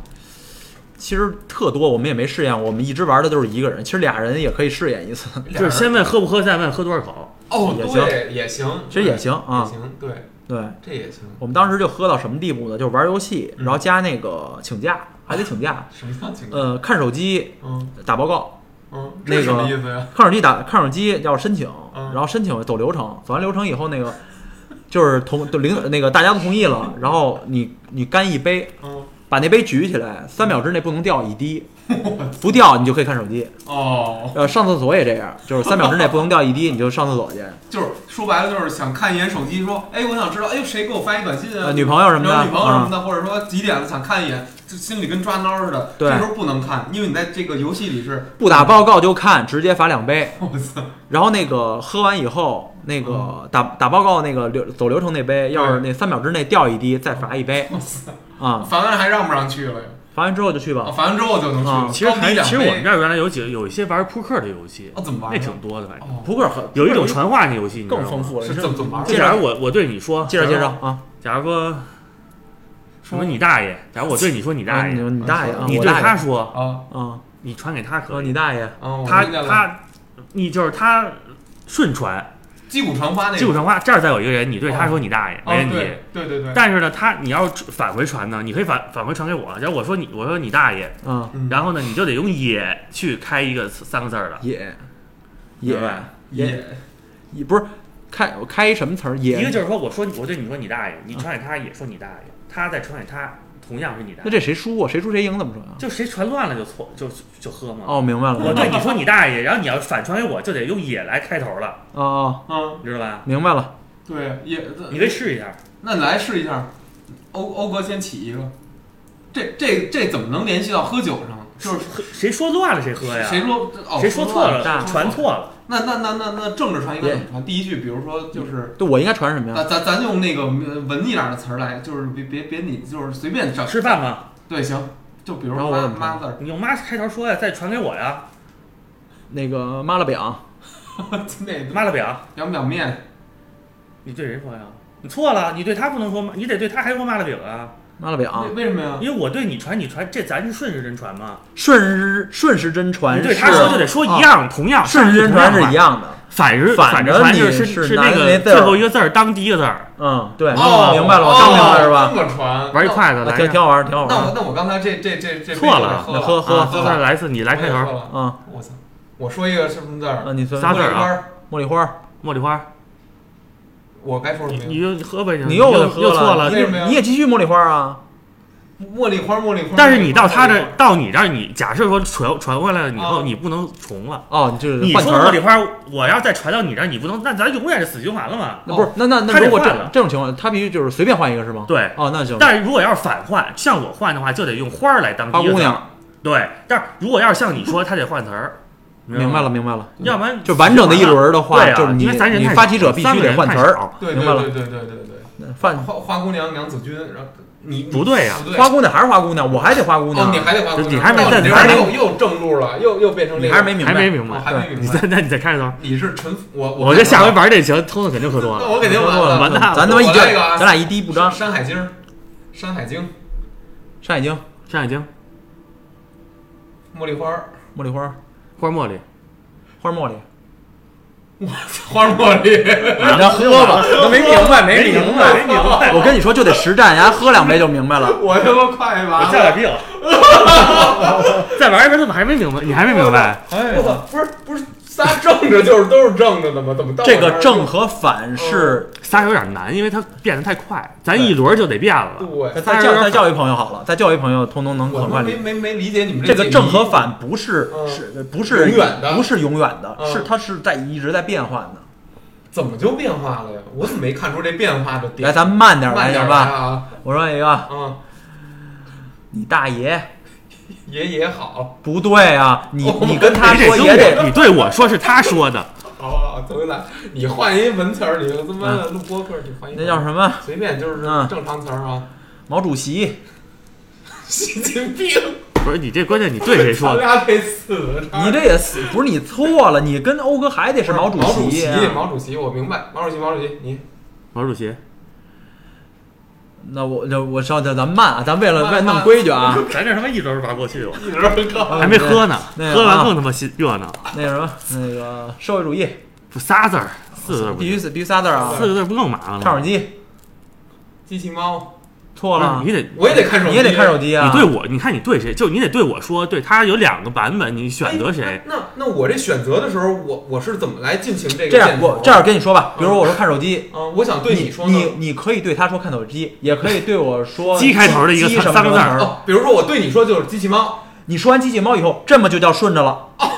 Speaker 2: 其实特多，我们也没试验，我们一直玩的都是一个人，其实俩人也可以试验一次，
Speaker 1: 俩
Speaker 3: 就是
Speaker 1: 人
Speaker 3: 先问喝不喝，再问喝多少口。
Speaker 1: 哦，
Speaker 2: 也
Speaker 1: 对，也行，
Speaker 2: 其实也行
Speaker 1: 对也
Speaker 2: 啊。
Speaker 1: 行，对，
Speaker 2: 对，
Speaker 1: 这也行，
Speaker 2: 我们当时就喝到什么地步呢？就是玩游戏，
Speaker 1: 嗯
Speaker 2: 然后加那个请假，还得请假，
Speaker 1: 什么情况？
Speaker 2: 呃，看手机
Speaker 1: 嗯
Speaker 2: 打报告，
Speaker 1: 嗯，
Speaker 2: 那
Speaker 1: 这
Speaker 2: 个
Speaker 1: 什么意思呀？
Speaker 2: 看手机打看手机要申请，
Speaker 1: 嗯
Speaker 2: 然后申请走流程，走完流程以后那个。就是同 就领那个大家都同意了，然后你你干一杯，
Speaker 1: 嗯，
Speaker 2: 把那杯举起来，三秒之内不能掉 一滴，不掉你就可以看手机。
Speaker 1: 哦，
Speaker 2: 呃，上厕所也这样，就是三秒之内不能掉一滴，你就上厕所去。
Speaker 1: 就是说白了，就是想看一眼手机，说，哎，我想知道，哎，谁给我发一短信啊？
Speaker 2: 呃，女朋友什么
Speaker 1: 然后女
Speaker 2: 的，
Speaker 1: 朋友什么
Speaker 2: 啊，
Speaker 3: 嗯
Speaker 1: 的，或者说几点了想看一眼，就心里跟抓挠似的。
Speaker 2: 对
Speaker 1: 这时候不能看，因为你在这个游戏里是
Speaker 2: 不打报告就看，直接罚两杯。
Speaker 1: 我操，
Speaker 2: 然后那个喝完以后，那
Speaker 3: 嗯
Speaker 2: 个打打报告那个流走流程那杯，要是那三秒之内掉一滴，再罚一杯
Speaker 1: 我操，
Speaker 2: 啊。
Speaker 1: 烦完还让不让去了呀？
Speaker 2: 罚完之后就去
Speaker 1: 啊
Speaker 2: 吧。
Speaker 1: 烦完之后就能去了。
Speaker 2: 啊
Speaker 3: 哦其实还
Speaker 1: 高低两
Speaker 3: 其实我们
Speaker 1: 杯
Speaker 3: 这儿原来有几个有一些玩扑克的游戏
Speaker 1: 哦，怎么玩
Speaker 3: 那
Speaker 1: 呀？
Speaker 3: 挺多的，反正
Speaker 1: 哦，
Speaker 2: 扑克很
Speaker 3: 有一种传话那游戏，你知道
Speaker 2: 更
Speaker 3: 吗
Speaker 2: 丰。富了，
Speaker 1: 是
Speaker 2: 你
Speaker 1: 怎么怎么玩？啊
Speaker 3: 就假如我我对你说，
Speaker 2: 介绍介绍啊，
Speaker 3: 假如说什么你大爷，假如我对你说你
Speaker 2: 啊
Speaker 3: 大
Speaker 2: 你
Speaker 3: 爷，
Speaker 2: 你大爷啊，
Speaker 3: 你
Speaker 2: 我
Speaker 3: 对
Speaker 2: 大
Speaker 3: 他
Speaker 2: 爷
Speaker 3: 说
Speaker 1: 啊
Speaker 2: 啊，
Speaker 3: 你传给他可
Speaker 2: 说
Speaker 3: 以，
Speaker 2: 你大爷，
Speaker 1: 啊！我
Speaker 3: 他
Speaker 1: 听见了
Speaker 3: 他你就是他顺传，
Speaker 1: 击鼓传花那个，
Speaker 3: 击鼓传花。这儿再有一个人，你对他说你大爷，
Speaker 1: 哦
Speaker 3: 没问题。
Speaker 1: 对对对对，
Speaker 3: 但是呢，他你要返回传呢，你可以返返回传给我。假如我说你，我说你大爷，
Speaker 2: 啊，
Speaker 1: 嗯
Speaker 3: 然后呢，你就得用也去开一个三个字儿的，
Speaker 2: 也
Speaker 3: 明
Speaker 2: 也
Speaker 3: 白
Speaker 1: 也
Speaker 2: 也不是开我开一什么词儿
Speaker 3: 一个
Speaker 2: 也，
Speaker 3: 就是说，我说你我对你说你大爷，你传给他也说你大爷，他再传给他同样是你大
Speaker 1: 嗯
Speaker 2: 那
Speaker 3: 爷，
Speaker 2: 这谁输啊？谁输谁赢怎么说呀？
Speaker 3: 就谁传乱了就错就就喝嘛。
Speaker 2: 哦，明白了，
Speaker 3: 我
Speaker 2: 明白
Speaker 3: 对
Speaker 2: 了
Speaker 3: 你说你大爷，然后你要反传给我，就得用也来开头了，
Speaker 2: 哦哦，
Speaker 1: 嗯
Speaker 3: 你知道吧？
Speaker 2: 明白了，
Speaker 1: 对也，
Speaker 3: 你可以试一下，
Speaker 1: 那你来试一下，欧欧哥先起一个，这这这怎么能联系到喝酒上？就是
Speaker 3: 喝谁说乱了谁喝呀？
Speaker 1: 谁说哦
Speaker 3: 啊谁说错
Speaker 1: 乱
Speaker 2: 大
Speaker 3: 了，传错了，
Speaker 1: 那那那那那政治传应该怎么传？第一句，比如说就是，
Speaker 2: 对我应该传什么呀？
Speaker 1: 咱咱咱用那个呃文一点的词儿来，就是别别别你就是随便
Speaker 2: 啊
Speaker 1: 整，
Speaker 3: 吃饭吗？
Speaker 1: 对行，就比如
Speaker 2: 然
Speaker 1: 说
Speaker 2: 后我
Speaker 1: 妈
Speaker 2: 怎么
Speaker 1: 妈字儿，
Speaker 3: 你用妈开头说呀，再传给我呀，
Speaker 2: 那个妈了饼，
Speaker 1: 那
Speaker 3: 妈了表。
Speaker 1: 两表面
Speaker 3: 你对谁说呀？你错了，你对他不能说，你得对他还说骂了饼啊！
Speaker 2: 妈了饼，
Speaker 1: 为为什么呀？
Speaker 3: 因为我对你传，你传，这咱是顺时针传嘛。
Speaker 2: 顺时顺时针
Speaker 3: 你
Speaker 2: 传
Speaker 3: 对
Speaker 2: 是啊
Speaker 3: 他说就得说一样，同样
Speaker 2: 顺时针传是一，
Speaker 3: 上
Speaker 2: 样的，
Speaker 3: 下同样话反
Speaker 2: 反
Speaker 3: 着
Speaker 2: 着
Speaker 3: 传就是
Speaker 2: 你
Speaker 3: 是
Speaker 2: 是
Speaker 3: 是
Speaker 2: 拿
Speaker 3: 那
Speaker 2: 那
Speaker 3: 个
Speaker 2: 字儿
Speaker 3: 最后一个字儿当第一个字儿，
Speaker 2: 嗯，对，
Speaker 1: 哦，
Speaker 2: 明白了，我
Speaker 1: 哦
Speaker 2: 刚明白了是吧？
Speaker 1: 这么传，
Speaker 3: 玩一筷子
Speaker 2: 啊
Speaker 3: 来
Speaker 2: 挺
Speaker 3: 一
Speaker 2: 挺好玩，挺好
Speaker 1: 那我
Speaker 2: 玩，
Speaker 1: 那我刚才这这这这
Speaker 3: 错了
Speaker 1: 喝
Speaker 2: 喝
Speaker 3: 啊
Speaker 2: 喝，
Speaker 1: 喝
Speaker 3: 再来一次，你来开
Speaker 1: 我也
Speaker 3: 头，
Speaker 1: 喝了
Speaker 2: 嗯，
Speaker 1: 我操！我说一个什么字儿？
Speaker 2: 那你说
Speaker 3: 仨字
Speaker 1: 茉
Speaker 3: 儿
Speaker 1: 莉
Speaker 3: 啊
Speaker 1: 花儿，
Speaker 2: 茉莉花，
Speaker 3: 茉莉花，
Speaker 1: 我该说什
Speaker 3: 你
Speaker 1: 么
Speaker 3: 你
Speaker 1: 呀？
Speaker 3: 就喝呗，
Speaker 2: 你
Speaker 3: 嗯又
Speaker 2: 喝
Speaker 3: 又错
Speaker 2: 了，
Speaker 3: 了
Speaker 2: 你
Speaker 1: 为。什么呀
Speaker 2: 你也继续茉莉花啊？
Speaker 1: 茉莉花儿，茉莉花儿。
Speaker 3: 但是你到他
Speaker 1: 茉莉
Speaker 3: 这
Speaker 1: 花儿，
Speaker 3: 到你这儿，你假设说传传过来了以后，
Speaker 1: 啊
Speaker 3: 你不能重了。
Speaker 2: 哦，你就是
Speaker 3: 你
Speaker 2: 换
Speaker 3: 说
Speaker 2: 词
Speaker 3: 茉
Speaker 2: 儿
Speaker 3: 莉，花，我要再传到你这儿，你不能，那咱永远是死循环了嘛。
Speaker 2: 那不是那那
Speaker 3: 哦他
Speaker 2: 那
Speaker 3: 得
Speaker 2: 如果这
Speaker 3: 换了
Speaker 2: 这种情况，他必须就是随便换一个是吗？
Speaker 3: 对，
Speaker 2: 哦，那行，
Speaker 3: 但是如果要是反换，像我换的话，就得用花儿来当
Speaker 2: 花
Speaker 3: 第一
Speaker 2: 姑
Speaker 3: 个字儿。
Speaker 2: 娘，
Speaker 3: 对，但是如果要是像你说，他得换词儿，你知道
Speaker 2: 明
Speaker 3: 吗
Speaker 2: 白了，，明白了。
Speaker 3: 要不然
Speaker 2: 就完整的一轮儿的话，
Speaker 3: 对啊
Speaker 2: 就是你
Speaker 3: 因为咱人
Speaker 2: 你
Speaker 3: 太少
Speaker 2: 发起者必须得换词儿
Speaker 3: 三个人太少，
Speaker 1: 对
Speaker 2: 明白了
Speaker 1: 对对对对对对，
Speaker 2: 换
Speaker 1: 花花姑娘娘子军，然后你你
Speaker 3: 不对呀
Speaker 1: 不对
Speaker 2: 花姑娘还是花姑娘，我还得花姑
Speaker 1: 哦
Speaker 2: 娘，，
Speaker 1: 你还得花姑娘，
Speaker 3: 你还没
Speaker 1: 哦
Speaker 3: 在
Speaker 1: 你
Speaker 3: 哪
Speaker 1: 这
Speaker 3: 儿
Speaker 1: 又又正路了，又又变成这
Speaker 2: 你
Speaker 1: 个
Speaker 2: 还是没明白，
Speaker 3: 还没明
Speaker 1: 哦
Speaker 3: 白。
Speaker 1: 还没
Speaker 3: 你
Speaker 1: 明白
Speaker 3: 再，那你再开头，
Speaker 1: 你是纯我我
Speaker 3: 我这下回玩这行，偷的肯定喝多
Speaker 1: 那
Speaker 3: 了。
Speaker 1: 我肯定
Speaker 2: 说错
Speaker 1: 了，
Speaker 3: 完蛋了
Speaker 2: 咱他妈一
Speaker 1: 我来一个
Speaker 2: 句，
Speaker 1: 啊
Speaker 2: 咱俩一滴不
Speaker 1: 山
Speaker 2: 沾。
Speaker 1: 山海经儿，山海经》
Speaker 2: 《山海经》《
Speaker 3: 《山海经》
Speaker 1: 《茉莉花》《
Speaker 2: 茉莉花》《
Speaker 3: 花茉莉，
Speaker 2: 花茉莉》，
Speaker 1: 花茉莉》
Speaker 2: 你让喝吧，
Speaker 4: 都没明白，没
Speaker 3: 明
Speaker 4: 明
Speaker 3: 白，没
Speaker 4: 白。
Speaker 3: 明白，
Speaker 2: 哎 我跟你说就得实战，然后喝两杯就明白了。
Speaker 1: 我他妈快
Speaker 3: 我
Speaker 1: 完
Speaker 3: 叫
Speaker 1: 了！
Speaker 3: 点病。 再玩一遍怎么还没明白？你还没明白？
Speaker 2: 哎
Speaker 1: 我操，不是不是仨正着就是都是正着的吗？怎么到我
Speaker 2: 这个
Speaker 1: 儿
Speaker 2: 正和反是，
Speaker 3: 仨有点难，因为它变得太快，咱一轮就得变了。
Speaker 1: 对，
Speaker 2: 再
Speaker 3: 仨
Speaker 2: 教
Speaker 3: 人
Speaker 2: 再教育朋友好了，再教育朋友，通通能
Speaker 1: 我
Speaker 2: 很
Speaker 1: 他妈
Speaker 2: 快
Speaker 1: 没
Speaker 2: 理。
Speaker 1: 没没理解你们
Speaker 2: 这个
Speaker 1: 解
Speaker 2: 正
Speaker 1: 谜
Speaker 2: 和反不是
Speaker 1: 嗯
Speaker 2: 是不是
Speaker 1: 永远的
Speaker 2: 不是永远的，
Speaker 1: 嗯
Speaker 2: 是它是在一直在变换的。
Speaker 1: 怎么就变化了呀？我怎么没看出这变化的
Speaker 2: 来，
Speaker 1: 点？
Speaker 2: 咱慢点
Speaker 1: 慢
Speaker 2: 来
Speaker 1: 点来
Speaker 2: 行吧。
Speaker 1: 啊！
Speaker 2: 我说一个，
Speaker 1: 嗯，
Speaker 2: 你大爷
Speaker 1: 爷爷好，
Speaker 2: 不对啊，你
Speaker 1: 哦
Speaker 2: 你跟他
Speaker 3: 这
Speaker 2: 说
Speaker 3: 是
Speaker 2: 也
Speaker 3: 我
Speaker 2: 得
Speaker 3: 你对我说是他说的，
Speaker 1: 好好好，重新来。你换一文词儿，你他妈的录播客，你换一
Speaker 2: 嗯那叫什么？
Speaker 1: 随便就是
Speaker 2: 嗯
Speaker 1: 正常词儿 啊。
Speaker 2: 毛主席，
Speaker 1: 习近平，
Speaker 3: 不是你这关键你对谁说
Speaker 1: 咱
Speaker 3: 的？
Speaker 1: 俩得死。
Speaker 2: 你这也死不是你错了，你跟欧哥还得是
Speaker 1: 毛
Speaker 2: 主
Speaker 1: 主
Speaker 2: 席啊。
Speaker 1: 毛主席，我明白，毛主席，毛主席，你
Speaker 3: 毛主席，
Speaker 2: 那我就我稍等，咱慢啊，咱为了
Speaker 1: 慢
Speaker 2: 为了弄
Speaker 1: 慢
Speaker 2: 规矩啊。
Speaker 3: 咱这他妈一轮玩不过去了，
Speaker 1: 一直 靠。
Speaker 3: 还没喝呢，
Speaker 2: 那个
Speaker 3: 喝
Speaker 2: 啊
Speaker 3: 完更他妈心热闹。
Speaker 2: 那什么，那个社会主义
Speaker 3: 不仨字儿，四个字儿不
Speaker 2: 必须死必须仨字儿啊！
Speaker 3: 四个字儿不更麻烦
Speaker 2: 唱手
Speaker 3: 吗？
Speaker 2: 机
Speaker 1: 机器猫，
Speaker 2: 错了
Speaker 3: 不，是你得
Speaker 1: 我也得看手机，
Speaker 2: 你也得看手机啊！
Speaker 3: 你对我，你看你对谁，就你得对我说，对他有两个版本，你选择
Speaker 1: 哎
Speaker 3: 谁？
Speaker 1: 那那我这选择的时候，我我是怎么来进行这个
Speaker 2: 这样
Speaker 1: 建
Speaker 2: 我
Speaker 1: 构
Speaker 2: 这样跟你说吧，比如说我说看手机，
Speaker 1: 啊，我想对
Speaker 2: 你
Speaker 1: 说
Speaker 2: 你
Speaker 1: 呢。
Speaker 2: 你可以对他说看手机，也可以对我说
Speaker 3: 鸡开头的一个
Speaker 2: 鸡什么
Speaker 3: 三个字儿
Speaker 2: 什么什么
Speaker 1: 哦，比如说我对你说就是机器猫，
Speaker 2: 你说完机器猫以后，这么就叫顺着了。
Speaker 1: 哦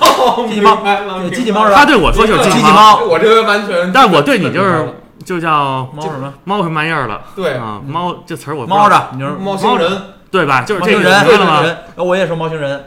Speaker 2: 机器猫
Speaker 1: 明白了，
Speaker 2: 对
Speaker 1: 明白
Speaker 2: 机器猫是吧
Speaker 3: 他对我说就是
Speaker 2: 机
Speaker 3: 器
Speaker 2: 器
Speaker 3: 猫，
Speaker 2: 猫
Speaker 1: 我这个完全，
Speaker 3: 但我对你就是就叫
Speaker 2: 猫什么？
Speaker 3: 猫什么玩意儿了
Speaker 1: 对
Speaker 3: 啊？猫这词儿我不知道
Speaker 2: 猫着，你就是
Speaker 1: 猫星人，
Speaker 3: 对吧？就是
Speaker 2: 猫
Speaker 3: 这
Speaker 2: 星
Speaker 3: 个
Speaker 2: 人，猫
Speaker 3: 你知
Speaker 2: 星
Speaker 3: 道吗？
Speaker 2: 人，呃我也说猫星人。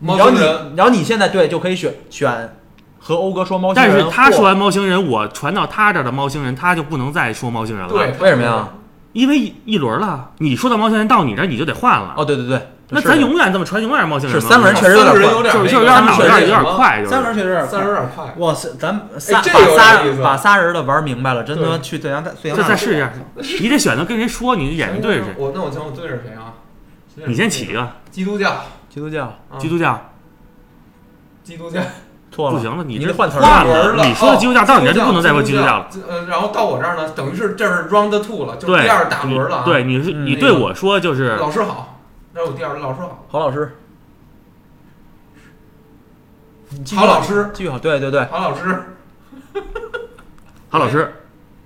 Speaker 1: 猫
Speaker 2: 然后
Speaker 1: 星
Speaker 2: 你
Speaker 1: 人，
Speaker 2: 然后你现在对就可以选选和欧哥说猫星
Speaker 3: 但
Speaker 2: 人，
Speaker 3: 是他
Speaker 2: 或
Speaker 3: 说完猫星人，我传到他这儿的猫星人，他就不能再说猫星人了，
Speaker 1: 对，
Speaker 2: 为什么呀？？
Speaker 3: 因为一一轮了，你说到猫星人到你这儿你就得换了，
Speaker 2: 哦，对对对，
Speaker 3: 那
Speaker 2: 是
Speaker 3: 咱
Speaker 2: 的
Speaker 3: 永远这么传，永远是猫星人
Speaker 2: 是
Speaker 3: 吗。
Speaker 2: 三个人确实有
Speaker 1: 三个
Speaker 2: 点
Speaker 1: 人
Speaker 2: 快
Speaker 1: 有点
Speaker 3: 就
Speaker 1: 那个
Speaker 3: 是就是有点
Speaker 2: 那
Speaker 3: 脑
Speaker 2: 个
Speaker 3: 袋有点快，就是
Speaker 2: 三轮确实有点快
Speaker 1: 三人有点快，
Speaker 2: 哇塞，咱们仨
Speaker 1: 这
Speaker 2: 把
Speaker 1: 有
Speaker 2: 仨
Speaker 1: 点意思
Speaker 2: 把仨人的玩明白了，真他妈
Speaker 1: 对
Speaker 2: 去对阳太对阳
Speaker 3: 这再
Speaker 2: 太
Speaker 3: 试一下，你得选择跟谁说，你眼睛对着谁。
Speaker 1: 我那我想我对着谁啊？
Speaker 3: 你先起一个
Speaker 1: 基督教，
Speaker 2: 基督教
Speaker 1: 嗯
Speaker 3: 基督教，
Speaker 1: 基督教
Speaker 2: 错了，
Speaker 3: 不行了，你
Speaker 2: 你
Speaker 3: 这
Speaker 2: 得换词儿
Speaker 3: 换
Speaker 1: 轮
Speaker 3: 了。
Speaker 1: 了哦
Speaker 3: 你说的基督教到你这儿就不能再说
Speaker 1: 说
Speaker 3: 基督教了。。
Speaker 1: 呃，然后到我这儿呢，等于是这是 round two 了，就是
Speaker 3: 对，
Speaker 1: 第二大轮了啊。
Speaker 3: 你对，你是
Speaker 2: 嗯
Speaker 3: 你
Speaker 1: 那
Speaker 3: 对
Speaker 1: 个
Speaker 3: 我说就是
Speaker 1: 老师好，那我第二轮老师好，
Speaker 2: 郝老师，
Speaker 1: 郝老师，
Speaker 2: 继续好，对对对，
Speaker 1: 郝老师，
Speaker 3: 郝老师，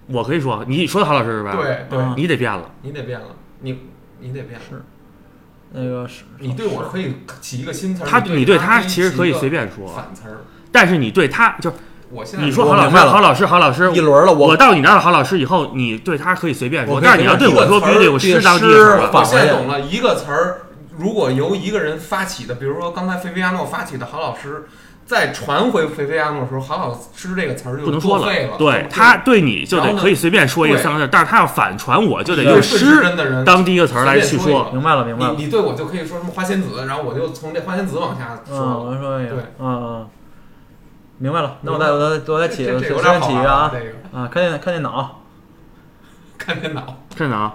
Speaker 3: 我可以说，你说的郝老师是吧？，
Speaker 1: 对对，
Speaker 2: 嗯
Speaker 3: 你得变了。
Speaker 1: 你得变了，你你得变了。
Speaker 2: 那个是
Speaker 1: 你对我可以起一个新词儿，
Speaker 3: 他
Speaker 1: 你
Speaker 3: 你对他
Speaker 1: 你
Speaker 3: 其实可以随便
Speaker 1: 起一个
Speaker 3: 说，
Speaker 1: 反词儿。
Speaker 3: 但是你对他就是
Speaker 1: 我现在
Speaker 3: 你说
Speaker 2: 我
Speaker 3: 郝老师
Speaker 2: 明白了
Speaker 3: 郝老师郝老师，
Speaker 2: 一轮了，
Speaker 3: 我
Speaker 2: 我
Speaker 3: 到你那儿的郝老师以后，你对他可以随便说
Speaker 2: 我，可以
Speaker 3: 但是你要对我说必须得有适当地
Speaker 2: 这个
Speaker 3: 方
Speaker 2: 是
Speaker 1: 我
Speaker 3: 吧。
Speaker 1: 现在懂了，一个词儿如果由一个人发起的，比如说刚才菲菲亚诺发起的郝老师，再传回菲菲亚诺的时候，郝老师这个词儿就
Speaker 3: 不能说
Speaker 1: 作废
Speaker 3: 了
Speaker 1: 了，
Speaker 3: 对他对你就得可以随便说一个
Speaker 1: 然后
Speaker 3: 三
Speaker 1: 呢
Speaker 3: 个字，但是他要反传我就得
Speaker 1: 对
Speaker 3: 用
Speaker 1: 顺
Speaker 3: 诗
Speaker 1: 真的人
Speaker 3: 当第一个词儿来
Speaker 1: 随
Speaker 3: 去
Speaker 1: 便说一
Speaker 3: 说
Speaker 1: 个。
Speaker 2: 明白了明白了，
Speaker 1: 你你对我就可以说什么花仙子，然后我就从这花仙子往下
Speaker 2: 嗯，
Speaker 1: 说了。
Speaker 2: 我说一个
Speaker 1: 对，
Speaker 2: 嗯嗯，明白了，那我再我再我再起
Speaker 1: 这
Speaker 2: 我
Speaker 1: 这
Speaker 2: 再
Speaker 1: 这有点好
Speaker 2: 起一
Speaker 1: 玩
Speaker 2: 个
Speaker 1: 啊，
Speaker 2: 啊
Speaker 1: 这个
Speaker 2: 啊，看电看电 脑，
Speaker 1: 看电 脑，
Speaker 3: 看着啊，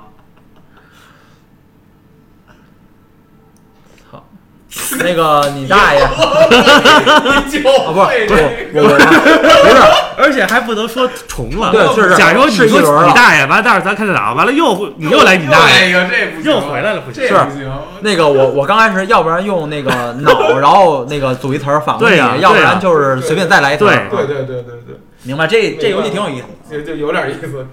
Speaker 2: 那个你大爷，啊
Speaker 1: 就
Speaker 2: 不是
Speaker 1: 废
Speaker 2: 不
Speaker 1: 哎这个
Speaker 2: 是我我不是。
Speaker 3: 而且还不能说重了。
Speaker 2: 对是是
Speaker 3: 假如你说
Speaker 2: 是一轮了
Speaker 3: 你大爷，完了，待会儿咱看电脑，完了又你又来你大爷，
Speaker 1: 哎呀，这不行，
Speaker 3: 又回来了，不行。
Speaker 1: 这不行。
Speaker 2: 那个我我刚开始，要不然用那个脑，然后那个组一词儿反问
Speaker 3: 对
Speaker 2: 你，
Speaker 3: 呀
Speaker 2: 要不然就是随便再来一词儿。
Speaker 1: 对对对对对，
Speaker 2: 明白这这游戏挺有意思。
Speaker 1: 就就有点意思。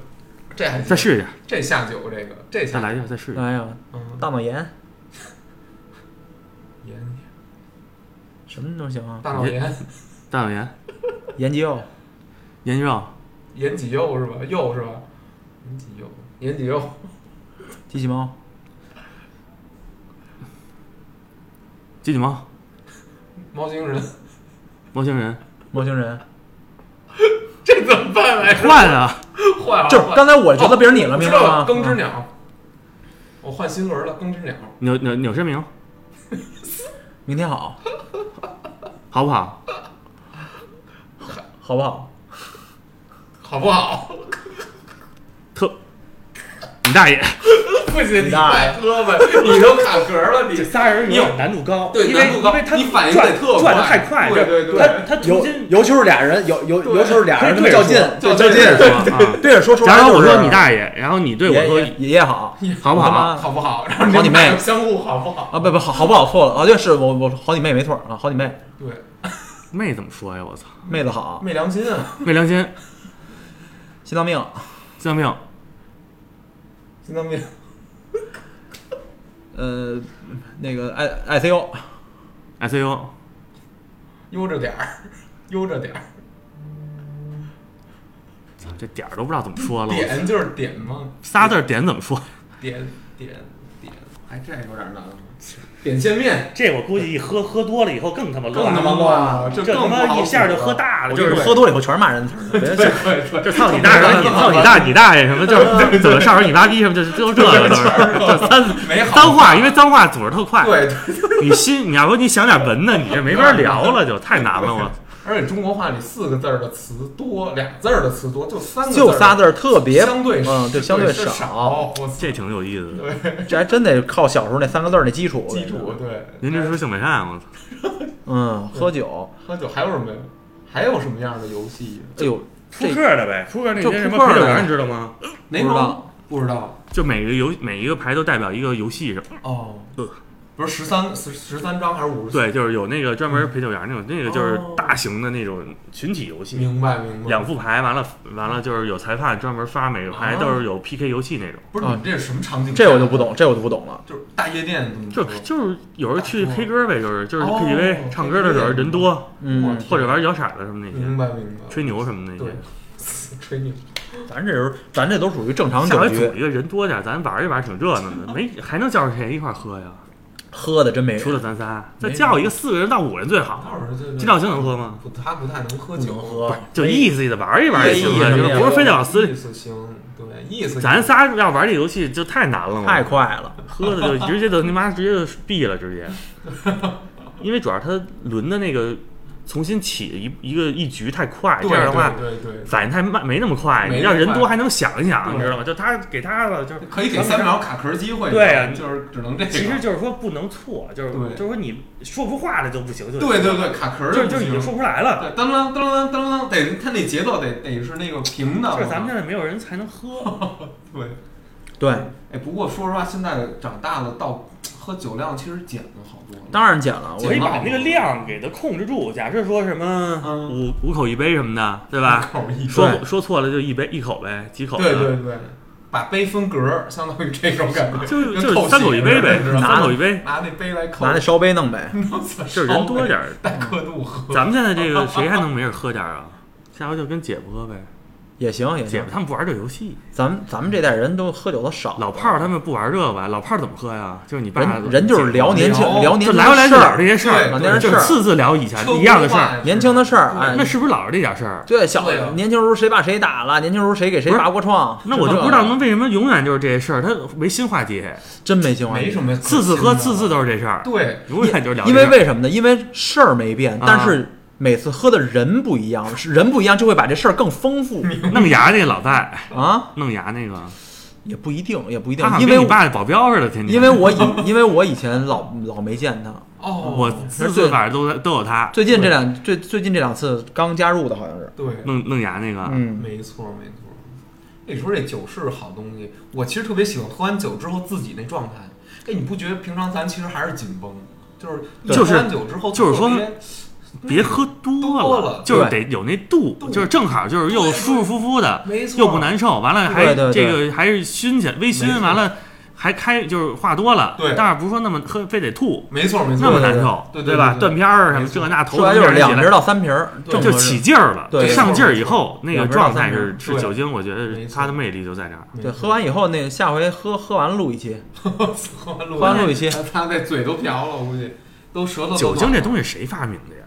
Speaker 1: 这还行
Speaker 3: 再试一下，
Speaker 1: 这下酒这个这
Speaker 3: 再
Speaker 1: 下
Speaker 3: 来一下，再试一下。
Speaker 2: 哎呀，
Speaker 1: 嗯，
Speaker 2: 大脑炎
Speaker 1: 盐
Speaker 2: 什么都行啊，
Speaker 1: 大脑盐
Speaker 3: 大脑炎，
Speaker 2: 研究
Speaker 3: 研究肉，
Speaker 1: 盐脊肉是吧？肉是吧？盐脊肉，盐脊肉，
Speaker 2: 机器猫，
Speaker 3: 机器猫，
Speaker 1: 猫星人，
Speaker 3: 猫星人，
Speaker 2: 猫星人，
Speaker 1: 这怎么办来？
Speaker 3: 换啊！
Speaker 1: 换啊！
Speaker 2: 就是刚才我觉得别人你了，
Speaker 1: 我知
Speaker 2: 明白
Speaker 1: 道
Speaker 2: 吗？
Speaker 1: 耕之
Speaker 2: 嗯
Speaker 1: 鸟，我换新轮了，耕之鸟。
Speaker 3: 扭扭扭身明，
Speaker 2: 明天好，
Speaker 3: 好不好？
Speaker 2: 好不好？
Speaker 1: 好不好？
Speaker 3: 特，你大爷，
Speaker 1: 不行，你
Speaker 2: 大
Speaker 1: 迈胳膊，你都卡壳了，你
Speaker 3: 这仨人有点难度高，
Speaker 1: 对
Speaker 3: 因为
Speaker 1: 难度高
Speaker 3: 因为他
Speaker 1: 你反应
Speaker 3: 转
Speaker 1: 得特
Speaker 3: 转的
Speaker 1: 快
Speaker 3: 太快，
Speaker 1: 对
Speaker 3: 这
Speaker 1: 对对
Speaker 3: 他他重
Speaker 2: 尤
Speaker 3: 新
Speaker 2: 尤其是俩人，尤尤尤其是俩人
Speaker 3: 可以对着
Speaker 2: 较劲，
Speaker 3: 说
Speaker 2: 较劲，
Speaker 3: 对着说啊
Speaker 2: 对着说出来
Speaker 3: 假
Speaker 2: 就是。
Speaker 3: 如我说你大爷，然后你对我
Speaker 2: 爷
Speaker 3: 说
Speaker 2: 爷爷好，
Speaker 3: 好不
Speaker 2: 我他
Speaker 3: 好？
Speaker 2: 妈
Speaker 1: 好不好？然后
Speaker 2: 好你妹
Speaker 1: 俩相互好不好？
Speaker 2: 啊，不不好好不好错了啊，对，是我我好你妹没错啊，好你妹
Speaker 1: 对，
Speaker 3: 妹怎么说呀？我操，
Speaker 2: 妹子好，
Speaker 1: 昧良心啊，
Speaker 3: 昧良心，
Speaker 2: 心脏病，
Speaker 3: 心脏病，
Speaker 1: 心脏病，
Speaker 2: 呃，那个 I I C U
Speaker 3: ICU，
Speaker 1: 悠着点儿，悠着点儿，
Speaker 3: 操，这点儿都不知道怎么说了。我操
Speaker 1: 点就是点嘛，
Speaker 3: 仨字儿点怎么说？
Speaker 1: 点点点，哎，这有点难了，点线面
Speaker 5: 这我估计一喝喝多了以后更他妈
Speaker 1: 更
Speaker 5: 乱
Speaker 1: 他妈
Speaker 5: 了，
Speaker 1: 乱了，
Speaker 5: 这
Speaker 1: 更
Speaker 5: 他
Speaker 1: 不好啊
Speaker 5: 妈一下就
Speaker 1: 使
Speaker 5: 喝
Speaker 1: 了，
Speaker 5: 大了，
Speaker 2: 我
Speaker 5: 就
Speaker 2: 跟
Speaker 5: 是
Speaker 2: 你说喝多了以后全是骂人词儿，别
Speaker 1: 对对，
Speaker 3: 就操你 大爷，你操你大你大爷什么，就是怎么上手你妈逼什么，就是就这个都是， 就 三
Speaker 1: 没好
Speaker 3: 脏话，因为脏话组织特快。
Speaker 1: 对对，
Speaker 3: 你心，你要说你想点文的，你这没法聊了，就太难了。我
Speaker 1: 而且中国话里四个字儿的词多，俩字儿的词多，就三个
Speaker 2: 就仨
Speaker 1: 字
Speaker 2: 字儿特
Speaker 1: 儿
Speaker 2: 别，
Speaker 1: 相对
Speaker 2: 嗯，对，相
Speaker 1: 对是
Speaker 2: 少，
Speaker 1: 少，我
Speaker 3: 这挺有意思的。
Speaker 2: 这还真得靠小时候那三个字儿那基础，
Speaker 1: 记住，对，
Speaker 3: 您这是性本善，我操！
Speaker 2: 嗯，喝酒，
Speaker 1: 喝酒还有什么呀？还有什么样的游戏？
Speaker 2: 哎呦，
Speaker 5: 扑
Speaker 2: 这
Speaker 5: 克的呗。
Speaker 3: 扑克那
Speaker 4: 些什么啤酒园你
Speaker 3: 知道吗？
Speaker 1: 哪
Speaker 2: 不知
Speaker 1: 种
Speaker 2: 道？
Speaker 1: 不知道
Speaker 3: 就每个游每一个牌都代表一个游戏什么，
Speaker 1: 哦
Speaker 3: 呃，
Speaker 1: 不是十三十十三张还是五十？，
Speaker 3: 对，就是有那个专门陪酒员那种，那个就是
Speaker 1: 哦
Speaker 3: 大型的那种群体游戏，
Speaker 1: 明白明白。
Speaker 3: 两副牌完了完了就是有裁判专门发每个牌
Speaker 1: 啊
Speaker 3: 都是有 PK 游戏那种，
Speaker 1: 不是你们这是什么场景？
Speaker 2: 嗯这我就不，懂，这我就不懂了。
Speaker 1: 就是大夜店怎么
Speaker 3: 就
Speaker 1: 说
Speaker 3: 就是有时候去
Speaker 1: 哦
Speaker 3: K 歌呗，就是就是
Speaker 1: 哦
Speaker 3: KTV 唱歌的时候
Speaker 1: KTV
Speaker 3: 人多，
Speaker 2: 嗯，
Speaker 3: 或者玩摇骰子什么那
Speaker 1: 明
Speaker 3: 些，
Speaker 1: 白明白。
Speaker 3: 吹牛什么那
Speaker 1: 对
Speaker 3: 些。，
Speaker 1: 吹牛。
Speaker 2: 咱这时候咱这都属于正常
Speaker 3: 下
Speaker 2: 酒
Speaker 3: 回组
Speaker 2: 局，
Speaker 3: 一个人多点儿，咱玩一玩挺热闹的，没还能叫上谁一块儿喝呀？
Speaker 2: 喝的真没
Speaker 3: 除
Speaker 2: 人，
Speaker 3: 了咱仨，再
Speaker 2: 没
Speaker 3: 叫一个四个人到五人最
Speaker 1: 那
Speaker 3: 好。
Speaker 1: 会儿这
Speaker 3: 金兆星能喝吗？
Speaker 1: 不，他不太能喝
Speaker 2: 不
Speaker 1: 酒，
Speaker 2: 能喝，哎
Speaker 3: 就意思意思玩一玩也行
Speaker 2: 意思意
Speaker 3: 呗，
Speaker 2: 思
Speaker 3: 就是不是非得往死
Speaker 1: 意
Speaker 3: 里。
Speaker 1: 思行，对意思。
Speaker 3: 咱仨要玩这游戏就太难了嘛，
Speaker 2: 太快了。
Speaker 3: 喝的 就直接就他妈直接就毙了，直接。 因为主要他轮的那个重新起一一个一局太快，
Speaker 1: 对
Speaker 3: 这样的话
Speaker 1: 对对对，
Speaker 3: 反应太慢，没那么快。
Speaker 1: 没
Speaker 3: 你
Speaker 1: 那么
Speaker 3: 让人多
Speaker 1: 快
Speaker 3: 还能想一想，
Speaker 1: 对
Speaker 3: 你知道吗？就他给他了，就是
Speaker 1: 可以给三秒卡壳机会。
Speaker 3: 对啊
Speaker 1: 就是只能这个。
Speaker 5: 其实就是说不能错，就是
Speaker 1: 对
Speaker 5: 就是说你说不出话来就不行，就
Speaker 1: 对对对，卡壳
Speaker 5: 就是
Speaker 1: 就
Speaker 5: 就是已经说
Speaker 1: 行
Speaker 5: 不出来了。
Speaker 1: 对，噔噔噔噔噔噔，得他那节奏得得是那个平的。
Speaker 5: 就是咱们现在没有人才能喝，
Speaker 1: 对。
Speaker 2: 对，
Speaker 3: 嗯
Speaker 1: 哎，不过说实话，现在长大了到喝酒量其实减了好多了。
Speaker 2: 当然减了，我
Speaker 5: 可以把那个量给它控制住。假设说什么，
Speaker 1: 嗯，
Speaker 3: 五五口一杯什么的，对 吧？
Speaker 1: 口一
Speaker 3: 说说错了就一杯一口呗，几口？啊
Speaker 1: 对对对，把杯分格儿，相当于这种感觉，
Speaker 3: 就
Speaker 1: 跟
Speaker 3: 就
Speaker 1: 口
Speaker 3: 三口
Speaker 1: 气
Speaker 3: 一杯呗，
Speaker 1: 似的
Speaker 3: 三口一杯，
Speaker 1: 拿那杯来扣，
Speaker 2: 拿那烧杯弄呗。
Speaker 3: 嗯就是人多点儿。
Speaker 1: 带刻度喝。
Speaker 3: 咱们现在这个谁还能没事喝点儿啊？下回就跟姐夫喝呗。
Speaker 2: 也行也
Speaker 3: 姐
Speaker 2: 行
Speaker 3: 夫，他们不玩这游戏，
Speaker 2: 咱们咱们这代人都喝酒的少，
Speaker 3: 老炮儿他们不玩这个吧？老炮儿怎么喝呀？就是你爸
Speaker 2: 人人就是聊
Speaker 1: 你
Speaker 2: 年轻
Speaker 1: 聊
Speaker 2: 聊
Speaker 3: 就
Speaker 2: 年轻
Speaker 3: 来回来
Speaker 2: 的哦
Speaker 3: 去
Speaker 2: 事
Speaker 3: 聊这
Speaker 2: 儿，
Speaker 3: 些事
Speaker 1: 对
Speaker 3: 儿，
Speaker 2: 老年人
Speaker 3: 就
Speaker 2: 事
Speaker 3: 是
Speaker 2: 儿，
Speaker 3: 次次聊以前嗯一样的事儿。啊
Speaker 2: 年轻的事儿，
Speaker 1: 对
Speaker 2: 哎
Speaker 3: 那，是不是老是这嗯点事儿？
Speaker 2: 对，小
Speaker 1: 对啊
Speaker 2: 年轻时候谁把谁打了，年轻时候谁给谁
Speaker 3: 不是
Speaker 2: 拔过创，
Speaker 3: 那我就
Speaker 2: 这
Speaker 3: 不知道他们为什么永远就是这些事儿，他没新话题，
Speaker 2: 真没情怀，
Speaker 1: 没什么，
Speaker 3: 次次喝次次。都是这事儿，
Speaker 1: 对，
Speaker 3: 永远就是聊这
Speaker 2: 因
Speaker 3: 事儿。
Speaker 2: 为为什么呢？因为事儿没变，
Speaker 3: 啊
Speaker 2: 但是每次喝的人不一样，是人不一样就会把这事儿更丰富
Speaker 3: 弄牙那老在
Speaker 2: 啊，
Speaker 3: 弄牙那个，
Speaker 2: 也不一定，也不一定
Speaker 3: 他好，像
Speaker 2: 因
Speaker 3: 跟
Speaker 2: 为
Speaker 3: 你爸保镖似的，天天。
Speaker 2: 因为我以 因为我以前老老没见他，
Speaker 1: 哦，
Speaker 3: 我次次反正都在都有他
Speaker 2: 最近这两最最近这两次刚加入的好像是，
Speaker 1: 对，
Speaker 3: 弄弄牙那个。
Speaker 2: 嗯，
Speaker 1: 没错没错。那你说这酒是好东西，我其实特别喜欢喝完酒之后自己那状态。哎，你不觉得平常咱其实还是紧绷，就是
Speaker 3: 对
Speaker 1: 一喝完酒之后
Speaker 3: 就是
Speaker 1: 特别
Speaker 3: 别喝多
Speaker 1: 多了
Speaker 3: 就是得有那度，
Speaker 1: 度
Speaker 3: 就是正好就是又
Speaker 1: 对
Speaker 3: 舒舒服服的，
Speaker 1: 没错，
Speaker 3: 又不难受，完了还
Speaker 2: 对对
Speaker 3: 这
Speaker 2: 对
Speaker 3: 个还是熏起来，微
Speaker 1: 没
Speaker 3: 醺，
Speaker 1: 错
Speaker 3: 完了还开就是话多了，
Speaker 1: 对
Speaker 3: 但是不是说那么喝非得吐
Speaker 1: 没错没错，
Speaker 3: 那么难受，
Speaker 1: 对对对对
Speaker 3: 吧？
Speaker 1: 对对
Speaker 3: 断片儿什么
Speaker 1: 没错
Speaker 3: 这那头
Speaker 2: 说来
Speaker 3: 疼
Speaker 2: 就是
Speaker 3: 劲儿
Speaker 2: 两
Speaker 3: 起
Speaker 2: 瓶儿到三瓶儿，
Speaker 1: 对
Speaker 2: 正
Speaker 3: 来，
Speaker 2: 合
Speaker 3: 就
Speaker 2: 适
Speaker 3: 起劲儿了，
Speaker 2: 对
Speaker 3: 就上劲儿以后那
Speaker 2: 两瓶
Speaker 3: 个
Speaker 2: 儿到
Speaker 3: 状
Speaker 2: 三
Speaker 3: 态
Speaker 2: 瓶
Speaker 3: 是
Speaker 2: 儿
Speaker 3: 是
Speaker 1: 对
Speaker 3: 酒精，我觉得
Speaker 1: 没
Speaker 3: 它的
Speaker 1: 错
Speaker 3: 魅力就在这儿。
Speaker 1: 没
Speaker 2: 对，
Speaker 1: 错
Speaker 2: 喝完以后那下回喝喝完录一期，
Speaker 1: 喝完
Speaker 2: 喝完录一期
Speaker 1: 他他那嘴都瓢了，我估计都舌头都
Speaker 3: 酒精这东
Speaker 1: 西
Speaker 3: 西谁发明的呀？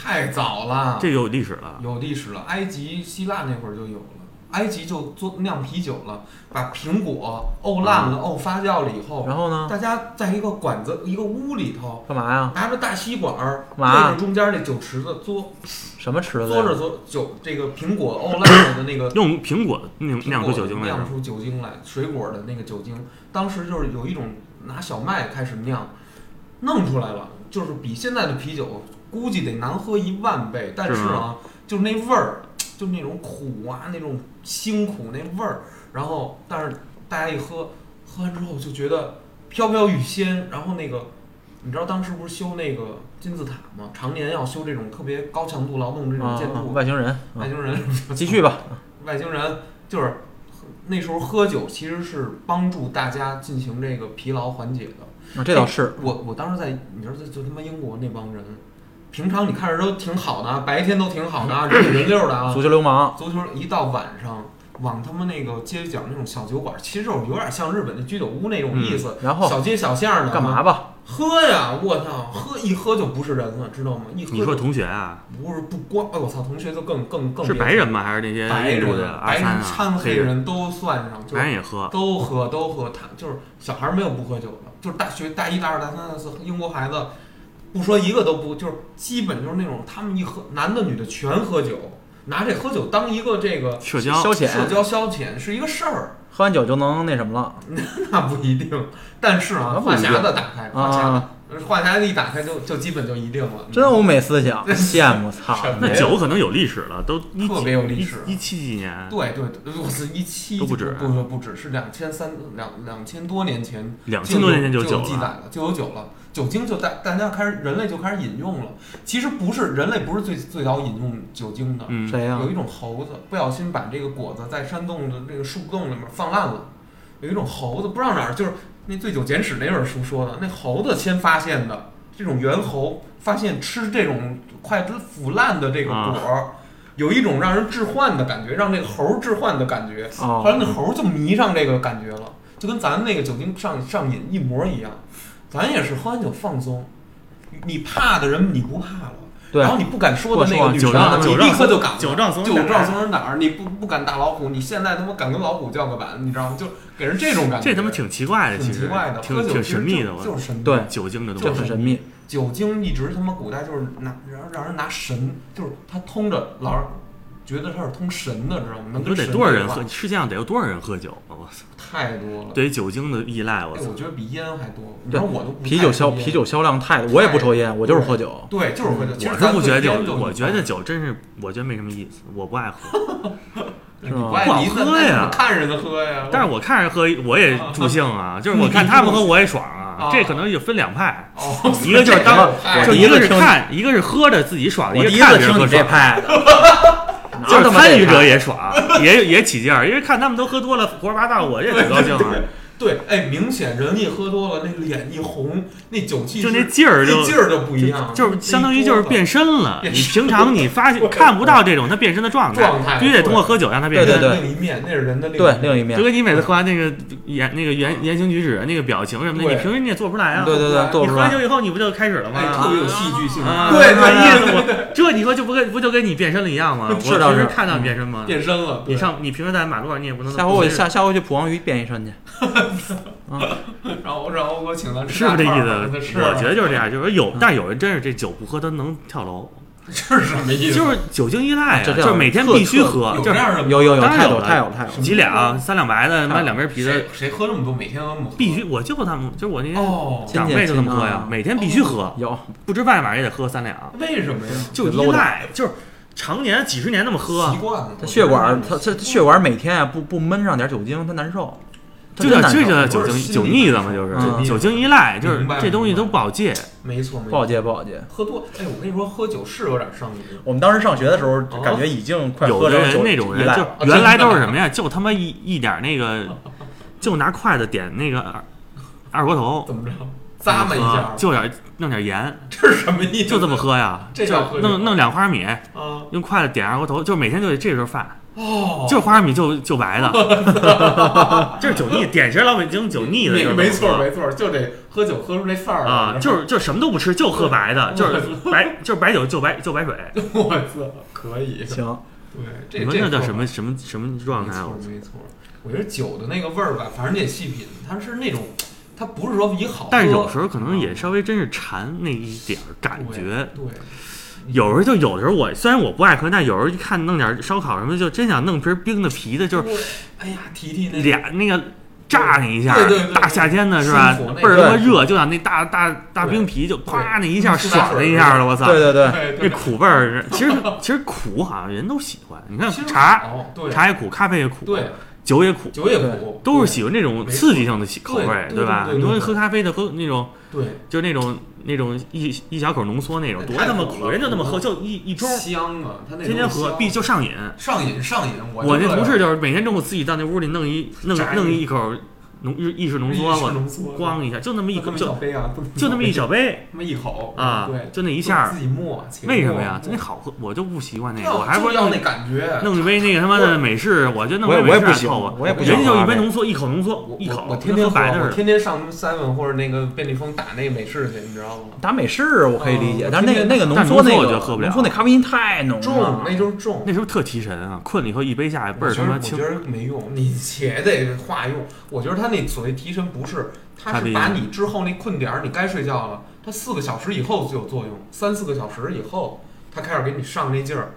Speaker 1: 太早了，啊
Speaker 3: 这有历史了，
Speaker 1: 有历史了，埃及、希腊那会儿就有了。埃及就做酿啤酒了，把苹果沤烂了、沤发酵了
Speaker 3: 哦
Speaker 1: 以后，
Speaker 2: 然后呢？
Speaker 1: 大家在一个管子、一个屋里头，
Speaker 2: 干嘛呀？
Speaker 1: 拿着大吸管儿，
Speaker 2: 嘛
Speaker 1: 对着中间那酒池子嘬，
Speaker 2: 什么池子
Speaker 1: 嘬
Speaker 2: 呀？
Speaker 1: 着嘬酒，这个苹果沤烂了的那个
Speaker 3: 用苹果酿酿出酒精来是
Speaker 1: 酿
Speaker 3: 吧？
Speaker 1: 出酒精来，水果的那个酒精，当时就是有一种拿小麦开始酿，弄出来了，就是比现在的啤酒估计得难喝一万倍，但是
Speaker 3: 是
Speaker 1: 啊，就是那味儿，就那种苦啊，那种辛苦那味儿，然后但是大家一喝，喝完之后就觉得飘飘欲仙，然后那个。你知道当时不是修那个金字塔吗？常年要修这种特别高强度劳动这种
Speaker 2: 啊
Speaker 1: 建筑，，哎
Speaker 2: 外星人，
Speaker 1: 外
Speaker 2: 啊
Speaker 1: 星人
Speaker 2: 继续吧。
Speaker 1: 外星人就是那时候喝酒其实是帮助大家进行这个疲劳缓解的。
Speaker 2: 啊这倒是，
Speaker 1: 我我当时在你知道就就他妈英国那帮人，平常你看着都挺好的啊，白天都挺好的啊，人五人六的啊
Speaker 2: 足，球流氓，
Speaker 1: 足球一到晚上往他们那个街角那种小酒馆，其实就是有点像日本的居酒屋那种意思，
Speaker 2: 然后
Speaker 1: 小街小巷的
Speaker 2: 干嘛吧？
Speaker 1: 喝呀？我操，喝一喝就不是人了，知道吗？一喝
Speaker 3: 你
Speaker 1: 就
Speaker 3: 说同学啊，
Speaker 1: 不是不光，哎我操，同学就更更更
Speaker 3: 是
Speaker 1: 别
Speaker 3: 白
Speaker 1: 提
Speaker 3: 人吗？还是那些
Speaker 1: 白
Speaker 3: 印度
Speaker 1: 人
Speaker 3: 的
Speaker 1: 啊、
Speaker 3: 阿
Speaker 1: 白
Speaker 3: 三
Speaker 1: 人、
Speaker 3: 啊、
Speaker 1: 掺黑人都算上，就
Speaker 3: 白人
Speaker 1: 是
Speaker 3: 也喝，
Speaker 1: 都喝都喝。他就是小孩儿没有不喝酒的，就是大学大一、大二、大三、大四，英国孩子不说一个都不，就是基本就是那种他们一喝，男的女的全喝酒，拿这喝酒当一个这个
Speaker 3: 社交
Speaker 2: 消
Speaker 1: 社
Speaker 2: 遣，
Speaker 1: 交消遣是一个事儿，
Speaker 2: 喝完酒就能那什么了
Speaker 1: 那不一定。但是啊
Speaker 2: 那，不
Speaker 1: 话
Speaker 2: 一定
Speaker 1: 匣子打开，话匣
Speaker 2: 啊！
Speaker 1: 子话匣子一打开就就基本就一定了。
Speaker 2: 真欧美思 想，羡慕操！
Speaker 3: 那酒可能有历史了，都一
Speaker 1: 特别有历史
Speaker 3: 一七几年，
Speaker 1: 对对对，我是一七
Speaker 3: 都不止啊
Speaker 1: 不不不止，是两千三两两千多年前
Speaker 3: 两千多年前
Speaker 1: 就
Speaker 3: 就
Speaker 1: 有
Speaker 3: 酒
Speaker 1: 记载
Speaker 3: 了。
Speaker 1: 了，就有酒了，酒精就大大家开始人类就开始饮用了。其实不是人类不是最最早饮用酒精的，
Speaker 3: 嗯，
Speaker 2: 谁呀
Speaker 1: 有？一种猴子不小心把这个果子在山洞的这个树洞里面放烂了，有一种猴子不知道哪儿就是那《醉酒简史》那本书说的，那猴子先发现的这种猿猴发现吃这种快腐烂的这个果儿。有一种让人致幻的感觉，让这个猴儿致幻的感觉，
Speaker 2: 哦
Speaker 1: 后来那猴儿就迷上这个感觉了，就跟咱们那个酒精上上瘾一模一样。咱也是喝完酒放松，你怕的人你不怕了，
Speaker 2: 对
Speaker 1: 然后你不敢说的那个女
Speaker 3: 酒
Speaker 1: 生啊，
Speaker 3: 仗
Speaker 1: 你
Speaker 3: 酒
Speaker 1: 立
Speaker 3: 仗
Speaker 1: 刻就敢了
Speaker 3: 酒仗怂
Speaker 1: 酒
Speaker 3: 人胆
Speaker 1: 壮怂人胆儿，你不不敢打老虎，你现在他妈敢跟老虎叫个板，你知道吗？就给人这种感觉，
Speaker 3: 这他妈挺奇怪的，
Speaker 1: 挺
Speaker 3: 其实
Speaker 1: 奇怪的，喝
Speaker 3: 挺
Speaker 1: 酒其
Speaker 3: 挺
Speaker 1: 实
Speaker 3: 神秘
Speaker 1: 就
Speaker 3: 的，我
Speaker 1: 就是神秘。
Speaker 2: 对
Speaker 3: 酒精的
Speaker 2: 就
Speaker 3: 东
Speaker 2: 很
Speaker 3: 西。
Speaker 2: 神秘，
Speaker 1: 酒精一直他妈古代就是拿让让人拿神，就是他通着老人觉得他是通神的，知道吗？能
Speaker 3: 你说
Speaker 1: 跟
Speaker 3: 得
Speaker 1: 神
Speaker 3: 多少
Speaker 1: 对
Speaker 3: 人
Speaker 1: 话
Speaker 3: 喝？世界上得有多少人喝酒啊？我操，
Speaker 1: 太多了。
Speaker 3: 对酒精的依赖，我
Speaker 1: 哎，
Speaker 3: 操
Speaker 1: 我，觉得比烟还多。你
Speaker 2: 对
Speaker 1: 说我都不
Speaker 2: 啤
Speaker 1: 太
Speaker 2: 酒
Speaker 1: 抽
Speaker 2: 销
Speaker 1: 烟
Speaker 2: 啤，酒销量太，我也不抽烟，我就是喝酒。
Speaker 1: 对，就是喝酒。其实
Speaker 3: 嗯我是
Speaker 1: 咱
Speaker 3: 不
Speaker 1: 对
Speaker 3: 觉得
Speaker 1: 烟
Speaker 3: 酒，
Speaker 1: 就
Speaker 3: 我
Speaker 1: 是啊
Speaker 3: 觉得酒真是，我觉得没什么意思，我不爱喝。
Speaker 1: 你
Speaker 2: 是
Speaker 1: 不
Speaker 2: 吗
Speaker 1: 爱
Speaker 3: 不好
Speaker 1: 离散
Speaker 3: 喝
Speaker 1: 那你
Speaker 3: 呀
Speaker 1: 看人家喝呀。
Speaker 3: 但是我看着喝，我也助兴啊，就是我看他们喝我也爽啊
Speaker 1: 啊。
Speaker 3: 这可能就分两派，
Speaker 1: 哦，
Speaker 3: 一 个就是当
Speaker 1: 我
Speaker 3: 就
Speaker 2: 第
Speaker 3: 一
Speaker 2: 一
Speaker 3: 个
Speaker 2: 次
Speaker 3: 是
Speaker 2: 听
Speaker 3: 看，一个是喝着自己爽，
Speaker 2: 我
Speaker 3: 个
Speaker 2: 第一
Speaker 3: 看
Speaker 2: 次
Speaker 3: 别人
Speaker 2: 听
Speaker 3: 喝
Speaker 2: 你这
Speaker 3: 爽。
Speaker 2: 派的，哪
Speaker 3: 就
Speaker 2: 有
Speaker 3: 是
Speaker 2: 这么
Speaker 3: 参
Speaker 2: 这
Speaker 3: 与者
Speaker 2: 派
Speaker 3: 也爽，也也起劲儿，因为看他们都喝多了，胡说八道，我也挺高兴啊，
Speaker 1: 对，哎，明显人一喝多了，那脸一红，那酒气
Speaker 3: 就那
Speaker 1: 是
Speaker 3: 劲儿就
Speaker 1: 那劲儿就不一样，
Speaker 3: 就是相当于就是变身了。
Speaker 1: 变
Speaker 3: 你
Speaker 1: 身
Speaker 3: 平常你发现看不到这种他变身的状态，
Speaker 1: 状态
Speaker 3: 必须得通过喝酒让他变
Speaker 1: 那
Speaker 3: 身。
Speaker 2: 对对
Speaker 1: 另一面，那是人的另
Speaker 2: 对
Speaker 1: 一面。
Speaker 2: 另一面
Speaker 3: 就，跟你每次喝完那个言那个言言行举止、那个表情什么的，
Speaker 1: 对
Speaker 3: 你平时你也做不出来啊。
Speaker 2: 对对对，做
Speaker 3: 你
Speaker 2: 不
Speaker 3: 喝
Speaker 2: 出
Speaker 3: 完
Speaker 2: 来。
Speaker 3: 酒以后，你不就开始了吗？
Speaker 1: 哎，特别有戏剧性，
Speaker 3: 啊
Speaker 1: 对
Speaker 3: 啊
Speaker 1: 对，意思
Speaker 3: 我这你说就不跟不就跟你变身了一样吗？我
Speaker 2: 是倒
Speaker 3: 平时
Speaker 2: 是嗯
Speaker 3: 看到你变身吗？
Speaker 1: 变身了。
Speaker 3: 你
Speaker 1: 对
Speaker 3: 上你平时在马路上你也不能
Speaker 2: 下回我
Speaker 3: 不是
Speaker 2: 下下回去捕王鱼变一身去，
Speaker 1: 然后然后我请咱吃
Speaker 3: 是不是这
Speaker 1: 大
Speaker 3: 意
Speaker 1: 块儿
Speaker 3: 思？
Speaker 1: 是，啊嗯
Speaker 3: 我觉得就是这样，就是有，但有人真是这酒不喝他能跳楼，
Speaker 1: 这是什么意思？
Speaker 3: 就是酒精依赖啊，
Speaker 2: 啊这
Speaker 3: 就
Speaker 2: 这样
Speaker 3: 是每天必须喝，
Speaker 1: 有
Speaker 3: 就
Speaker 1: 这
Speaker 3: 是
Speaker 1: 样的吗
Speaker 2: 有有有，
Speaker 3: 当然
Speaker 2: 太
Speaker 3: 有
Speaker 2: 有
Speaker 3: 了
Speaker 2: 太有太有。
Speaker 3: 几两啊三两白的，买两瓶啤的
Speaker 1: 嗯谁，谁喝这么多？每天我们喝
Speaker 3: 必须。我舅他们就是我那些
Speaker 1: 哦，
Speaker 3: 长辈就这么喝呀
Speaker 1: 啊
Speaker 2: 哦，
Speaker 3: 每天必须喝，
Speaker 2: 有，
Speaker 1: 嗯
Speaker 3: 不吃饭晚上也得喝三两，
Speaker 1: 为什么呀？
Speaker 3: 就依赖，就是常年几十年那么喝啊
Speaker 1: 习，惯了，嗯
Speaker 2: 他血管，他他血管每天啊不不闷上点酒精，他难受，他
Speaker 3: 就
Speaker 2: 真
Speaker 3: 叫
Speaker 2: 难
Speaker 3: 这就
Speaker 2: 受
Speaker 3: 叫酒
Speaker 1: 不是
Speaker 3: 精
Speaker 1: 心
Speaker 3: 酒
Speaker 1: 理
Speaker 3: 腻子嘛，就是
Speaker 2: 嗯
Speaker 3: 酒精依赖，就是
Speaker 1: 明白
Speaker 3: 这东西
Speaker 1: 明白
Speaker 3: 都不好戒。
Speaker 1: 没错没
Speaker 2: 不好
Speaker 1: 错。
Speaker 2: 戒不好戒。
Speaker 1: 喝多，哎，我跟你说，喝酒是有点上瘾。
Speaker 2: 我们当时上学的时候，感觉已经快
Speaker 3: 哦有
Speaker 2: 喝
Speaker 3: 的
Speaker 2: 成酒
Speaker 3: 人那种
Speaker 2: 依
Speaker 3: 人
Speaker 2: 赖啊
Speaker 3: 就
Speaker 2: 了。
Speaker 3: 原来都是什么呀？就他妈一一点那个，就拿筷子点那个二二锅头，
Speaker 1: 怎么着？咂巴一下，
Speaker 3: 就点弄点盐，
Speaker 1: 这是什么意思？
Speaker 3: 啊就这么喝呀。
Speaker 1: 这叫喝酒
Speaker 3: 弄弄两花米，
Speaker 1: 啊！
Speaker 3: 用筷子点二锅头，就每天就得这时候饭，
Speaker 1: 哦，
Speaker 3: 就花米就就白的， 这是酒腻，典型老北京酒腻的
Speaker 1: 没
Speaker 3: 就是这么喝。
Speaker 1: 没错没错，就得喝酒喝出这范儿来
Speaker 3: 啊，就是就什么都 不吃，就喝白的，就是白就是白酒就白就白水，
Speaker 1: 我操，可以。
Speaker 2: 行，
Speaker 1: 对，这
Speaker 3: 你说那
Speaker 1: 这
Speaker 3: 叫
Speaker 1: 说
Speaker 3: 什
Speaker 1: 法
Speaker 3: 么什么什么状态？啊
Speaker 1: 没
Speaker 3: 我
Speaker 1: 错没错，我觉得酒的那个味儿吧，反正也细品，它是那种，它不是说以好喝，
Speaker 3: 但是有时候可能也稍微真是馋那一点儿感觉。
Speaker 1: 对，
Speaker 3: 有时候就有的时候我虽然我不爱喝，但有时候一看弄点烧烤什么，就真想弄瓶冰的啤的，就是
Speaker 1: 是哎呀，提提那
Speaker 3: 俩那个炸你一下，
Speaker 1: 对对对对
Speaker 3: 大夏天的是吧
Speaker 1: 舒服那？个
Speaker 3: 倍儿他妈热，就想那大大大冰啤就啪那一下
Speaker 1: 苏打
Speaker 3: 爽
Speaker 1: 嗯水
Speaker 3: 了一下了，我操！
Speaker 2: 对对对，
Speaker 1: 对对，
Speaker 3: 那苦味儿，其实其实苦好像人都喜欢。你看
Speaker 1: 其实
Speaker 3: 茶，
Speaker 1: 哦对
Speaker 3: 茶也苦，咖啡也苦，
Speaker 1: 对，
Speaker 3: 酒也苦，
Speaker 1: 酒也苦，
Speaker 3: 都是喜欢这种
Speaker 1: 没错
Speaker 3: 刺激性的喜口
Speaker 1: 对
Speaker 3: 味，
Speaker 1: 对
Speaker 3: 吧？
Speaker 1: 对对
Speaker 3: 很多人
Speaker 1: 对
Speaker 3: 喝咖啡的喝那种
Speaker 1: 对
Speaker 3: 就那种那种一一小口浓缩那种，多
Speaker 1: 太
Speaker 3: 他妈
Speaker 1: 苦
Speaker 3: 苦，
Speaker 1: 了
Speaker 3: 人就那么喝，
Speaker 1: 嗯
Speaker 3: 就一一盅，
Speaker 1: 香啊，它那
Speaker 3: 天天
Speaker 1: 种
Speaker 3: 喝
Speaker 1: 香
Speaker 3: 必就上瘾。
Speaker 1: 上瘾上瘾，我
Speaker 3: 我
Speaker 1: 我
Speaker 3: 那同事就是每天中午自己到那屋里浓一弄
Speaker 1: 摘
Speaker 3: 弄一口浓日意式浓缩，我
Speaker 1: 浓缩
Speaker 3: 咣一下就那么一口，
Speaker 1: 就
Speaker 3: 就
Speaker 1: 杯啊，
Speaker 3: 就那么一小杯
Speaker 1: 那么一口
Speaker 3: 啊
Speaker 1: 对，，
Speaker 3: 就那一下
Speaker 1: 自
Speaker 3: 儿，
Speaker 1: 己磨，自己
Speaker 3: 为什
Speaker 1: 磨
Speaker 3: 么呀？真好喝，我就不习惯那个，
Speaker 1: 要
Speaker 3: 我还不
Speaker 1: 就
Speaker 3: 如
Speaker 1: 要
Speaker 3: 弄
Speaker 1: 那感觉，
Speaker 3: 弄一杯那个他妈的美式，我觉得弄
Speaker 2: 我也
Speaker 3: 杯
Speaker 2: 我
Speaker 3: 美
Speaker 2: 也不
Speaker 3: 式还
Speaker 2: 行
Speaker 3: 凑合，，
Speaker 2: 我也不行。
Speaker 3: 人家就一杯浓缩，一口浓缩
Speaker 1: 我，
Speaker 3: 一口，
Speaker 1: 我我天天喝
Speaker 3: 跟白的
Speaker 1: 我
Speaker 3: 似的。
Speaker 1: 天天上 seven 或者那个便利蜂打那个美式去，你知道吗？
Speaker 2: 打美式我可以理解
Speaker 1: 嗯，
Speaker 2: 但是那个那个浓
Speaker 3: 但
Speaker 2: 缩
Speaker 3: 浓缩
Speaker 2: 那
Speaker 3: 我
Speaker 2: 个
Speaker 3: 就喝不了
Speaker 2: 浓缩那咖啡因太浓
Speaker 1: 重
Speaker 3: 嗯
Speaker 2: 了，，
Speaker 1: 那就是重。
Speaker 3: 那时候特提神啊，困了以后一杯下来倍儿他妈
Speaker 1: 我觉
Speaker 3: 清
Speaker 1: 得我觉得没用，你且得化用。我觉得他那所谓提神不是，他
Speaker 3: 咖啡
Speaker 1: 是
Speaker 3: 因
Speaker 1: 把你之后那困点儿，你该睡觉了，他四个小时以后就有作用，三四个小时以后，他开始给你上那劲儿。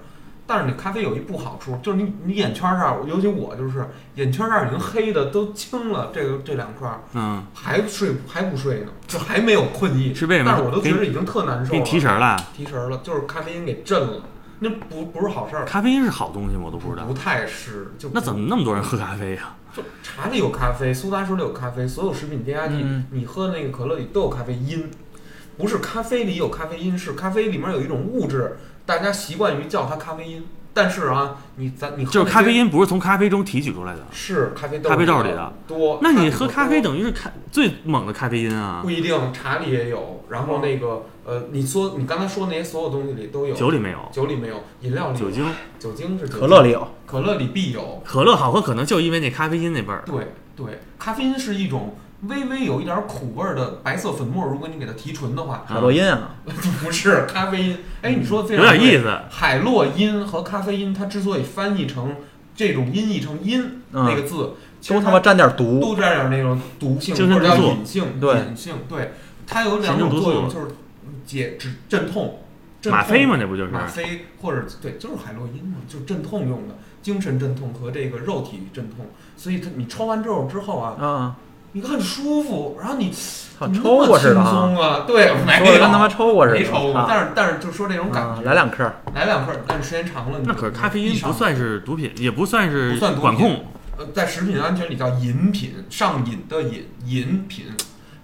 Speaker 1: 但是你咖啡有一不好处，就是你你眼圈这儿，尤其我就是眼圈这儿已经黑的都青了，这个这两块儿
Speaker 3: 嗯，
Speaker 1: 还睡还不睡呢，就还没有困意。
Speaker 3: 是为什么
Speaker 1: 但是我都
Speaker 3: 给
Speaker 1: 觉
Speaker 3: 你
Speaker 1: 得已经特难受
Speaker 3: 给
Speaker 1: 了，
Speaker 3: 你提神了。
Speaker 1: 提神儿了，就是咖啡因给震了，那不不是好事儿。
Speaker 3: 咖啡因是好东西吗，我都不知道
Speaker 1: 不。太是，就
Speaker 3: 那怎么那么多人喝咖啡呀？
Speaker 1: 就茶里有咖啡，苏打水里有咖啡，所有食品添加剂，
Speaker 2: 嗯
Speaker 1: 你喝那个可乐里都有咖啡因，不是咖啡里有咖啡因，是咖啡里面有一种物质，大家习惯于叫它咖啡因。但是啊，你咱你喝
Speaker 3: 就是咖啡
Speaker 1: 因
Speaker 3: 因不是从咖啡中提取出来的，
Speaker 1: 是咖啡豆
Speaker 3: 咖啡豆
Speaker 1: 里
Speaker 3: 里的
Speaker 1: 多，
Speaker 3: 那你
Speaker 1: 咖啡
Speaker 3: 喝
Speaker 1: 多
Speaker 3: 咖啡等于是咖最猛的咖啡因啊
Speaker 1: 不，一定，茶里也有，然后那个呃，你说你刚才说那些所有东西里都有，
Speaker 3: 酒里没有，
Speaker 1: 酒里没有，饮料里有
Speaker 3: 酒，精、
Speaker 1: 酒精是酒精
Speaker 2: 可乐里有，
Speaker 1: 可乐里必有，
Speaker 3: 可乐好喝，可能就因为那咖啡因那味儿。
Speaker 1: 对对，咖啡因是一种微微有一点苦味儿的白色粉末，如果你给它提纯的话，
Speaker 2: 海洛因
Speaker 1: 嗯
Speaker 2: 啊，
Speaker 1: 不是咖啡因。哎，你说的非
Speaker 3: 有
Speaker 1: 常
Speaker 3: 点意
Speaker 1: 思。
Speaker 3: 思，
Speaker 1: 海洛因和咖啡因，它之所以翻译成这种音译成音、
Speaker 2: 嗯
Speaker 1: 那个字，其
Speaker 2: 都
Speaker 1: 实
Speaker 2: 他
Speaker 1: 它
Speaker 2: 妈沾点毒。
Speaker 1: 都沾点那种毒性
Speaker 3: 精神
Speaker 1: 或者叫
Speaker 3: 毒素
Speaker 1: 隐性，
Speaker 2: 对
Speaker 1: 隐性对，它有
Speaker 3: 神
Speaker 1: 两种
Speaker 3: 经毒
Speaker 1: 作
Speaker 3: 素
Speaker 1: 用，就是解止镇痛。镇
Speaker 3: 吗
Speaker 1: 痛
Speaker 3: 啡嘛，那不就是？
Speaker 1: 吗啡或者对，就是海洛因嘛，就是镇痛用的，精神镇痛和这个肉体镇痛。所以它你抽完之后之后啊，
Speaker 2: 啊，
Speaker 1: 你很舒服，然后你
Speaker 2: 操，
Speaker 1: 你那
Speaker 2: 抽
Speaker 1: 么
Speaker 2: 过似的
Speaker 1: 轻
Speaker 2: 啊，
Speaker 1: 松啊，对，
Speaker 3: 嗯
Speaker 1: 没
Speaker 2: 说的
Speaker 1: 有
Speaker 2: 跟他妈抽过似的，
Speaker 1: 没抽过
Speaker 2: 啊，
Speaker 1: 但是但是就说这种感
Speaker 2: 啊
Speaker 1: 觉，
Speaker 2: 来两颗，
Speaker 1: 来两份儿，但是时间长了，你
Speaker 3: 那可是咖啡
Speaker 1: 你
Speaker 3: 因
Speaker 1: 一上
Speaker 3: 不算是毒品，也不算是
Speaker 1: 不算毒品
Speaker 3: 管控，
Speaker 1: 呃，在食品安全里叫饮品，上瘾的瘾，饮品，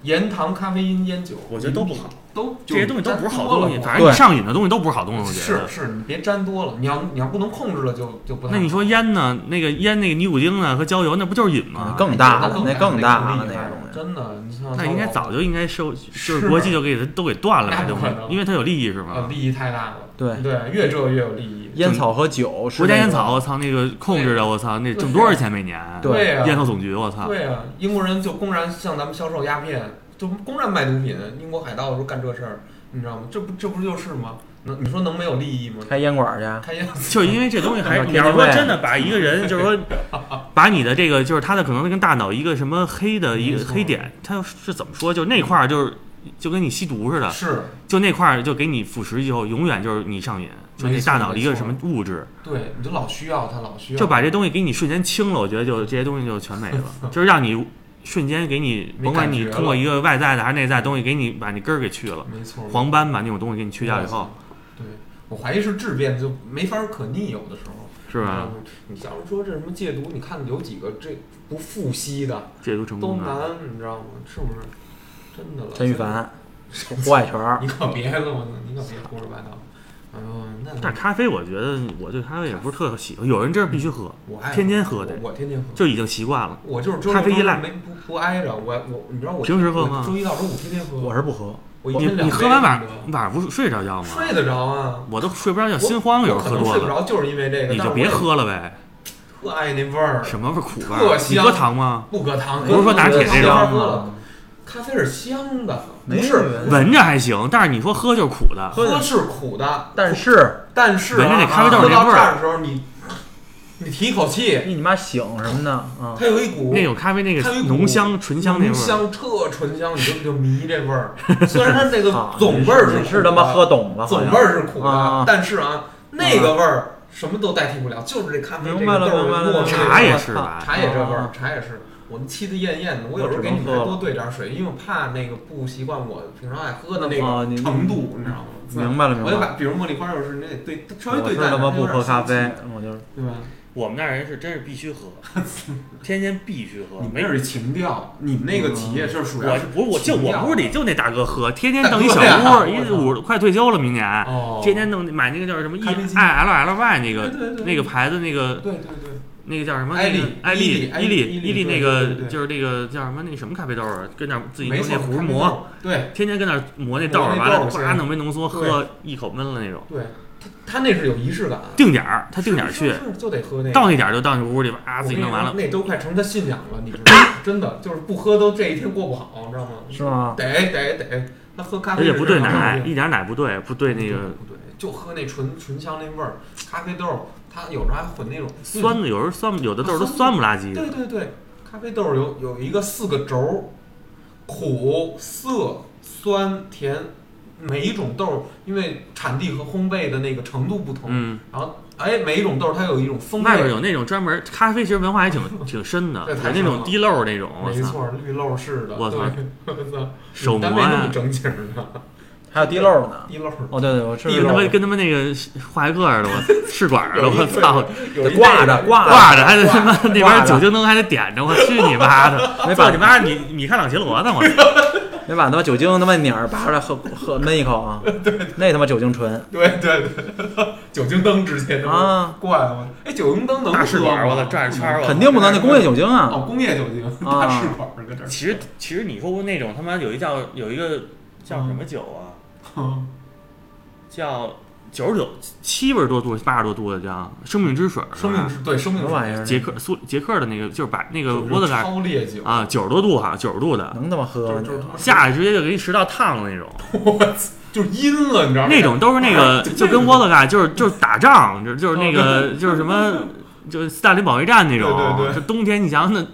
Speaker 1: 盐糖、咖啡因、烟酒，
Speaker 3: 我觉得都不好
Speaker 1: 饮品，都
Speaker 3: 这些东西都不是好东西。
Speaker 1: 咱多了
Speaker 3: 反正你上瘾的东西都不是好东西，我觉
Speaker 1: 是
Speaker 3: 得。
Speaker 1: 是，你别沾多了，你要你要不能控制了就就不太
Speaker 3: 那
Speaker 1: 好。
Speaker 3: 你说烟呢？那个烟那个尼古丁啊呢和焦油，那不就是瘾吗？
Speaker 2: 更大
Speaker 1: 那
Speaker 2: 了，那
Speaker 1: 更
Speaker 2: 更大
Speaker 1: 那个
Speaker 2: 了，那个
Speaker 1: 厉害
Speaker 2: 东西。
Speaker 1: 真的，你像
Speaker 3: 那应该
Speaker 1: 像
Speaker 3: 早就应该收，就是是国际就给它都给断了
Speaker 1: 那
Speaker 3: 呗，
Speaker 1: 不
Speaker 3: 对
Speaker 1: 可
Speaker 3: 吧
Speaker 1: 能？
Speaker 3: 因为它有利益是
Speaker 1: 我呃
Speaker 3: 吗？
Speaker 1: 利益太大了，
Speaker 2: 对
Speaker 1: 对，越这越有利益。
Speaker 2: 烟草和酒是那
Speaker 3: 国家
Speaker 2: 个
Speaker 3: 烟草，我操，那个控制的，我操，那挣多少钱每年？
Speaker 2: 对
Speaker 1: 呀、
Speaker 3: 烟草总局，我操，
Speaker 1: 啊对啊，英国人就公然向咱们销售鸦片，就公然卖毒品。英国海盗都干这事儿，你知道吗？这不这不就是吗？能你说能没有利益吗？
Speaker 2: 开烟馆去，
Speaker 1: 开烟
Speaker 3: 就是因为这东西还，
Speaker 2: 嗯
Speaker 3: 你要说真的把一个人，就是说， 把你的这个，就是他的可能跟大脑一个什么黑的一
Speaker 1: 没
Speaker 3: 个
Speaker 1: 错
Speaker 3: 黑点，他是怎么说？就是那块儿就是就跟你吸毒似的，
Speaker 1: 是
Speaker 3: 就那块儿就给你腐蚀以后，永远就是你上瘾，就
Speaker 1: 没
Speaker 3: 那
Speaker 1: 错
Speaker 3: 大脑的一
Speaker 1: 没
Speaker 3: 个
Speaker 1: 错
Speaker 3: 什么物质，
Speaker 1: 对，你就老需要他，老需要
Speaker 3: 就把这东西给你瞬间清了。我觉得就这些东西就全没 了，就是让你瞬间给你，
Speaker 1: 没
Speaker 3: 甭管
Speaker 1: 感觉
Speaker 3: 你
Speaker 1: 了
Speaker 3: 通过一个外在的还是内在的东西，给你把你根儿给去了，
Speaker 1: 没错。
Speaker 3: 黄斑把那种东西给你去掉以后，
Speaker 1: 对，我怀疑是质变，就没法可逆，有的时候
Speaker 3: 是吧？？
Speaker 1: 你假如说这什么戒毒，你看有几个这不复吸的
Speaker 3: 戒毒成
Speaker 1: 都
Speaker 3: 功的，
Speaker 1: 难，你知道吗？是不是？真的了。
Speaker 2: 陈 羽凡，胡海泉儿，
Speaker 1: 你可别了，我操你可别胡说八道。嗯，那
Speaker 3: 但是咖啡，我觉得我对咖啡也不是特喜欢，有人真是必须喝，
Speaker 1: 我爱
Speaker 3: 天天喝的
Speaker 1: 我我天天喝。
Speaker 3: 就已经习惯了。
Speaker 1: 我就是周
Speaker 3: 咖啡依赖
Speaker 1: 没不不挨着我我你知道我
Speaker 3: 平时喝吗
Speaker 1: 我周一到周五天天喝，
Speaker 2: 我是不喝，
Speaker 1: 我一
Speaker 3: 你
Speaker 1: 天两
Speaker 3: 你
Speaker 1: 杯
Speaker 3: 喝完
Speaker 1: 差
Speaker 3: 晚
Speaker 1: 不多
Speaker 3: 晚上不是睡着觉吗？
Speaker 1: 睡得着啊，
Speaker 3: 我都睡不着觉，
Speaker 1: 我
Speaker 3: 心慌，有
Speaker 1: 我
Speaker 3: 时
Speaker 1: 可
Speaker 3: 候喝
Speaker 1: 能睡不
Speaker 3: 多了，
Speaker 1: 着就是因为这个，
Speaker 3: 你
Speaker 1: 但
Speaker 3: 就是别
Speaker 1: 我也
Speaker 3: 喝了呗。
Speaker 1: 特爱那味儿，
Speaker 3: 什么味儿苦味
Speaker 1: 特
Speaker 3: 儿？你
Speaker 1: 香
Speaker 3: 喝糖吗？
Speaker 1: 不搁糖，
Speaker 3: 不是说打铁那
Speaker 1: 没
Speaker 3: 种
Speaker 1: 法
Speaker 2: 香
Speaker 1: 喝
Speaker 2: 啊
Speaker 1: 了，，咖啡是香的，不
Speaker 2: 没
Speaker 1: 是
Speaker 2: 人
Speaker 3: 闻着还行，但是你说喝就是苦的。
Speaker 1: 喝是苦的，
Speaker 2: 但是
Speaker 1: 但是啊
Speaker 3: 闻着那咖啡豆
Speaker 1: 喝
Speaker 3: 那
Speaker 1: 到
Speaker 3: 味儿
Speaker 1: 这儿的时候，你你提一口气，
Speaker 2: 你你妈醒什么的啊？
Speaker 1: 它有一股
Speaker 6: 那种咖啡那
Speaker 1: 它有
Speaker 6: 个
Speaker 1: 一股
Speaker 6: 浓香醇香那
Speaker 1: 浓
Speaker 6: 味儿，
Speaker 1: 香特醇香，你就就迷这味 儿。虽然它那个总味儿
Speaker 2: 啊你
Speaker 1: 是苦
Speaker 2: 是他
Speaker 1: 的
Speaker 2: 妈喝懂了，
Speaker 1: 总
Speaker 2: 好像
Speaker 1: 味儿是苦的
Speaker 2: 啊，
Speaker 1: 但是啊，那个味儿什么都代替不了，就是这咖啡这
Speaker 2: 明
Speaker 1: 个
Speaker 2: 白了
Speaker 1: 豆
Speaker 2: 明白
Speaker 1: 儿
Speaker 2: 了
Speaker 1: 的
Speaker 2: 明白了
Speaker 6: 茶也是吧？
Speaker 1: 茶也这味儿
Speaker 2: 啊，
Speaker 1: 茶也是。我们沏的艳艳的，我有时候
Speaker 2: 我
Speaker 1: 给
Speaker 2: 只
Speaker 1: 你
Speaker 2: 能
Speaker 1: 们
Speaker 2: 喝了
Speaker 1: 多兑点儿水，因为怕那个不习惯我平常爱喝的那
Speaker 2: 啊
Speaker 1: 个
Speaker 2: 你
Speaker 1: 程度，你知道吗？
Speaker 2: 明白了明
Speaker 1: 我
Speaker 2: 白
Speaker 1: 就
Speaker 2: 了。
Speaker 1: 把，比如茉莉花，就是那得对稍微
Speaker 2: 我
Speaker 1: 对
Speaker 2: 是
Speaker 1: 待，
Speaker 2: 他妈不
Speaker 1: 有点
Speaker 2: 喝咖啡
Speaker 1: 生气，
Speaker 2: 我就是
Speaker 1: 对吧？
Speaker 3: 我们那儿人是真是必须 喝，天天必须喝
Speaker 1: 你，们
Speaker 3: 没
Speaker 1: 那是情调，你们那个企业就是属于
Speaker 3: 嗯我不是我就
Speaker 1: 情调
Speaker 3: 我屋里就那大哥喝，天天弄一小
Speaker 1: 大哥呀
Speaker 3: 屋，一五快退休了，明年
Speaker 1: 哦，
Speaker 3: 天天弄买那个叫什么 E
Speaker 1: 咖啡机
Speaker 3: I L L Y 那
Speaker 1: 对
Speaker 3: 个
Speaker 1: 对对
Speaker 3: 那个牌子那个
Speaker 1: 对对对，
Speaker 3: 那个叫什么？
Speaker 1: 艾
Speaker 3: 那个
Speaker 1: 丽
Speaker 3: 艾
Speaker 1: 伊
Speaker 3: 丽
Speaker 1: 利，
Speaker 3: 伊
Speaker 1: 艾丽
Speaker 3: 利，伊利那个
Speaker 1: 对对对
Speaker 3: 就是那个叫什么？那什么咖啡豆儿，啊跟那儿自己
Speaker 1: 没
Speaker 3: 用
Speaker 1: 错
Speaker 3: 那，壶磨，，
Speaker 1: 对
Speaker 3: 天天跟那儿磨那豆
Speaker 1: 磨
Speaker 3: 儿，
Speaker 1: 那
Speaker 3: 完
Speaker 1: 豆
Speaker 3: 了
Speaker 1: 儿
Speaker 3: 啪
Speaker 1: 是
Speaker 3: 弄杯浓缩，
Speaker 1: 对
Speaker 3: 喝一口闷了那种。
Speaker 1: 对，他他那是有仪式感，
Speaker 3: 定点儿，他定点儿去
Speaker 1: 是，是是就得喝那个。
Speaker 3: 到那点儿就到那屋里，
Speaker 1: 我
Speaker 3: 哇，
Speaker 1: 跟
Speaker 3: 自
Speaker 1: 你
Speaker 3: 己弄完了
Speaker 1: 说。那都快成他信仰了，你知道吗？真的就是不喝都这一天过不好，你知道吗？
Speaker 2: 是吗？
Speaker 1: 得得得，那喝咖
Speaker 3: 而
Speaker 1: 啡
Speaker 3: 且不
Speaker 1: 是
Speaker 3: 兑
Speaker 1: 正常
Speaker 3: 奶
Speaker 1: 的，
Speaker 3: 一点奶不兑，不兑那个
Speaker 1: 不对，就喝那醇醇香那味儿，咖啡豆它有时候还混那种
Speaker 3: 酸的，有时候酸不，有的豆儿都酸不拉几的。
Speaker 1: 对对对，咖啡豆有有一个四个轴儿，苦、涩、酸、甜，每一种豆儿因为产地和烘焙的那个程度不同，
Speaker 3: 嗯，
Speaker 1: 然后哎，每一种豆儿它有一种风
Speaker 3: 外边
Speaker 1: 味。
Speaker 3: 有那种专门咖啡，其实文化还挺挺深的，
Speaker 1: 对
Speaker 3: 有
Speaker 1: 太
Speaker 3: 那
Speaker 1: 深
Speaker 3: 种
Speaker 1: 了
Speaker 3: 滴漏儿那种，我
Speaker 1: 没
Speaker 3: 操，
Speaker 1: 错，绿漏式的，
Speaker 3: 我操
Speaker 1: 对， 我操，
Speaker 3: 手啊
Speaker 1: 你单
Speaker 3: 磨
Speaker 1: 位那么
Speaker 3: 呀，
Speaker 1: 正经儿呢，
Speaker 2: 还有滴漏呢。
Speaker 1: 滴漏儿，
Speaker 2: 哦，对对，我吃
Speaker 3: 跟他妈跟他妈那个化学课似的，我试管儿的，
Speaker 1: 有一
Speaker 3: 我
Speaker 1: 对
Speaker 3: 操，
Speaker 1: 有一
Speaker 2: 挂
Speaker 1: 那
Speaker 2: 着
Speaker 1: 个
Speaker 2: 挂
Speaker 3: 挂着还得
Speaker 1: 挂
Speaker 3: 他妈那边
Speaker 2: 挂
Speaker 3: 儿
Speaker 2: 着
Speaker 3: 酒精灯还得点着，我去你妈的！
Speaker 2: 没
Speaker 3: 操
Speaker 2: 把
Speaker 3: 你妈米米开朗基罗呢，我操！
Speaker 2: 没把他妈酒精他妈捻儿拔出来喝喝闷一口 啊，那他妈酒精纯
Speaker 1: 对对对，酒精灯直接就
Speaker 2: 啊，
Speaker 1: 怪我，哎，酒精灯能
Speaker 3: 大试管儿，
Speaker 1: 喝
Speaker 3: 我
Speaker 1: 吗
Speaker 3: 操，转着圈儿，我操
Speaker 2: 肯定不能那工业酒精啊，
Speaker 1: 哦，工业酒精，
Speaker 2: 啊
Speaker 1: 大试管儿搁这儿，
Speaker 3: 其实其实你说过那种他妈有一叫有一个叫什么酒啊？叫九十九七十多度八十多度的叫生命之水儿，
Speaker 1: 生命
Speaker 3: 是吧
Speaker 1: 之对生
Speaker 2: 什
Speaker 1: 命
Speaker 2: 么
Speaker 1: 之
Speaker 2: 玩意儿？
Speaker 3: 捷克苏捷克的那个就是把那个
Speaker 1: 就是
Speaker 3: 伏特加
Speaker 1: 超烈酒，
Speaker 3: 啊九十多度哈九十度
Speaker 1: 嗯
Speaker 3: 的
Speaker 2: 能他妈
Speaker 1: 就
Speaker 2: 喝吗
Speaker 1: 是？就是他妈
Speaker 3: 下来直接就给你食道烫了那种，
Speaker 1: 就是阴了，你知道吗？
Speaker 3: 那种都是那个
Speaker 1: 哦对哦
Speaker 3: 就跟伏特加就是就是打仗，就就是那个就是什么。就是斯大林保卫战那种，
Speaker 1: 对对对
Speaker 3: 这冬天你想想，那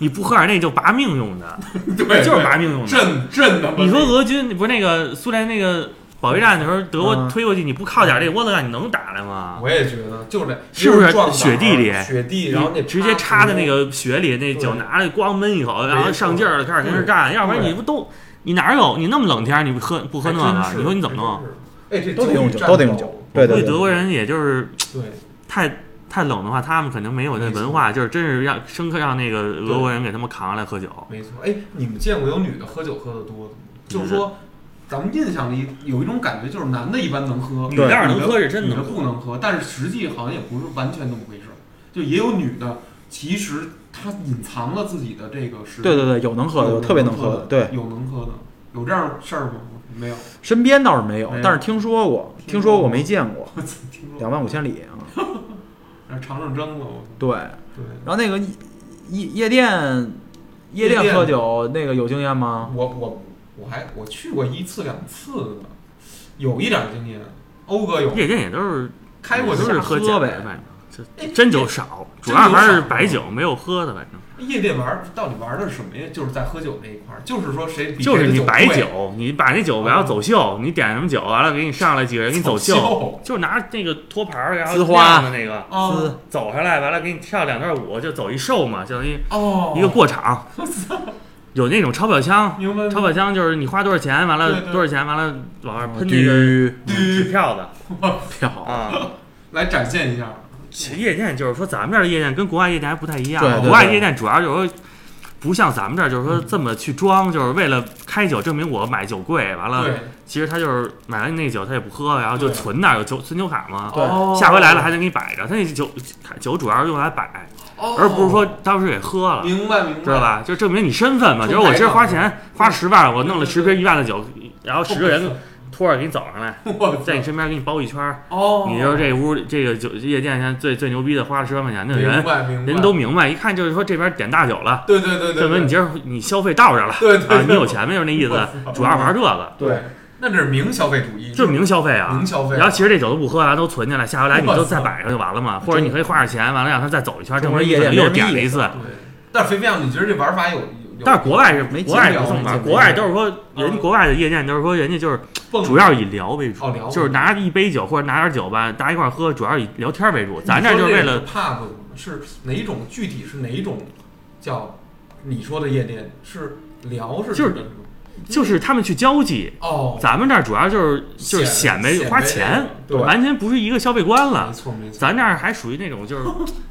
Speaker 3: 你不喝点那就拔命用的，
Speaker 1: 对，
Speaker 3: 就是
Speaker 1: 把
Speaker 3: 拔命用的。
Speaker 1: 震震的嘛。
Speaker 3: 你说俄军不是那个苏联那个保卫战的时候，德国
Speaker 2: 嗯
Speaker 3: 推过去，你不靠点这窝子干，你能打来吗？
Speaker 1: 我也觉得，就是这
Speaker 3: 是不是
Speaker 1: 一撞倒
Speaker 3: 雪地里
Speaker 1: 雪地，
Speaker 3: 你
Speaker 1: 然后那
Speaker 3: 直接插在那
Speaker 1: 个，
Speaker 3: 个雪里，那脚
Speaker 1: 对
Speaker 3: 拿着咣闷一口，然后上劲儿了，开始跟
Speaker 1: 对
Speaker 3: 这干，要不然
Speaker 1: 对
Speaker 3: 你不都你哪有你那么冷天儿你不喝不喝那
Speaker 1: 还真
Speaker 3: 个？
Speaker 1: 是
Speaker 3: 你说你怎么弄？？啊
Speaker 1: 还真是哎，这
Speaker 2: 都得用酒
Speaker 1: 战
Speaker 2: 都得用酒对对
Speaker 3: 所以
Speaker 2: 对
Speaker 3: 德国人也就是
Speaker 1: 对，
Speaker 3: 太太冷的话，他们肯定没有那
Speaker 1: 没错
Speaker 3: 文化，就是真是让深刻让那个俄国人给他们扛上来喝酒。
Speaker 1: 没错。哎，你们见过有女的喝酒喝的多的吗？就是
Speaker 3: 嗯
Speaker 1: 说，咱们印象里有一种感觉，就是男的一般能喝，
Speaker 3: 女
Speaker 2: 对
Speaker 3: 的要是能喝是真
Speaker 1: 女的
Speaker 3: 能
Speaker 1: 不
Speaker 3: 喝，
Speaker 1: 能喝，但是实际好像也不是完全那么回事儿，就也有女的，其实她隐藏了自己的这个是
Speaker 2: 对对对，有能喝的，有特别能喝的，对，
Speaker 1: 有能喝的，有这样的事儿吗？没有，
Speaker 2: 身边倒是没有
Speaker 1: 没有，
Speaker 2: 但是听说过，
Speaker 1: 听
Speaker 2: 听
Speaker 1: 说
Speaker 2: 说
Speaker 1: 过
Speaker 2: 过没见过，
Speaker 1: 我只听说
Speaker 2: 两万五千里啊，
Speaker 1: 那尝尝蒸了，我
Speaker 2: 对，
Speaker 1: 对，
Speaker 2: 然后那个夜夜夜店夜
Speaker 1: 夜店
Speaker 2: 店喝酒那个有经验吗？
Speaker 1: 我我我还我去过一次两次呢，有一点经验，欧哥有
Speaker 3: 夜店也都是
Speaker 1: 开过
Speaker 3: 也
Speaker 1: 酒
Speaker 3: 都是喝
Speaker 2: 喝
Speaker 3: 酒
Speaker 2: 呗
Speaker 3: 反
Speaker 1: 哎
Speaker 3: 正这真酒少，主
Speaker 1: 真
Speaker 3: 要
Speaker 1: 酒
Speaker 3: 还
Speaker 1: 少
Speaker 3: 是白酒没有喝的，反正。
Speaker 1: 夜店玩儿到底玩儿的是什么呀？就是在喝酒那一块儿，就是说谁比
Speaker 3: 就是
Speaker 1: 谁的
Speaker 3: 你白
Speaker 1: 贵
Speaker 3: 酒，你把那酒然后走秀，你点什么酒，完了给你上来几个人给你走秀，
Speaker 1: 秀
Speaker 3: 就拿那个托盘儿，然后
Speaker 2: 呲花
Speaker 3: 晾的那个
Speaker 1: 啊
Speaker 2: 滋
Speaker 3: 走下来，完了给你跳两段舞，就走一show 嘛，相当于
Speaker 1: 哦
Speaker 3: 一个过场。有那种钞票枪，
Speaker 1: 明白
Speaker 3: 钞票枪就是你花多少钱，完
Speaker 1: 嗯对
Speaker 3: 了
Speaker 1: 对
Speaker 3: 多少钱，完了往上
Speaker 2: 哦
Speaker 3: 喷那个
Speaker 2: 嘟
Speaker 3: 纸票的
Speaker 2: 票，
Speaker 3: 啊。
Speaker 1: 来展现一下，
Speaker 3: 其实夜店就是说，咱们这儿的夜店跟国外夜店还不太一样
Speaker 2: 对对，对
Speaker 3: 国外夜店主要就是说。不像咱们这儿，就是说这么去装，就是为了开酒证明我买酒贵，完了
Speaker 1: 对，
Speaker 3: 其实他就是买完那酒他也不喝，然后就
Speaker 1: 对
Speaker 3: 存那儿有酒存酒卡嘛，
Speaker 2: 对
Speaker 1: 哦
Speaker 3: 下回来了还能给你摆着。他那酒酒主要是用来摆，
Speaker 1: 哦
Speaker 3: 而不是说当时给喝了，
Speaker 1: 明白明哦白，
Speaker 3: 知道？吧？就证明你身份嘛，
Speaker 1: 就
Speaker 3: 就是我
Speaker 1: 摆
Speaker 3: 今儿
Speaker 1: 着
Speaker 3: 花钱花十万，我弄了
Speaker 1: 对
Speaker 3: 十
Speaker 1: 对对
Speaker 3: 瓶一万的酒，然后十个
Speaker 1: 哦
Speaker 3: 人托着给你走上来，
Speaker 1: 我操
Speaker 3: 在你身边给你包一圈儿。
Speaker 1: 哦，
Speaker 3: 你就是这屋这个酒夜店现在最最牛逼的，花了十万块钱的
Speaker 1: 明
Speaker 3: 人，
Speaker 1: 白明白，
Speaker 3: 人都明白，一看就是说这边点大酒了，
Speaker 1: 对对对对，
Speaker 3: 证明你今儿你消费到这儿了
Speaker 1: 对对
Speaker 3: 啊，
Speaker 1: 对
Speaker 3: 你有钱没有那意思，主要玩这个。
Speaker 1: 对，那这是明消费主义，
Speaker 3: 这明消费啊，
Speaker 1: 明消费
Speaker 3: 然后其实这酒都不喝啊，都存起来，下回来你
Speaker 1: 我操
Speaker 3: 就再摆上就完了嘛，或者你可以花点钱，完了让他再走一圈，这
Speaker 2: 中
Speaker 3: 回
Speaker 2: 国夜
Speaker 3: 可能
Speaker 2: 店没什么
Speaker 3: 又点了
Speaker 2: 意
Speaker 3: 一
Speaker 2: 思
Speaker 3: 次。
Speaker 1: 对。但是肥皂，你觉得这玩法有有？有
Speaker 3: 啊但是国外是
Speaker 2: 没
Speaker 3: 国外
Speaker 2: 见
Speaker 3: 不
Speaker 2: 过
Speaker 3: 这么
Speaker 2: 没
Speaker 3: 玩，
Speaker 2: 见过
Speaker 3: 国外都是说人家国外的夜店都是说人家就是
Speaker 1: 蹦
Speaker 3: 主要以聊为主
Speaker 1: 哦聊，
Speaker 3: 就是拿一杯酒或者拿点酒吧，大家一块儿喝，主要以聊天为主。咱
Speaker 1: 你
Speaker 3: 这儿就
Speaker 1: 说
Speaker 3: 是
Speaker 1: 这
Speaker 3: 为了
Speaker 1: 个 pub 是哪种？具体是哪种叫你说的夜店？是聊是
Speaker 3: 就
Speaker 1: 指
Speaker 3: 是
Speaker 1: 的什么
Speaker 3: 就是他们去交际，
Speaker 1: 哦，
Speaker 3: 咱们这儿主要就是就是
Speaker 1: 显
Speaker 3: 显
Speaker 1: 摆
Speaker 3: 摆
Speaker 1: 显
Speaker 3: 花
Speaker 1: 摆
Speaker 3: 钱，
Speaker 1: 对
Speaker 3: 完全不是一个消费观
Speaker 1: 没
Speaker 3: 了。
Speaker 1: 错没错，
Speaker 3: 咱这儿还属于那种就是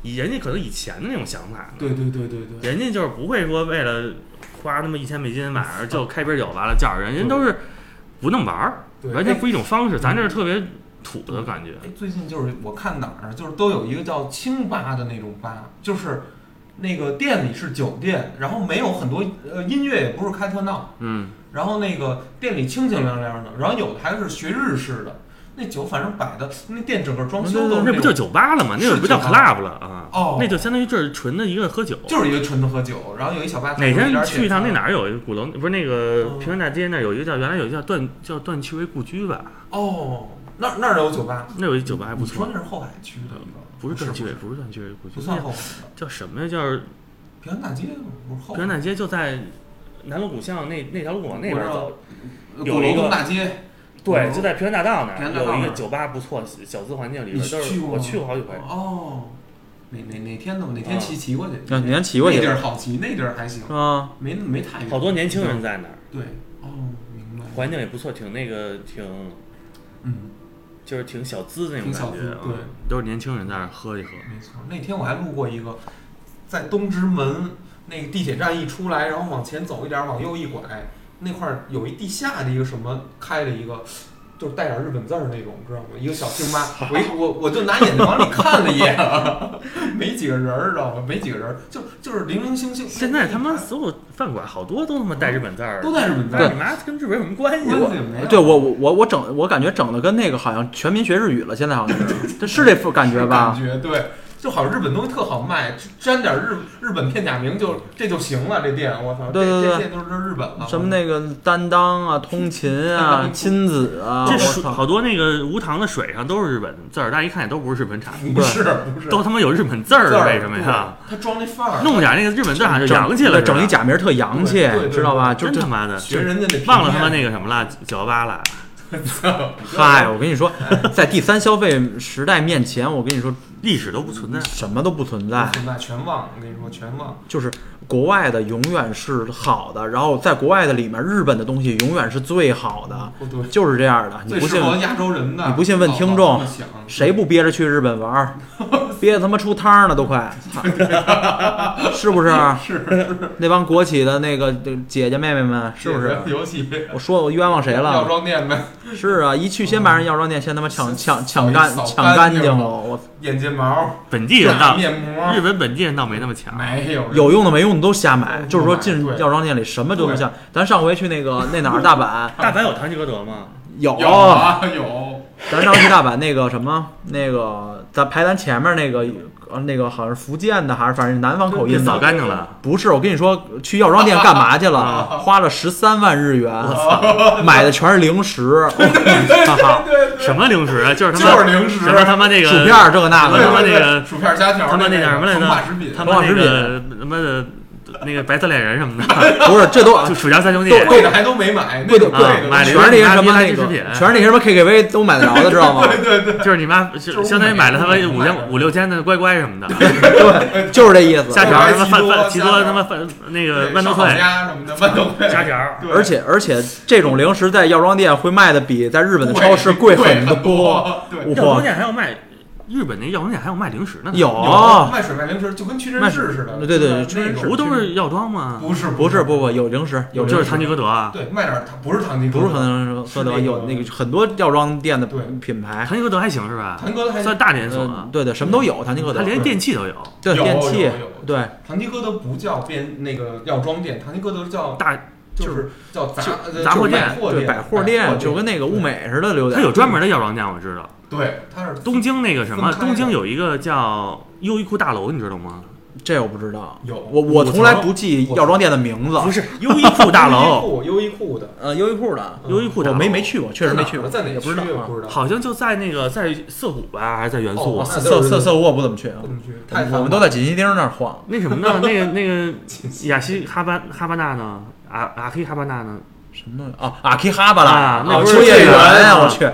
Speaker 3: 以人家可能以前的那种想法呢，
Speaker 1: 对对对对对，
Speaker 3: 人家就是不会说为了花那么一千美金晚上就开瓶酒完了叫人，人都是不那么玩儿，
Speaker 1: 对
Speaker 3: 完全不是一种方式。咱这是特别土的感觉。
Speaker 1: 哎，最近就是我看哪儿，就是都有一个叫清吧的那种吧，就是那个店里是酒店，然后没有很多呃音乐，也不是开特闹，
Speaker 3: 嗯，
Speaker 1: 然后那个店里清清凉凉的，然后有的还是学日式的，那酒反正摆的，那店整个装修都是
Speaker 3: 那不
Speaker 1: 种
Speaker 3: 就酒吧了吗？那就不叫
Speaker 1: 嗯是酒吧
Speaker 3: club 了啊，
Speaker 1: 哦
Speaker 3: 那就相当于就是纯的一个喝酒。
Speaker 1: 就是一个纯的喝酒，然后有一小吧台，
Speaker 3: 哪
Speaker 1: 有点
Speaker 3: 天
Speaker 1: 儿
Speaker 3: 去一趟
Speaker 1: 点
Speaker 3: 那
Speaker 1: 餐
Speaker 3: 哪儿有一个鼓楼，不是那个
Speaker 1: 哦
Speaker 3: 平安大街那儿有一个叫原来有一个叫段叫段祺瑞故居吧，
Speaker 1: 哦，那儿那儿有酒吧，
Speaker 3: 那有一酒吧还不
Speaker 1: 你说
Speaker 3: 错。嗯
Speaker 1: 那是后海区的一个，
Speaker 3: 不是段祺
Speaker 1: 区
Speaker 3: 瑞，，不是段祺瑞故居，
Speaker 1: 不
Speaker 3: 那
Speaker 1: 算
Speaker 3: 叫
Speaker 1: 后海的，
Speaker 3: 叫什么呀？叫
Speaker 1: 平安大街不是后
Speaker 3: 平
Speaker 1: 海
Speaker 3: 安。大街就在南锣鼓巷那那条路往那边
Speaker 1: 我知道
Speaker 3: 走，
Speaker 1: 鼓
Speaker 3: 有一
Speaker 1: 楼
Speaker 3: 个
Speaker 1: 东大街，
Speaker 3: 对，就在平安大道那
Speaker 1: 平
Speaker 3: 儿
Speaker 1: 安大道那儿
Speaker 3: 有一个酒吧，不错，小资环境里
Speaker 1: 你
Speaker 3: 边都
Speaker 1: 去
Speaker 3: 是
Speaker 1: 过吗
Speaker 3: 我去过好几回。
Speaker 1: 哦，哪哪哪天呢？我哪天
Speaker 3: 啊
Speaker 1: 骑骑过去？
Speaker 2: 啊，你先骑过
Speaker 1: 那
Speaker 2: 去
Speaker 1: 地儿好骑，那地儿还行，
Speaker 2: 啊，
Speaker 1: 没没太远。
Speaker 3: 好多年轻人在那儿，
Speaker 1: 对，哦，明白。
Speaker 3: 环境也不错，挺那个挺
Speaker 1: 嗯，
Speaker 3: 就是挺小资的那种
Speaker 1: 挺小
Speaker 3: 感
Speaker 1: 资
Speaker 3: 觉啊，
Speaker 1: 对
Speaker 3: 都是年轻人在那儿喝一喝。
Speaker 1: 没错。那天我还路过一个，在东直门那个地铁站一出来，然后往前走一点，往右一拐，那块儿有一地下的一个什么开了一个。就是带点日本字儿那种，知道吗？一个小清 吧，我一我我就拿眼睛往里看了一眼，没几个人儿，知道吗？没几个人儿，就就是零零星星。
Speaker 3: 现在他妈所有饭馆好多都他妈带日本字儿，
Speaker 1: 都带日本字
Speaker 3: 对
Speaker 1: 儿，
Speaker 3: 你妈跟日本有什么关系？啊
Speaker 1: 关系也没有啊
Speaker 2: 对我我我我整我感觉整的跟那个好像全民学日语了，现在好像是，这是这副感觉吧？
Speaker 1: 感觉对，就好像日本东西特好卖，沾点日日本片假名就这就行了。这店我操，
Speaker 2: 对对
Speaker 1: 这这
Speaker 2: 对
Speaker 1: 店都是日本了。
Speaker 2: 什么那个担当啊、通勤啊、亲子啊，
Speaker 3: 这
Speaker 2: 我
Speaker 3: 水
Speaker 2: 操，
Speaker 3: 好多那个无糖的水上都是日本字儿，但一看也都不是日本产，
Speaker 1: 不是不是
Speaker 3: 都他妈有日本字儿，为什么呀？？
Speaker 1: 对他装那范儿，
Speaker 3: 弄点那个日本字儿好像就
Speaker 2: 整
Speaker 3: 洋气了，
Speaker 2: 对整一
Speaker 3: 假，
Speaker 2: 假名儿特洋气
Speaker 1: 对对，对
Speaker 2: 知道吧？就
Speaker 3: 真
Speaker 2: 这
Speaker 3: 他妈的
Speaker 1: 学人家那
Speaker 3: 忘了他妈那个什么了，九幺八了。
Speaker 1: 个
Speaker 2: 嗨，我跟你说，在第三消费时代面前，我跟你说，
Speaker 3: 历史都不存在。
Speaker 2: 什么都不存在，
Speaker 1: 存在全忘，我跟你说全忘。
Speaker 2: 就是国外的永远是好的，然后在国外的里面，日本的东西永远是最好的，
Speaker 1: 不对，
Speaker 2: 就是这样的。你
Speaker 1: 最
Speaker 2: 不
Speaker 1: 适
Speaker 2: 信？
Speaker 1: 合亚洲人的。
Speaker 2: 你不信问听众
Speaker 1: 老这么想
Speaker 2: 谁不憋着去日本玩儿？憋得他妈出汤儿了都快，操是不是？是那帮国企的那个姐姐妹妹们，是不是？
Speaker 1: 尤其
Speaker 2: 我说我冤枉谁
Speaker 1: 药
Speaker 2: 了？
Speaker 1: 妆店呗，
Speaker 2: 是啊，一去先把人药妆店先他妈抢抢抢干
Speaker 1: 扫
Speaker 2: 抢干
Speaker 1: 干
Speaker 2: 净
Speaker 1: 净
Speaker 2: 了，
Speaker 1: 了
Speaker 2: 我
Speaker 1: 眼睫毛、
Speaker 3: 本地人倒，
Speaker 1: 啊面膜
Speaker 3: 日，本本地人倒没那么强。
Speaker 1: 没有人
Speaker 2: 有用的没用的都瞎买，
Speaker 1: 嗯
Speaker 2: 就是说进
Speaker 1: 对
Speaker 2: 药妆店里什么都能下。咱上回去那个那哪儿大阪
Speaker 3: 大阪有唐吉诃德吗？
Speaker 2: 有，
Speaker 1: 有啊有。
Speaker 2: 咱上回去大阪那个什么那个咱排咱前面那个呃那个好像是福建的还是反正南方口
Speaker 3: 给
Speaker 2: 音
Speaker 3: 扫
Speaker 2: 的。
Speaker 3: 哦干净了。
Speaker 2: 不是，我跟你说，去药妆店干嘛去 了？花了十三万日元，买的全是零食，哈哈
Speaker 3: 什么零食啊？就是他
Speaker 1: 就是
Speaker 3: 妈
Speaker 1: 零食
Speaker 3: 什么他妈那个
Speaker 2: 薯片儿这个那
Speaker 3: 他
Speaker 2: 个
Speaker 3: 们
Speaker 1: 对对对
Speaker 2: 的
Speaker 3: 他。妈那个
Speaker 1: 薯片虾条儿
Speaker 3: 他妈
Speaker 1: 那
Speaker 3: 那叫什么来
Speaker 1: 膨化食
Speaker 3: 着
Speaker 1: 品？
Speaker 3: 他妈那个他妈的那个白色恋人什 么的，
Speaker 2: 不是，这都
Speaker 3: 就暑假三兄弟
Speaker 2: 都
Speaker 1: 贵的还都没买，那
Speaker 2: 贵的
Speaker 1: 个
Speaker 2: 贵
Speaker 1: 贵
Speaker 3: 啊
Speaker 1: 的
Speaker 3: 买了一
Speaker 2: 全
Speaker 3: 啊个
Speaker 2: 是那些什么
Speaker 3: 垃圾
Speaker 2: 那
Speaker 3: 食
Speaker 2: 个，
Speaker 3: 品
Speaker 2: 全是那些什么 KTV 都买得着 的，知道吗？
Speaker 3: 就是你妈就相当于买了他妈五千五六千的乖乖什么的，
Speaker 2: 对，就是这意思。
Speaker 3: 虾条儿他妈
Speaker 1: 奇多
Speaker 3: 饭饭奇
Speaker 1: 虾条
Speaker 3: 多
Speaker 1: 儿
Speaker 3: 他妈饭那个
Speaker 1: 对
Speaker 3: 豌豆
Speaker 1: 烧烤
Speaker 3: 脆
Speaker 1: 鸭什么的，豌豆脆，
Speaker 3: 虾条儿，
Speaker 1: 对
Speaker 2: 而且而且这种零食在药妆店会卖的比在日本的超市
Speaker 1: 贵
Speaker 2: 很
Speaker 1: 很
Speaker 2: 多。。
Speaker 1: 对，
Speaker 2: 我
Speaker 3: 药妆店还有卖日本那药妆店还有卖零食呢，
Speaker 2: 有
Speaker 1: 有卖水卖零食就跟屈臣氏似的，
Speaker 2: 卖水对对对
Speaker 1: 就是那种
Speaker 3: 不都是药妆吗？
Speaker 1: 不是
Speaker 2: 不是不不有零食有零
Speaker 3: 就是
Speaker 2: 食
Speaker 3: 唐吉诃德啊，
Speaker 1: 对卖点儿糖不是糖精，
Speaker 2: 不是可能喝
Speaker 1: 是那
Speaker 2: 得
Speaker 1: 个
Speaker 2: 有那个很多药妆店的
Speaker 1: 对
Speaker 2: 品牌，
Speaker 3: 唐吉诃德还行是吧？
Speaker 1: 唐吉诃德还
Speaker 3: 算大连锁啊
Speaker 2: 嗯，，对对，什么都有，唐吉诃
Speaker 3: 他
Speaker 2: 德，
Speaker 3: 连电器都有，
Speaker 2: 对
Speaker 1: 有
Speaker 2: 电器
Speaker 1: 有有，
Speaker 2: 对
Speaker 1: 唐吉诃德不叫变那个药妆店，唐吉诃德叫
Speaker 3: 大
Speaker 1: 就是叫杂
Speaker 3: 就
Speaker 1: 呃
Speaker 3: 杂货
Speaker 1: 就是百
Speaker 3: 店
Speaker 1: 货
Speaker 2: 对
Speaker 1: 店
Speaker 2: 百货店，就跟那个物美似的，有
Speaker 3: 他
Speaker 2: 点
Speaker 3: 有专门的药妆店，我知道。
Speaker 1: 对它是
Speaker 3: 东京那个什么，
Speaker 1: 分开的
Speaker 3: 东京有一个叫优衣库大楼，你知道吗？
Speaker 2: 这我不知道，
Speaker 1: 有
Speaker 2: 我我从来不记药妆店的名字，
Speaker 7: 不是优衣库大楼，
Speaker 1: 优衣库优衣库的，
Speaker 2: 呃， 优衣库的，啊
Speaker 1: 嗯
Speaker 3: 优衣库大
Speaker 2: 我
Speaker 3: 楼
Speaker 2: 没没去过，确实没去过，
Speaker 1: 在哪
Speaker 2: 也
Speaker 1: 个
Speaker 2: 不
Speaker 1: 区
Speaker 2: 知道
Speaker 1: 域
Speaker 2: 啊。
Speaker 1: 不知道。
Speaker 3: 好像就在那个在涩谷吧，还是在元素
Speaker 1: 哦
Speaker 3: 啊？
Speaker 1: 那
Speaker 2: 色色色我不怎么去啊
Speaker 1: 不，能去，太
Speaker 2: 我们都在锦西町那儿晃。
Speaker 3: 那什么呢？那个那个雅西哈巴哈巴纳呢？阿阿黑哈巴纳呢？
Speaker 2: 什么东西啊？阿基哈巴
Speaker 3: 啊
Speaker 2: 拉，
Speaker 3: 那
Speaker 2: 啊
Speaker 3: 不是
Speaker 2: 秋叶
Speaker 3: 最
Speaker 2: 原
Speaker 3: 远
Speaker 2: 啊！
Speaker 3: 吗
Speaker 2: 我去，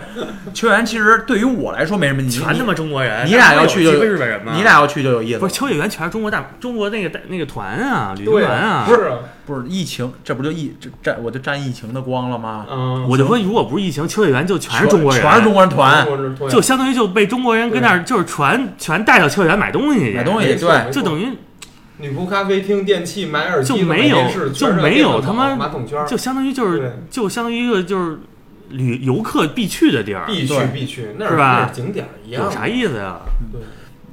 Speaker 2: 秋叶原其实对于我来说没什么意义，
Speaker 3: 全他妈中国人！
Speaker 2: 你俩要去就
Speaker 3: 那不是有日本人吗？
Speaker 2: 你俩要去就有意思。
Speaker 3: 不是秋叶原全是中国大中国那个那个团啊，旅行
Speaker 1: 对
Speaker 3: 团啊。
Speaker 1: 不是啊，
Speaker 2: 不是疫情，这不就疫这这我就占疫情的光了吗？
Speaker 1: 嗯，
Speaker 3: 我就说，如果不是疫情，秋叶原就全
Speaker 2: 全
Speaker 3: 是中国人，
Speaker 2: 全是中国人团
Speaker 1: 我
Speaker 3: 就相当于就被中国人跟那儿就是全全带到秋叶原买东西去，
Speaker 2: 买东西，
Speaker 1: 没错
Speaker 2: 对
Speaker 1: 没，
Speaker 3: 就等于
Speaker 1: 女仆咖啡厅、电器、买耳机
Speaker 3: 就
Speaker 1: 子、买
Speaker 3: 没有
Speaker 1: 电视
Speaker 3: 就
Speaker 1: 全是
Speaker 3: 没有
Speaker 1: 电脑
Speaker 3: 他妈
Speaker 1: 马桶圈儿，
Speaker 3: 就相当于就是
Speaker 1: 对
Speaker 3: 就相当于一个就是旅游客必去的地儿，
Speaker 1: 必去
Speaker 2: 对
Speaker 1: 必去，那
Speaker 3: 是
Speaker 1: 儿
Speaker 3: 吧
Speaker 1: 那儿景点儿一样
Speaker 3: 有，啥意思啊呀？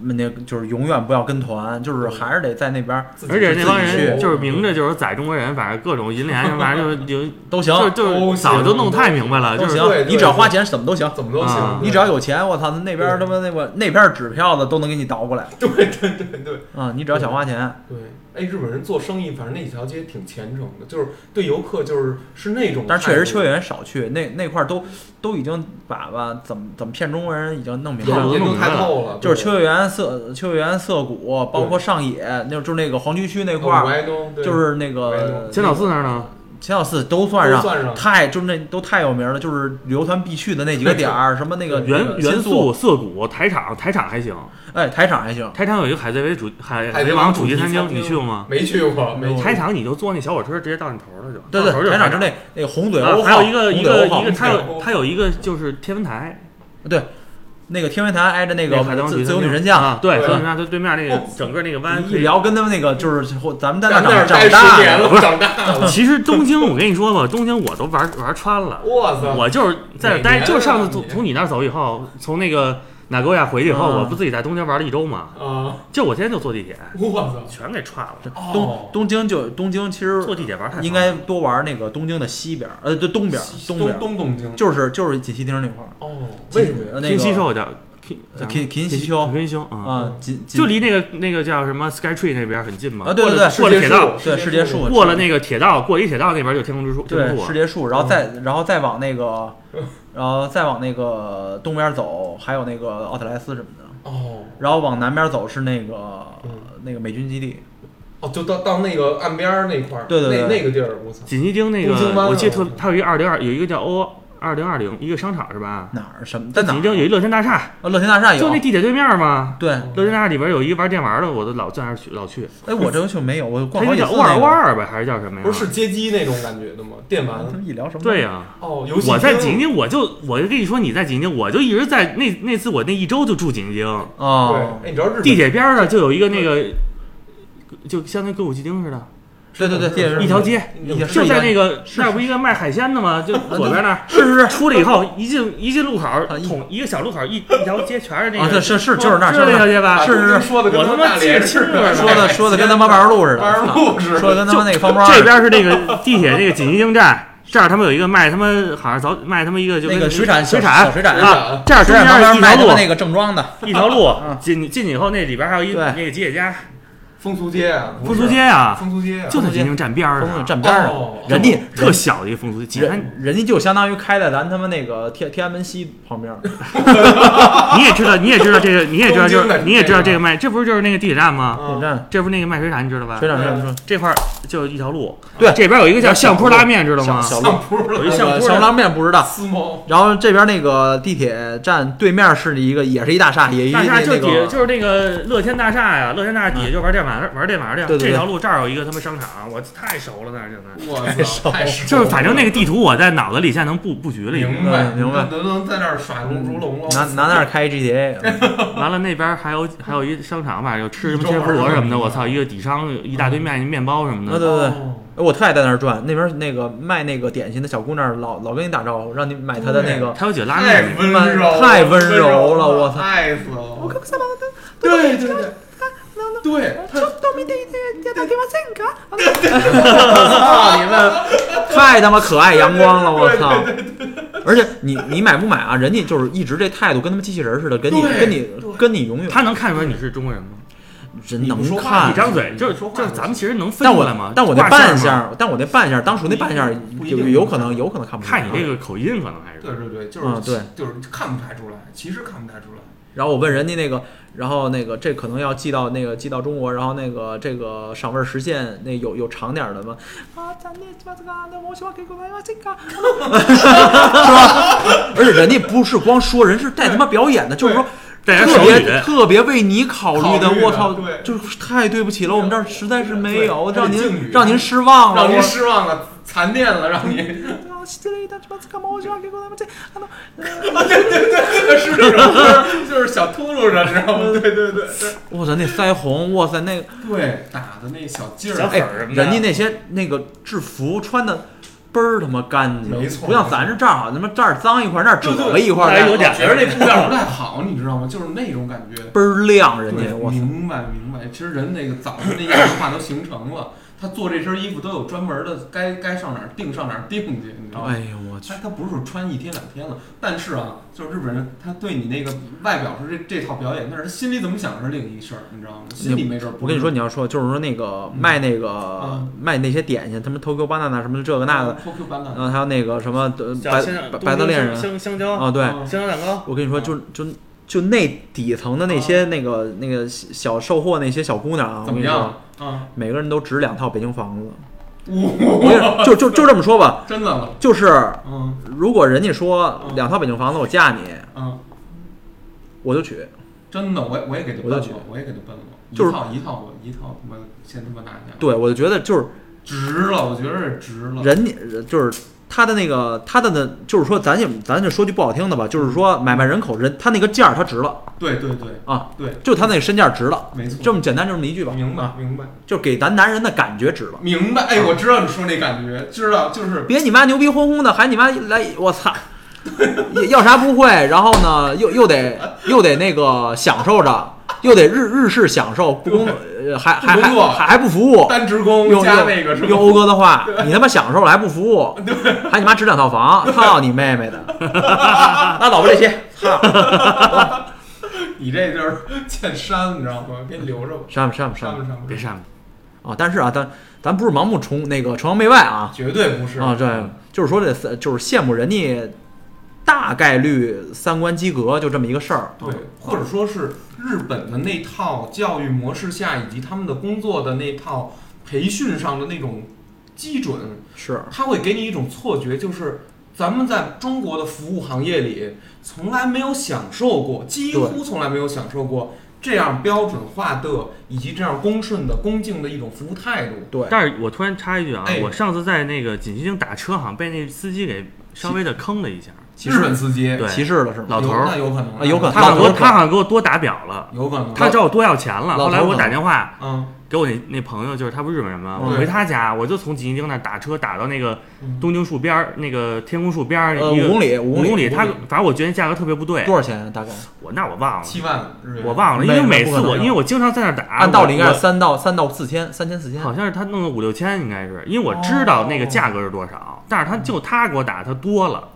Speaker 2: 那个就是永远不要跟团，就是还是得在那边儿
Speaker 1: 自己
Speaker 3: 而且那帮人
Speaker 2: 去
Speaker 3: 就是明着就是宰中国人，反正各种银联什么玩意儿，就就
Speaker 2: 都行，
Speaker 3: 就就是早就弄太明白了，
Speaker 2: 都
Speaker 3: 啊就是
Speaker 2: 行
Speaker 3: 说
Speaker 1: 对，对
Speaker 2: 你只要花钱怎么都行。
Speaker 1: 怎么都
Speaker 3: 啊
Speaker 1: 行，
Speaker 2: 你只要有钱，我操，那边儿他妈那个那边儿纸票子都能给你倒过来
Speaker 1: 对对对对对
Speaker 2: 啊！你只要想花钱，
Speaker 1: 对，哎，日本人做生意，反正那几条街挺虔诚的，就是对游客就是是那种态度，
Speaker 2: 但是确实秋叶原少去，那那块儿都都已经把吧怎么怎么骗中国人已经弄明白了。
Speaker 1: 研究太透了，
Speaker 2: 就是秋叶原涩秋叶原涩谷，包括上野，那就是那个皇居区那
Speaker 1: 那
Speaker 2: 块
Speaker 3: 哦
Speaker 2: 儿，就是那个
Speaker 3: 千岛寺那儿呢，
Speaker 2: 千岛寺都算上，
Speaker 1: 都算上
Speaker 2: 太就是那都太有名了，就是旅游团必去的那几个点儿，什么那个
Speaker 3: 元
Speaker 2: 新
Speaker 3: 元素、涩谷、台场，台场还行，
Speaker 2: 哎，台场还行，
Speaker 3: 台场有一个海贼王主海
Speaker 1: 海
Speaker 3: 贼
Speaker 1: 贼
Speaker 3: 王
Speaker 1: 王
Speaker 3: 主题
Speaker 1: 题
Speaker 3: 餐厅，
Speaker 1: 厅
Speaker 3: 你去过吗？
Speaker 1: 没去过，没去
Speaker 3: 台场你就坐那小火车直接到你头儿了就，
Speaker 2: 对
Speaker 3: 到头儿
Speaker 2: 对，
Speaker 3: 就是
Speaker 2: 台
Speaker 3: 台
Speaker 2: 场就那那个红嘴
Speaker 3: 啊
Speaker 2: 欧号，
Speaker 3: 还有一个
Speaker 2: 红
Speaker 3: 一
Speaker 2: 嘴
Speaker 3: 个
Speaker 2: 欧号
Speaker 3: 一个，它
Speaker 1: 红嘴
Speaker 3: 有
Speaker 1: 欧
Speaker 3: 它有一个就是天文台，
Speaker 2: 对，那个天文台挨着那
Speaker 3: 那
Speaker 2: 个
Speaker 3: 海贼王
Speaker 2: 自
Speaker 3: 主
Speaker 2: 自由女
Speaker 3: 题餐
Speaker 2: 神
Speaker 3: 厅
Speaker 2: 像，嗯哦
Speaker 3: 啊，对，
Speaker 1: 对
Speaker 3: 自由女神像它对面那个整个那个湾
Speaker 2: 一聊跟他们那个就是咱们在
Speaker 1: 咱
Speaker 2: 儿
Speaker 1: 儿
Speaker 2: 长
Speaker 1: 待
Speaker 2: 长
Speaker 1: 十
Speaker 2: 大
Speaker 1: 年
Speaker 2: 了，
Speaker 1: 了，长大了，
Speaker 3: 其实东京，我跟你说吧，东京我都玩玩穿了，
Speaker 1: 我
Speaker 2: 嗯
Speaker 1: 操！
Speaker 3: 我就是在这
Speaker 1: 哪
Speaker 3: 待，
Speaker 1: 年啊
Speaker 3: 就是上次
Speaker 1: 你
Speaker 3: 从从你那儿走以后，从那个哪沟亚回去以后，
Speaker 2: 啊
Speaker 3: 我不自己在东京玩了一周嘛，
Speaker 1: 啊，
Speaker 3: 就我天天就坐地铁，
Speaker 1: 我
Speaker 3: 全给串了，
Speaker 1: 操！
Speaker 2: 东东京就东京其实
Speaker 3: 哦坐地铁玩太
Speaker 2: 应该多玩那个东京的西边儿，呃，对东边儿，
Speaker 1: 东
Speaker 2: 边儿，
Speaker 1: 东东京
Speaker 2: 就是就是锦西町那块儿，
Speaker 1: 哦，为什么呀？
Speaker 2: 呃那
Speaker 3: 平西
Speaker 2: 个
Speaker 3: 秀叫
Speaker 2: 呃
Speaker 3: 平
Speaker 2: 秦秦西丘
Speaker 3: 平西秀啊，
Speaker 2: 啊，锦锦
Speaker 3: 就离那个那个叫什么 Sky Tree 那边很近嘛，
Speaker 2: 啊对对
Speaker 3: 过了
Speaker 2: 对
Speaker 3: 过了铁道，
Speaker 2: 对世界树，
Speaker 3: 过了那个铁道，过一铁道那边就天空之树，天
Speaker 2: 对
Speaker 3: 空之
Speaker 2: 世
Speaker 3: 树。
Speaker 2: 界树，然后再然后再往那个，然后再往那个东边走，还有那个奥特莱斯什么的，
Speaker 1: 哦
Speaker 2: 然后往南边走是那个
Speaker 1: 嗯
Speaker 2: 那个美军基地，
Speaker 1: 哦，就到到那个岸边儿那块儿，
Speaker 2: 对对对
Speaker 1: 那那个地儿，我操！
Speaker 3: 锦西町那
Speaker 1: 东京湾
Speaker 3: 个，
Speaker 1: 啊
Speaker 3: 我记得特，它有一个二零二，有一个叫 O 二零二零，一个商场是吧？
Speaker 2: 哪儿什么嗯在哪
Speaker 3: 锦西町有一
Speaker 2: 儿？
Speaker 3: 乐天大厦，
Speaker 2: 啊乐天大厦
Speaker 3: 就
Speaker 2: 有
Speaker 3: 那，地铁对面嘛。
Speaker 2: 对，
Speaker 3: 乐天大厦里边有一个玩电玩的，我都老在那儿去，老去。
Speaker 2: 哎我这回就没有，我
Speaker 3: 它
Speaker 2: 逛
Speaker 3: 那
Speaker 2: 好
Speaker 3: 个
Speaker 2: 几
Speaker 3: 叫
Speaker 2: 次
Speaker 3: 欧尔
Speaker 2: 那
Speaker 3: 沃
Speaker 2: 个。
Speaker 3: 尔吧，还是叫什么呀？
Speaker 1: 不是，街机那种感觉的吗？电玩
Speaker 2: 他们一聊什么？
Speaker 3: 对呀、
Speaker 1: 哦，游戏
Speaker 3: 我在
Speaker 1: 厅
Speaker 3: 锦西，我就我就跟你说，你在锦西，我就一直在那那次我那一周就住锦西町，
Speaker 1: 对，
Speaker 2: 啊，
Speaker 1: 哎你知道日本
Speaker 3: 地铁边上就有一个那个，就相当于歌舞伎町似的，
Speaker 2: 对对对，地铁是
Speaker 3: 一条街，
Speaker 2: 一条
Speaker 3: 就在那个
Speaker 2: 是啊
Speaker 3: 那儿不一个卖海鲜的吗？就左边那儿。
Speaker 2: 是是是啊
Speaker 3: 出来以后，一进一进路口儿，
Speaker 2: 一
Speaker 3: 统一个小路口儿，一一条街全是那
Speaker 2: 啊，对
Speaker 3: 个，哦
Speaker 2: 是是就是那儿，啊
Speaker 3: 是
Speaker 2: 就是
Speaker 3: 那
Speaker 2: 那
Speaker 3: 条
Speaker 2: 儿
Speaker 3: 街吧？
Speaker 1: 把
Speaker 2: 是是
Speaker 1: 东京说的跟
Speaker 3: 我
Speaker 1: 他
Speaker 3: 他
Speaker 1: 妈
Speaker 3: 妈
Speaker 1: 大
Speaker 3: 记
Speaker 1: 连
Speaker 3: 得
Speaker 1: 似
Speaker 3: 清楚了
Speaker 1: 的，
Speaker 2: 说的说的跟他妈八十路似的，啊
Speaker 1: 八十路似
Speaker 2: 说
Speaker 1: 的，
Speaker 2: 的跟他妈那个方庄
Speaker 3: 这边是那个地铁那个锦西京站，这儿他们有一个卖他们好像早卖他们一个就跟
Speaker 2: 那个水产
Speaker 3: 水
Speaker 2: 小
Speaker 3: 产
Speaker 2: 水产
Speaker 3: 啊，这儿
Speaker 2: 水
Speaker 3: 中
Speaker 2: 产旁边
Speaker 3: 间一
Speaker 2: 卖
Speaker 3: 条
Speaker 2: 他妈那
Speaker 3: 路
Speaker 2: 个正装的，
Speaker 3: 一条
Speaker 2: 嗯
Speaker 3: 路进进去以后那里边还有一
Speaker 2: 对
Speaker 3: 那个吉野家
Speaker 1: 风俗街啊，
Speaker 3: 风俗街啊，
Speaker 1: 风俗街啊，
Speaker 3: 就在锦西京站边儿
Speaker 2: 风筝
Speaker 3: 上，
Speaker 2: 站边儿上
Speaker 1: 哦，
Speaker 2: 人家
Speaker 3: 特小的一个风俗街，几
Speaker 2: 人
Speaker 3: 千
Speaker 2: 人家就相当于开在咱他妈那个天天安门西旁边儿，
Speaker 3: 你也知道你也知道 这个你也知道就
Speaker 1: 东京的
Speaker 3: 是你也知道
Speaker 1: 这
Speaker 3: 这
Speaker 1: 个
Speaker 3: 个卖这不是就是那个地铁站吗？
Speaker 2: 点
Speaker 1: 啊
Speaker 2: 站
Speaker 3: 这不是那个卖水产你知道吧
Speaker 2: 水？产站说
Speaker 3: 这块儿就一条路，
Speaker 2: 对
Speaker 3: 这边有一个叫相坡拉面知道吗？
Speaker 2: 小小
Speaker 1: 上铺
Speaker 3: 有
Speaker 1: 了，
Speaker 3: 一
Speaker 2: 那
Speaker 3: 相
Speaker 2: 个
Speaker 3: 坡
Speaker 2: 小
Speaker 3: 拉
Speaker 2: 拉面不知道。
Speaker 1: 私猫
Speaker 2: 然后这边那个地铁站对面是一个，也是一大厦，也一
Speaker 3: 大厦
Speaker 2: 那
Speaker 3: 就底
Speaker 2: 个
Speaker 3: 就是那个乐天大厦呀，乐天大厦底下就玩电玩的玩电玩的呀。
Speaker 2: 对对对
Speaker 3: 这条路这儿有一个他们商场，我太熟了那儿现在。
Speaker 1: 我操，太熟了
Speaker 3: 就是反正那个地图我在脑子里现在能布布局了已经。
Speaker 1: 明白
Speaker 2: 嗯明白
Speaker 1: 能能在那儿耍龙逐龙了，
Speaker 2: 拿拿那儿开 GTA，
Speaker 3: 完了那边还有还有一商场，反正有吃什么
Speaker 1: 一周
Speaker 3: 切
Speaker 1: 玩
Speaker 3: 佛
Speaker 1: 儿
Speaker 3: 什么的，我操，一个底商一大堆面面包什么
Speaker 2: 啊对
Speaker 3: 的。
Speaker 2: 对对。
Speaker 1: 哦
Speaker 2: 我特爱在那儿转，那边那个卖那个点心的小姑娘老老跟你打招呼，让你买她的那个
Speaker 3: 他有几个拉
Speaker 1: 太
Speaker 2: 哎
Speaker 3: 面，
Speaker 1: 温柔了，
Speaker 2: 太温柔了我操
Speaker 1: 太死了！我对对对，对，
Speaker 2: 操 你们，太他妈可爱阳光了，我操！而且你你买不买啊？人家就是一直这态度，跟他们机器人似的，跟你
Speaker 1: 对
Speaker 2: 跟你跟你永远
Speaker 3: 他能看出来你是中国人吗？
Speaker 2: 人能
Speaker 1: 你不说话
Speaker 2: 看
Speaker 3: 一。张嘴就是
Speaker 1: 说话
Speaker 3: 就是
Speaker 1: 就
Speaker 3: 咱们其实能分
Speaker 2: 但
Speaker 3: 出
Speaker 2: 我
Speaker 3: 来吗？
Speaker 2: 但我那
Speaker 3: 挂线
Speaker 2: 半
Speaker 3: 吗
Speaker 2: 下，但我那半下，当初那半下
Speaker 1: 不一
Speaker 2: 有
Speaker 1: 定
Speaker 2: 有可能有可能看不出啊来
Speaker 3: 看你这个口音可能还是
Speaker 1: 对对对，就是、
Speaker 2: 嗯对
Speaker 1: 就是看不太出来，其实看不太出来。
Speaker 2: 然后我问人家那个，然后那个这可能要寄到那个寄到中国，然后那个这个赏味儿时限那有有长点儿的吗？啊，咱那这个那我喜欢给我来这个，是吧？而且人家不是光说，人是带他妈表演的，就是说
Speaker 3: 带点
Speaker 2: 特
Speaker 3: 手
Speaker 2: 别
Speaker 3: 语，
Speaker 2: 特别为你考虑的
Speaker 1: 考虑，的
Speaker 2: 我操
Speaker 1: 对，
Speaker 2: 就是太对不起了，我们这儿实在是没有，
Speaker 1: 对
Speaker 2: 让
Speaker 1: 这敬
Speaker 2: 您
Speaker 1: 语
Speaker 2: 让您失望了，
Speaker 1: 让
Speaker 2: 啊我
Speaker 1: 您失望了，残念了，让您
Speaker 2: 啊，之类的，什么干嘛？我喜欢给我来这，啊那
Speaker 1: 是这种歌，就是小秃噜着，你知道吗？对对对对
Speaker 2: 哇塞，那腮红，哇塞，那个，
Speaker 1: 对，打的那小劲
Speaker 3: 小
Speaker 1: 儿，
Speaker 3: 粉
Speaker 2: 哎
Speaker 3: 儿什，么的
Speaker 2: 人家那些那个制服穿的倍儿他妈干净，
Speaker 1: 没错
Speaker 2: 不像咱这这儿好，他妈这儿脏一块儿，那儿褶了一块
Speaker 3: 哎有
Speaker 2: 儿，
Speaker 3: 点
Speaker 1: 我觉得那布料不太好，你知道吗？就是那种感觉。
Speaker 2: 倍儿亮，人
Speaker 1: 对
Speaker 2: 家，我操，
Speaker 1: 明白明白。其实人那个早的那亚文化都形成了，他做这身衣服都有专门的，该该上哪儿定上哪儿定去，你知道吗？
Speaker 2: 哎呦我去
Speaker 1: 他，他不是说穿一天两天了，但是啊，就是日本人，他对你那个外表是这这套表演，但是他心里怎么想是另一事儿，你知道吗？心里没准儿不
Speaker 2: 我跟你说，
Speaker 1: 是，
Speaker 2: 你要说就是说那个卖那个
Speaker 1: 嗯
Speaker 2: 卖那些点心，他们 Tokyo banana 什么这个那个，
Speaker 1: ，QQ 版
Speaker 2: 然
Speaker 1: 的，
Speaker 2: 后还有那个什么呃白白白色恋人
Speaker 3: 香香蕉
Speaker 2: 啊，对，
Speaker 1: 嗯
Speaker 3: 香蕉蛋糕，
Speaker 2: 我跟你说，就就就那底层的那
Speaker 3: 嗯
Speaker 2: 些那个那个小售货那些小姑娘啊，
Speaker 1: 怎么
Speaker 2: 我跟你说？
Speaker 1: 样？啊，
Speaker 2: 每个人都值两套北京房子。
Speaker 1: 呜，
Speaker 2: 我跟你说，就就就这么说吧，
Speaker 1: 真的了，
Speaker 2: 就是
Speaker 1: 嗯
Speaker 2: 如果人家说
Speaker 1: 嗯
Speaker 2: 两套北京房子我嫁你，
Speaker 1: 嗯，
Speaker 2: 我就娶。
Speaker 1: 真的，我也我也给他
Speaker 2: 我
Speaker 1: 奔了
Speaker 2: 就觉得，
Speaker 1: 我也给他奔了，
Speaker 2: 就是
Speaker 1: 一套一套我一套我先他妈拿下，
Speaker 2: 对，我就觉得就是
Speaker 1: 值了，我觉得是值了，
Speaker 2: 人家就是他的那个他的那，就是说咱也咱就说句不好听的吧，就是说
Speaker 1: 嗯
Speaker 2: 买卖人口人他那个价儿他值了
Speaker 1: 对对对，
Speaker 2: 啊，
Speaker 1: 对，
Speaker 2: 就他那个身价值了，
Speaker 1: 没错，
Speaker 2: 这么简单这么一句吧，
Speaker 1: 明白明白
Speaker 2: 就给咱男人的感觉值了。
Speaker 1: 啊明白，哎，我知道你说那感觉，知道就是
Speaker 2: 别你妈牛逼哄哄的，还你妈来，我操！要要啥不会，然后呢，又又得又得那个享受着，又得日日式享受，不 工呃还还
Speaker 1: 不工作
Speaker 2: 还还还不服务，
Speaker 1: 单职工
Speaker 2: 用
Speaker 1: 加那个是
Speaker 2: 用用
Speaker 1: 吧？
Speaker 2: 欧哥的话，你他妈享受了还不服务，还你妈值两套房，操你妹妹的！拉倒吧这些，操，
Speaker 1: 你这就是 见山，你知道吗？给你留着吧，
Speaker 2: 上吧上吧上
Speaker 1: 上
Speaker 2: 吧
Speaker 1: 不上不
Speaker 3: 别
Speaker 1: 上？
Speaker 3: 上了，
Speaker 2: 啊！但是啊，咱咱不是盲目崇那个崇洋媚外啊，
Speaker 1: 绝对不是
Speaker 2: 啊，对，就是说这三就是羡慕人家大概率三观及格，就这么一个事儿。
Speaker 1: 对，或者说是日本的那套教育模式下，以及他们的工作的那套培训上的那种基准，
Speaker 2: 是
Speaker 1: 它会给你一种错觉，就是咱们在中国的服务行业里从来没有享受过，几乎从来没有享受过这样标准化的以及这样公顺的、恭敬的一种服务态度。
Speaker 2: 对，
Speaker 3: 但是我突然插一句啊
Speaker 1: 哎，
Speaker 3: 我上次在那个锦溪京打车，好像被那司机给稍微的坑了一下。
Speaker 1: 日本司机
Speaker 3: 对
Speaker 2: 歧视了是吗？
Speaker 3: 老头
Speaker 1: 有
Speaker 3: 儿
Speaker 1: 那有可能
Speaker 2: 啊有可能
Speaker 3: 他
Speaker 2: 老
Speaker 3: 好像
Speaker 2: 头
Speaker 3: 给我
Speaker 2: 儿
Speaker 3: 他好像给我多打表了，
Speaker 1: 有可能，
Speaker 3: 他找我多要钱了。
Speaker 2: 老
Speaker 3: 后来
Speaker 2: 头儿
Speaker 3: 我
Speaker 2: 可
Speaker 3: 打
Speaker 2: 能
Speaker 3: 电话
Speaker 1: 嗯
Speaker 3: 给我那那朋友，就是他不是日本人吗？
Speaker 1: 嗯
Speaker 3: 我回他家，我就从锦溪京那儿打车打到那个
Speaker 1: 嗯
Speaker 3: 东京树边儿，那个天空树边儿
Speaker 2: 呃，
Speaker 3: 一
Speaker 2: 五
Speaker 3: 个
Speaker 2: 公里，五
Speaker 3: 五
Speaker 2: 公
Speaker 3: 公
Speaker 2: 里
Speaker 3: 里，他反正我觉得价格特别不对
Speaker 2: 多，少钱啊大概？
Speaker 3: 我那我忘了，
Speaker 1: 七万日元，
Speaker 3: 我忘了，因
Speaker 2: 没
Speaker 3: 为
Speaker 2: 有
Speaker 3: 每
Speaker 2: 不
Speaker 3: 次
Speaker 2: 可能
Speaker 3: 我
Speaker 2: 有
Speaker 3: 因为我经常在那儿打，
Speaker 2: 按道理应该
Speaker 3: 我
Speaker 2: 是三到三到四千，三千四千。
Speaker 3: 好像是他弄了五六千，应该是，因为我知道那个价格是多少，但是他就他给我打，他多了，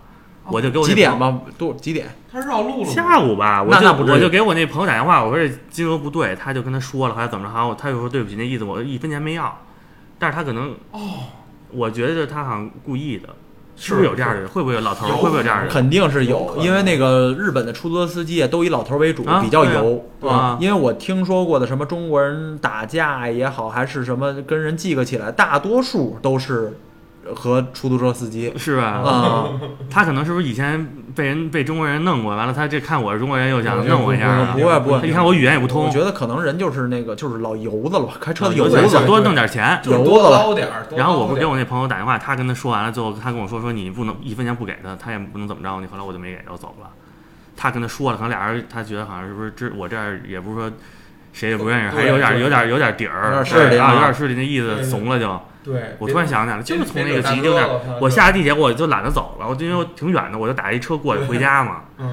Speaker 3: 我就给我
Speaker 2: 哦
Speaker 3: 那
Speaker 2: 几点
Speaker 3: 朋友？
Speaker 2: 吧？多几点？
Speaker 1: 他绕路了吗。
Speaker 3: 下午吧，我
Speaker 2: 那那
Speaker 3: 就
Speaker 2: 不至于
Speaker 3: 我就给我那朋友打电话，我说这金额不对，他就跟他说了，还是怎么着，好像他就说对不起，那意思我一分钱没要，但是他可能
Speaker 1: 哦，
Speaker 3: 我觉得他好像故意的，是不是有这样的人？会不会有老头儿？
Speaker 1: 有
Speaker 3: 会不会有这样的人？
Speaker 2: 肯定是
Speaker 1: 有可
Speaker 2: 有，
Speaker 1: 能
Speaker 2: 因为那个日本的出租车司机啊都以老头儿为主，
Speaker 3: 啊
Speaker 2: 比较
Speaker 3: 对啊
Speaker 2: 油
Speaker 3: 对啊
Speaker 2: 因为我听说过的什么中国人打架也好，还是什么跟人记个起来，大多数都是和出租车司机
Speaker 3: 是吧？
Speaker 2: 啊。
Speaker 3: 他可能是不是以前被人被中国人弄过？完了，他这看我是中国人，又想
Speaker 1: 不
Speaker 3: 弄我一下啊。
Speaker 2: 不会不会
Speaker 3: 他一看我语言也不通
Speaker 2: 我，觉得可能人就是那个就是老油子了吧，开车的油
Speaker 3: 啊有
Speaker 2: 子
Speaker 1: 油
Speaker 3: 钱
Speaker 1: 子
Speaker 3: 想
Speaker 2: 了。
Speaker 3: 多弄点钱。
Speaker 1: 就是
Speaker 2: 油
Speaker 1: 多
Speaker 2: 子了
Speaker 1: 捞点儿。多
Speaker 3: 然后我
Speaker 1: 捞
Speaker 3: 不
Speaker 1: 点
Speaker 3: 给
Speaker 1: 儿
Speaker 3: 我那朋友打电话，他跟他说完了，最后他跟我说说你不能一分钱不给他，他也不能怎么着你。后来我就没给他，我走了。他跟他说了，可能俩人他觉得好像是不是这我这儿也不是说谁也不认识，还
Speaker 1: 对
Speaker 3: 有点
Speaker 1: 对
Speaker 3: 有点有点底儿，
Speaker 2: 有点势力
Speaker 3: 啊，
Speaker 2: 啊
Speaker 3: 有点势力那意
Speaker 1: 对
Speaker 3: 思，
Speaker 1: 对
Speaker 3: 怂了就。
Speaker 1: 对，
Speaker 3: 我
Speaker 1: 别
Speaker 3: 突然想起来了，就是从那
Speaker 1: 别
Speaker 3: 个吉林
Speaker 1: 别
Speaker 3: 那
Speaker 1: 惹大哥
Speaker 3: 儿
Speaker 1: 了，
Speaker 3: 我下地铁我就懒得走了，我就因为挺远的，我就打一车过去回家嘛。
Speaker 1: 嗯，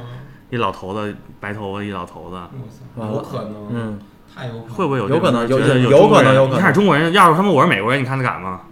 Speaker 3: 一老头子，白头发一老头子，
Speaker 1: 我
Speaker 2: 完
Speaker 1: 操，
Speaker 2: 了
Speaker 1: 有可能，，
Speaker 2: 嗯，
Speaker 1: 太有可能，
Speaker 3: 会不会有
Speaker 2: 有可能
Speaker 3: 这种人
Speaker 2: 有
Speaker 3: 觉得
Speaker 2: 有
Speaker 3: 中国
Speaker 2: 可能
Speaker 3: 人
Speaker 2: 有可能
Speaker 3: 你看中国人，要是他妈我是美国人，你看他敢吗？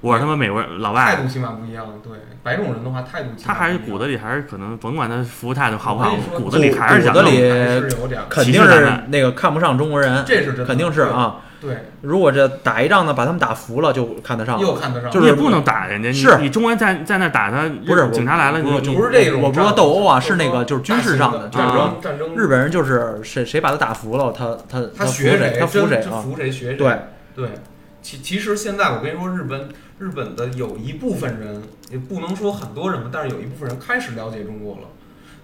Speaker 3: 我是他妈美国人老
Speaker 1: 态
Speaker 3: 外，
Speaker 1: 度起码不一样。对，白种人的话态度起码
Speaker 3: 他还是
Speaker 1: 不一样
Speaker 3: 骨子里还是可能甭管他服务态度好不
Speaker 1: 我
Speaker 3: 好
Speaker 1: 跟你，说
Speaker 3: 骨子里还是想
Speaker 2: 骨子
Speaker 3: 弄
Speaker 2: 里
Speaker 1: 还是有点儿，
Speaker 2: 肯
Speaker 3: 歧
Speaker 2: 定
Speaker 3: 视咱
Speaker 2: 是
Speaker 3: 们
Speaker 2: 那个看不上中国人，
Speaker 1: 这是真的
Speaker 2: 肯定是啊。
Speaker 1: 对，
Speaker 2: 如果这打一仗呢，把他们打服了，就看得上
Speaker 1: 又
Speaker 2: 了。
Speaker 1: 看得上，
Speaker 2: 就是
Speaker 3: 你也不能打人家，
Speaker 2: 是
Speaker 3: 你你中国人在在那打他，
Speaker 2: 不是
Speaker 3: 警察来了，
Speaker 2: 我
Speaker 3: 你
Speaker 1: 不是这种
Speaker 2: 我不是说斗殴啊，是
Speaker 1: 战
Speaker 2: 那个就是军事上的
Speaker 1: 战
Speaker 3: 啊
Speaker 1: 争战争。
Speaker 2: 日本人就是谁谁把他打服了，他他
Speaker 1: 他
Speaker 2: 服
Speaker 1: 学
Speaker 2: 谁，他服
Speaker 1: 真
Speaker 2: 谁
Speaker 1: 真
Speaker 2: 啊？
Speaker 1: 服谁学谁。
Speaker 2: 对
Speaker 1: 对，其其实现在我跟你说，日本日本的有一部分人，也不能说很多人吧，但是有一部分人开始了解中国了，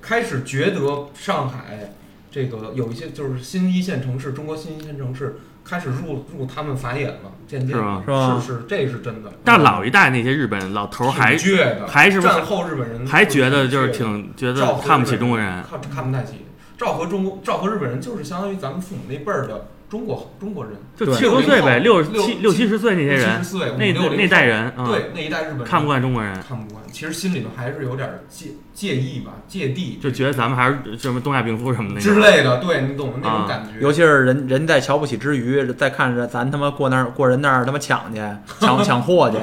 Speaker 1: 开始觉得上海这个有一些就是新一线城市，中国新一线城市开始入入他们法眼了，渐渐
Speaker 3: 是吗
Speaker 2: 是吧
Speaker 1: 是是，这是真的。
Speaker 3: 但老一代那些日本老头儿还
Speaker 1: 挺倔的，
Speaker 3: 还是不是
Speaker 1: 战后日本人
Speaker 3: 还觉得就是
Speaker 1: 倔的
Speaker 3: 挺觉
Speaker 1: 照
Speaker 3: 得
Speaker 1: 顾
Speaker 3: 看不起中国人，
Speaker 1: 看看不太起。照和中国，照和日本人就是相当于咱们父母那辈儿的中国中国人，
Speaker 3: 就
Speaker 2: 对
Speaker 3: 七十多岁呗，
Speaker 1: 六
Speaker 3: 六
Speaker 1: 零后
Speaker 3: 七
Speaker 1: 六
Speaker 3: 六七十岁那些
Speaker 1: 七
Speaker 3: 人
Speaker 1: 十，岁、五
Speaker 3: 那
Speaker 1: 六零
Speaker 3: 那代人啊，
Speaker 1: 对那一代日本人
Speaker 3: 看不惯中国人，
Speaker 1: 看不惯，其实心里头还是有点儿介介意吧，芥蒂
Speaker 3: 就觉得咱们还是什么东亚病夫什么的
Speaker 1: 之类的，对你懂的那种
Speaker 3: 啊
Speaker 1: 感觉。
Speaker 2: 尤其是人人在瞧不起之余，再看着咱他妈过那儿过人那儿他妈抢去， 抢抢货去，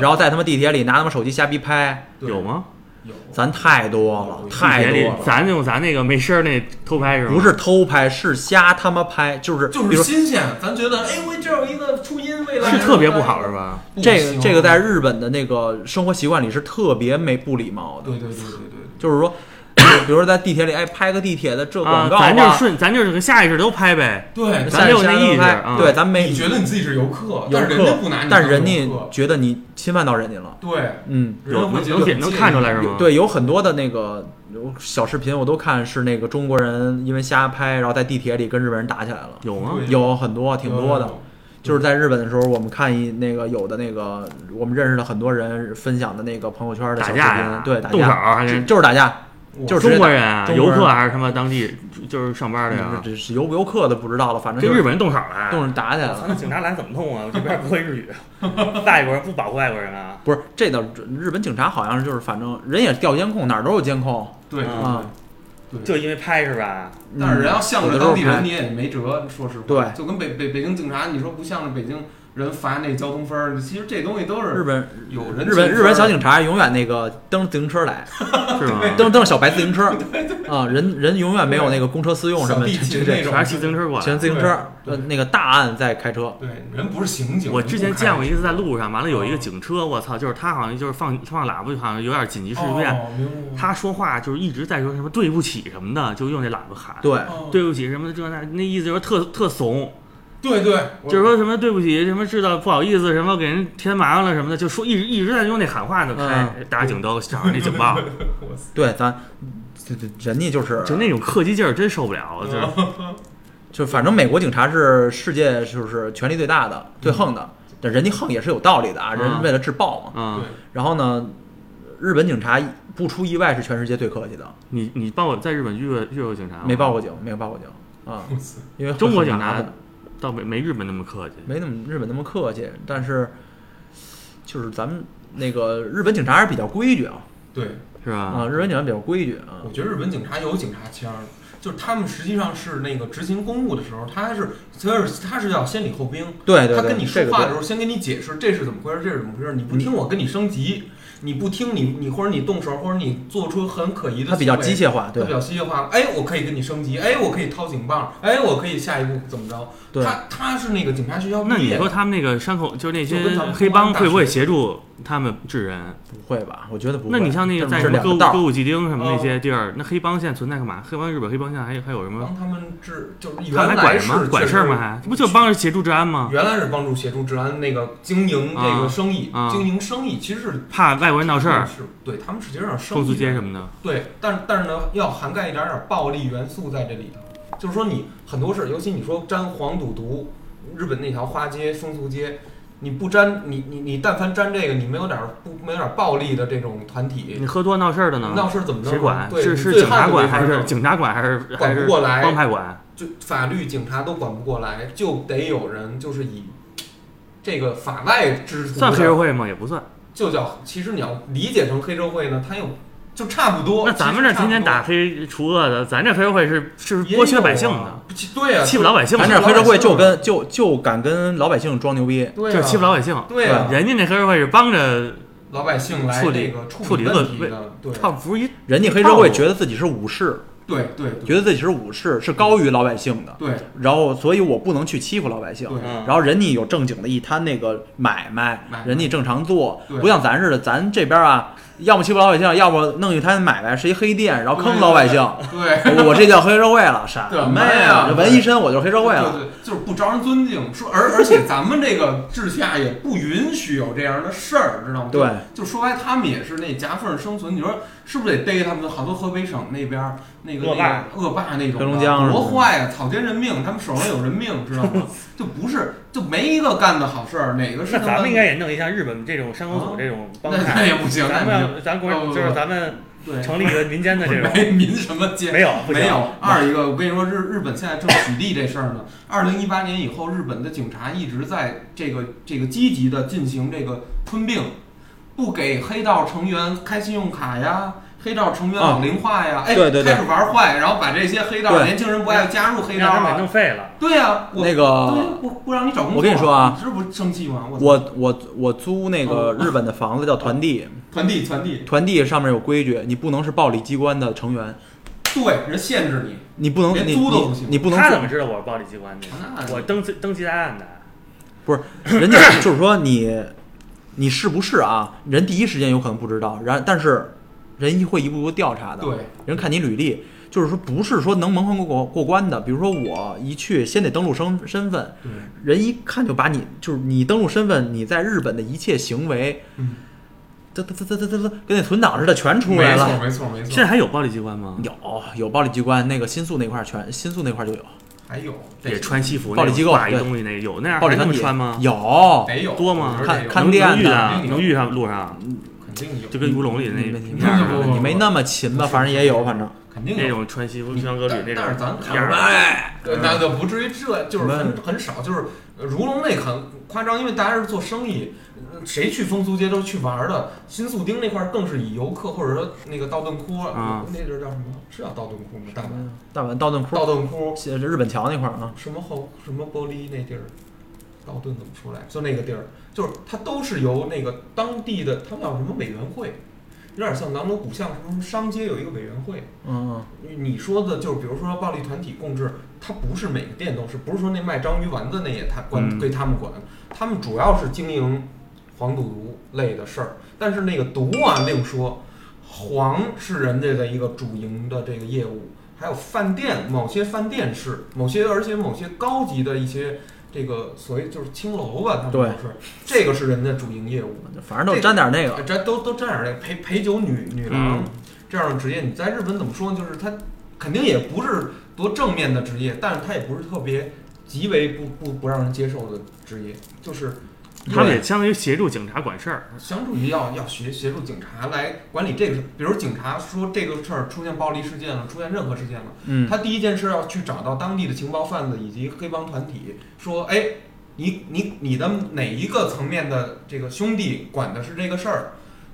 Speaker 2: 然后在他妈地铁里拿他妈手机瞎逼拍，
Speaker 1: 对
Speaker 3: 有？吗？
Speaker 1: 有，
Speaker 2: 咱太多了，太
Speaker 3: 地铁
Speaker 2: 多
Speaker 3: 里
Speaker 2: 了。
Speaker 3: 咱用咱那个没声儿那偷拍是吗？
Speaker 2: 不是偷拍，是瞎他妈拍，就是
Speaker 1: 就是
Speaker 2: 比如说
Speaker 1: 新鲜，咱觉得哎，我这有一个初音未来
Speaker 3: 是特别不好是？吧？
Speaker 1: 不
Speaker 2: 这
Speaker 1: 行
Speaker 2: 个这个在日本的那个生活习惯里是特别没不礼貌的，
Speaker 1: 对对对对对对，
Speaker 2: 就是 说，比如说在地铁里哎拍个地铁的这
Speaker 3: 啊
Speaker 2: 广，告
Speaker 3: 咱就是顺，咱就是下意识都拍呗。
Speaker 1: 对，
Speaker 3: 咱没有那意识
Speaker 2: 拍
Speaker 3: 啊
Speaker 2: 对，咱没
Speaker 1: 你觉得你自己是游客，
Speaker 2: 游
Speaker 1: 但是人家不拿
Speaker 2: 客
Speaker 1: 你，
Speaker 2: 但
Speaker 1: 当
Speaker 2: 人
Speaker 1: 游
Speaker 2: 家
Speaker 1: 客
Speaker 2: 觉得你侵犯到人家了，
Speaker 1: 对，
Speaker 2: 嗯。
Speaker 1: 人家
Speaker 3: 有
Speaker 1: 会
Speaker 3: 能
Speaker 1: 觉得
Speaker 3: 能
Speaker 1: 很
Speaker 3: 显能看出来是吗？
Speaker 2: 对，有很多的那个有小视频我都看，是那个中国人因为瞎拍，然后在地铁里跟日本人打起来了，
Speaker 3: 有吗？
Speaker 1: 对
Speaker 2: 有很多挺多的。
Speaker 1: 有有
Speaker 2: 就是在日本的时候，我们看一那个有的那个我们认识的很多人分享的那个朋友圈的小
Speaker 3: 打
Speaker 2: 视
Speaker 3: 架
Speaker 2: 频啊
Speaker 3: 呀，，
Speaker 2: 对，打
Speaker 3: 动手啊
Speaker 2: 架，
Speaker 3: 儿还
Speaker 2: 就是就是打架，
Speaker 1: 我
Speaker 2: 就是
Speaker 3: 中国人啊，
Speaker 2: 中
Speaker 3: 游
Speaker 2: 国人
Speaker 3: 客还是他妈当地就是上班的呀？
Speaker 2: 嗯这是游不游客的不知道了，反正
Speaker 3: 跟
Speaker 2: 就
Speaker 3: 日
Speaker 2: 是
Speaker 3: 本人动手了，啊
Speaker 2: 动着打起来了。
Speaker 3: 那警察来怎么弄啊？我这边不 会日语，外国人不保护外国人啊？
Speaker 2: 不是，这倒是日本警察好像是就是反正人也调监控，哪儿都有监控
Speaker 1: 对，
Speaker 3: 嗯
Speaker 2: 啊。
Speaker 3: 就因为拍是吧？
Speaker 2: 嗯
Speaker 1: 但是人要向着当地
Speaker 2: 有的时候拍
Speaker 1: 人，你也没辙。说实话，
Speaker 2: 对
Speaker 1: 就跟北北北京警察，你说不向着北京人罚那交通分儿，其实这东西都是
Speaker 2: 日本
Speaker 1: 有人
Speaker 2: 日本
Speaker 1: 情
Speaker 2: 日本小
Speaker 1: 分
Speaker 2: 警察永远那个蹬自行车来，
Speaker 3: 是吗？
Speaker 2: 蹬蹬小白自行车啊，人人永远没有那个公车私用
Speaker 1: 儿
Speaker 2: 什
Speaker 1: 小
Speaker 2: 么
Speaker 1: 地
Speaker 2: 的，
Speaker 1: 勤那种，
Speaker 3: 全是骑自行车过来。
Speaker 2: 全自行车。呃，那个大案在开车，
Speaker 1: 对人不是哦刑警。
Speaker 3: 我之前见过一
Speaker 1: 个
Speaker 3: 次在路上，完了有一个警车，我操，就是他好像就是放放喇叭，好像有点紧急事件，
Speaker 1: 哦，明白
Speaker 3: 他说话就是一直在说什么对不起什么的，就用那喇叭喊。
Speaker 2: 对，
Speaker 1: 哦
Speaker 3: 对不起什么的这那，那意思就是特特怂，
Speaker 1: 对对，我
Speaker 3: 就是说什么对不起，什么知道不好意思，什么给人添麻烦了什么的，就说一直一直在用那喊话呢，
Speaker 2: 嗯
Speaker 3: 开打警灯，找那警报，
Speaker 2: 对，咱这这人家就是
Speaker 3: 就那种客气劲儿真受不了，啊就是
Speaker 2: 就反正美国警察是世界就是权力最大的、最横的，但人家横也是有道理的啊，人
Speaker 3: 嗯
Speaker 2: 为了治暴嘛。
Speaker 3: 嗯
Speaker 1: 对，
Speaker 2: 然后呢，日本警察不出意外是全世界最客气的，
Speaker 3: 你你报过在日本遇过遇过警察吗
Speaker 2: 没报过警，没有报过警啊，
Speaker 1: 我操
Speaker 2: 因为
Speaker 3: 中国警
Speaker 2: 很麻
Speaker 3: 察
Speaker 2: 烦
Speaker 3: 倒没没日本那么客气，
Speaker 2: 没那么日本那么客气，但是就是咱们那个日本警察还是比较规矩啊
Speaker 1: 对，
Speaker 3: 是吧？
Speaker 2: 啊，日本警察比较规矩啊
Speaker 1: 我，觉得日本警察有警察腔儿，就是他们实际上是那个执行公务的时候，他还是他是他是要先礼后兵，
Speaker 2: 对对
Speaker 1: 他
Speaker 2: 对，
Speaker 1: 跟你说
Speaker 2: 这个
Speaker 1: 话的时
Speaker 2: 对
Speaker 1: 候，先给你解释这是怎么回事，这是怎么回事。你不听，我跟你升级；你不听，你你或者你动手，或者你做出很可疑的行为，
Speaker 2: 他比较机械化，
Speaker 1: 他
Speaker 2: 对
Speaker 1: 比较机械化。哎，我可以跟你升级，哎，我可以掏警棒，哎，我可以下一步怎么着？
Speaker 2: 对。
Speaker 1: 他他是那个警察学校毕
Speaker 3: 那你
Speaker 1: 业
Speaker 3: 说
Speaker 1: 的，
Speaker 3: 他们那个山口，就是那
Speaker 1: 就
Speaker 3: 些
Speaker 1: 跟咱们
Speaker 3: 黑帮会不会
Speaker 1: 中
Speaker 3: 协助他们治人？
Speaker 2: 不会吧？我觉得不会。
Speaker 3: 那你像那
Speaker 2: 这
Speaker 3: 个在
Speaker 2: 是
Speaker 3: 什么
Speaker 2: 两
Speaker 3: 歌
Speaker 2: 个
Speaker 3: 舞
Speaker 2: 道
Speaker 3: 歌
Speaker 2: 儿，
Speaker 3: 舞伎町什么那
Speaker 1: 哦
Speaker 3: 些地儿，那黑帮现在存在干嘛？黑帮日本黑帮现在还还有什么？
Speaker 1: 帮他们治就是
Speaker 3: 他
Speaker 1: 哦原
Speaker 3: 还
Speaker 1: 来
Speaker 3: 管
Speaker 1: 是
Speaker 3: 什么？管
Speaker 1: 确
Speaker 3: 事儿
Speaker 1: 实
Speaker 3: 吗？还这不就帮着协助治安吗？
Speaker 1: 原来是帮助协助治安那个经营这个生意，
Speaker 3: 啊啊
Speaker 1: 经营生意其实是
Speaker 3: 怕外国人闹事儿，
Speaker 1: 是对他们实际上是生
Speaker 3: 宋
Speaker 1: 意
Speaker 3: 祖街
Speaker 1: 人
Speaker 3: 什么的。
Speaker 1: 对，但但是呢，要涵盖一点点暴力元素在这里头，就是说你很多事儿，尤其你说沾黄赌毒，日本那条花街、风俗街，你不沾，你你你但凡沾这个，你没有点儿不没有点儿暴力的这种团体
Speaker 3: 你，喝多闹事儿的呢？
Speaker 1: 闹事儿怎么弄啊？
Speaker 3: 谁管？
Speaker 1: 对，
Speaker 3: 是
Speaker 1: 你
Speaker 3: 是
Speaker 1: 醉
Speaker 3: 警察
Speaker 1: 汉子
Speaker 3: 管
Speaker 1: 没法
Speaker 3: 还是
Speaker 1: 弄
Speaker 3: 警察管还是还
Speaker 1: 管
Speaker 3: 是
Speaker 1: 不过来
Speaker 3: 帮派管？
Speaker 1: 就法律、警察都管不过来，就得有人就是以这个法外之徒
Speaker 3: 算黑
Speaker 1: 的
Speaker 3: 社会吗？也不算。
Speaker 1: 就叫，其实你要理解成黑社会呢，它又就差不多。
Speaker 5: 那咱们这
Speaker 1: 其实
Speaker 5: 天
Speaker 1: 差不
Speaker 5: 天
Speaker 1: 多
Speaker 5: 打黑除恶的，咱这黑社会是是
Speaker 1: 也
Speaker 5: 剥削
Speaker 1: 有
Speaker 5: 百姓
Speaker 1: 啊
Speaker 5: 的，，
Speaker 1: 不对啊，
Speaker 5: 欺负老百姓
Speaker 2: 咱
Speaker 5: 的，
Speaker 2: 这黑社会就跟就就敢跟老百姓装牛逼，
Speaker 1: 对啊，
Speaker 5: 就是欺负老百姓。
Speaker 1: 对啊，
Speaker 5: 人家那黑社会是帮着，
Speaker 1: 老百姓来
Speaker 5: 处
Speaker 1: 这
Speaker 5: 理
Speaker 1: 个处
Speaker 5: 处
Speaker 1: 理
Speaker 5: 理
Speaker 1: 问
Speaker 5: 问
Speaker 1: 题
Speaker 5: 问
Speaker 1: 的，对
Speaker 5: 他不是一
Speaker 2: 人家黑社会觉得自己是武士，
Speaker 1: 对对对
Speaker 2: 觉得自己是武士是高于老百姓的，
Speaker 1: 对
Speaker 2: 然后所以我不能去欺负老百姓。
Speaker 1: 对，
Speaker 5: 嗯
Speaker 2: 然后人家有正经的一摊那个买卖
Speaker 1: 买卖，
Speaker 2: 人家正常做
Speaker 1: 对，
Speaker 2: 不像咱似的，咱这边啊，要么欺负老百姓，要么弄一摊买卖是一黑店，然后坑老百姓。
Speaker 1: 对。
Speaker 2: 我我这叫黑社会了，什
Speaker 1: 对
Speaker 2: 么
Speaker 1: 没啊
Speaker 2: 呀？这纹一身我就是黑社会
Speaker 1: 对
Speaker 2: 了。
Speaker 1: 对，就是不招人尊敬。说，而而且咱们这个治下也不允许有这样的事儿，知道吗？
Speaker 2: 对，
Speaker 1: 就说白，他们也是那夹缝生存。你说是不是得逮他们？好多河北省那边儿那个
Speaker 5: 恶霸、
Speaker 1: 那个恶霸那种的，
Speaker 2: 黑龙江是吧
Speaker 1: 多坏啊！草菅人命，他们手上有人命，知道吗？就不是，就没一个干的好事儿，哪个是
Speaker 5: 那
Speaker 1: 他
Speaker 5: 咱
Speaker 1: 妈
Speaker 5: 们应该也弄一下日本这种山口组这种帮
Speaker 1: 那那
Speaker 5: 派，
Speaker 1: 也不行，
Speaker 5: 咱
Speaker 1: 那
Speaker 5: 们
Speaker 1: 也不
Speaker 5: 要咱国
Speaker 1: 不不不
Speaker 5: 就是咱们
Speaker 1: 对
Speaker 5: 成立一个民 间的这种，
Speaker 1: 没民什么街。
Speaker 5: 没有不行
Speaker 1: 没有，二一个，我跟你说，日日本现在正举例这事儿呢。二零一八年以后，日本的警察一直在这个这个积极的进行这个吞并，不给黑道成员开信用卡呀，黑道成员
Speaker 2: 啊
Speaker 1: 网龄化呀，哎、
Speaker 2: 对对对
Speaker 1: 开始玩坏，然后把这些黑道
Speaker 2: 对
Speaker 1: 年轻人不爱加入黑
Speaker 5: 让
Speaker 1: 道
Speaker 5: 他们给
Speaker 1: 了。
Speaker 5: 弄废了。
Speaker 1: 对呀、我
Speaker 2: 那
Speaker 1: 对
Speaker 2: 个，
Speaker 1: 不不让你找工作，
Speaker 2: 我跟你说啊
Speaker 1: 你是不是生气吗？我操
Speaker 2: 我我我租那
Speaker 1: 哦
Speaker 2: 个日本的房子叫团地，
Speaker 1: 传递传递，
Speaker 2: 团地上面有规矩，你不能是暴力机关的成员，
Speaker 1: 对人限制你，
Speaker 2: 你不能
Speaker 1: 连
Speaker 2: 你
Speaker 1: 租都不
Speaker 2: 你
Speaker 1: 行
Speaker 2: 你不能
Speaker 5: 他
Speaker 2: 租
Speaker 5: 怎么知道我是暴力机关的？
Speaker 1: 那
Speaker 5: 我登记登记在案的。
Speaker 2: 不是，人家就是说你，你是不是啊？人第一时间有可能不知道，然但是人一会一步步调查的，
Speaker 1: 对，
Speaker 2: 人看你履历，就是说不是说能蒙混过过关的。比如说我一去，先得登录身身份，
Speaker 1: 对，
Speaker 2: 人一看就把你就是你登录身份，你在日本的一切行为，
Speaker 1: 嗯，
Speaker 2: 嘚嘚嘚嘚嘚嘚，跟那存档似的全出来
Speaker 1: 没错
Speaker 2: 了。
Speaker 1: 没错没错，
Speaker 5: 现在还有暴力机关吗？
Speaker 2: 有有暴力机关，那个新宿那块儿全新宿那块儿就有
Speaker 1: 还有得
Speaker 5: 也穿西服，
Speaker 2: 暴力机构
Speaker 5: 挂一
Speaker 2: 对
Speaker 5: 东西那个有那样
Speaker 2: 暴
Speaker 5: 还
Speaker 2: 力
Speaker 5: 那
Speaker 2: 团
Speaker 5: 么
Speaker 2: 体
Speaker 5: 穿吗？
Speaker 2: 有，
Speaker 1: 得有
Speaker 5: 哦多吗
Speaker 1: 我觉得
Speaker 2: 看
Speaker 1: 得有
Speaker 2: 看
Speaker 5: 能
Speaker 2: 店
Speaker 5: 能遇
Speaker 2: 的嗯
Speaker 5: 上，
Speaker 1: 有
Speaker 5: 能遇上路上，
Speaker 1: 肯定有，
Speaker 5: 就跟乌龙里
Speaker 2: 你
Speaker 5: 那
Speaker 2: 你
Speaker 5: 那样
Speaker 1: 不不
Speaker 5: 的
Speaker 1: 不
Speaker 2: 你没那么勤吧？反正也有，反正。
Speaker 1: 肯定有
Speaker 5: 那种穿西服、西装革履那
Speaker 1: 但是
Speaker 5: 种
Speaker 1: 咱嗯
Speaker 5: 样儿。
Speaker 2: 哎，
Speaker 1: 对，那就不至于这，就是很
Speaker 2: 嗯
Speaker 1: 很少，就是呃如龙那很夸张，因为大家是做生意，呃谁去风俗街都是去玩儿的。新宿町那块儿更是以游客或者说那个道顿窟，
Speaker 5: 啊
Speaker 1: 那地儿叫什么？是叫道顿窟吗？大阪
Speaker 2: 大阪道顿窟
Speaker 1: 道，顿窟
Speaker 2: 现在日本桥那块儿啊，
Speaker 1: 什么后什么玻璃那地儿，道顿怎么说来着？就那个地儿，就是它都是由那个当地的，他们叫什么委员会，有点像南锣鼓巷什么商街有一个委员会。
Speaker 2: 嗯
Speaker 1: 你说的就是，比如说暴力团体共治，它不是每个店都是，不是说那卖章鱼丸子那也他管、
Speaker 5: 嗯
Speaker 1: 归他们管，他们主要是经营黄赌毒类的事儿。但是那个毒啊另说，黄是人家的一个主营的这个业务，还有饭店，某些饭店是，某些而且某些高级的一些这个所谓就是青楼吧，他们
Speaker 2: 对
Speaker 1: 都是，这个是人家主营业务。
Speaker 2: 嗯，反正都沾点那个，
Speaker 1: 这都都这样的陪陪酒女女郎、
Speaker 5: 嗯
Speaker 1: 这样的职业，你在日本怎么说呢？就是它肯定也不是多正面的职业，但是它也不是特别极为不不不让人接受的职业，就是
Speaker 5: 他们也相当于协助警察管事儿，
Speaker 1: 相处于要要学协助警察来管理这个事，比如警察说这个事儿出现暴力事件了，出现任何事件了。
Speaker 2: 嗯，
Speaker 1: 他第一件事要去找到当地的情报贩子以及黑帮团体，说，哎，你你你的哪一个层面的这个兄弟管的是这个事儿，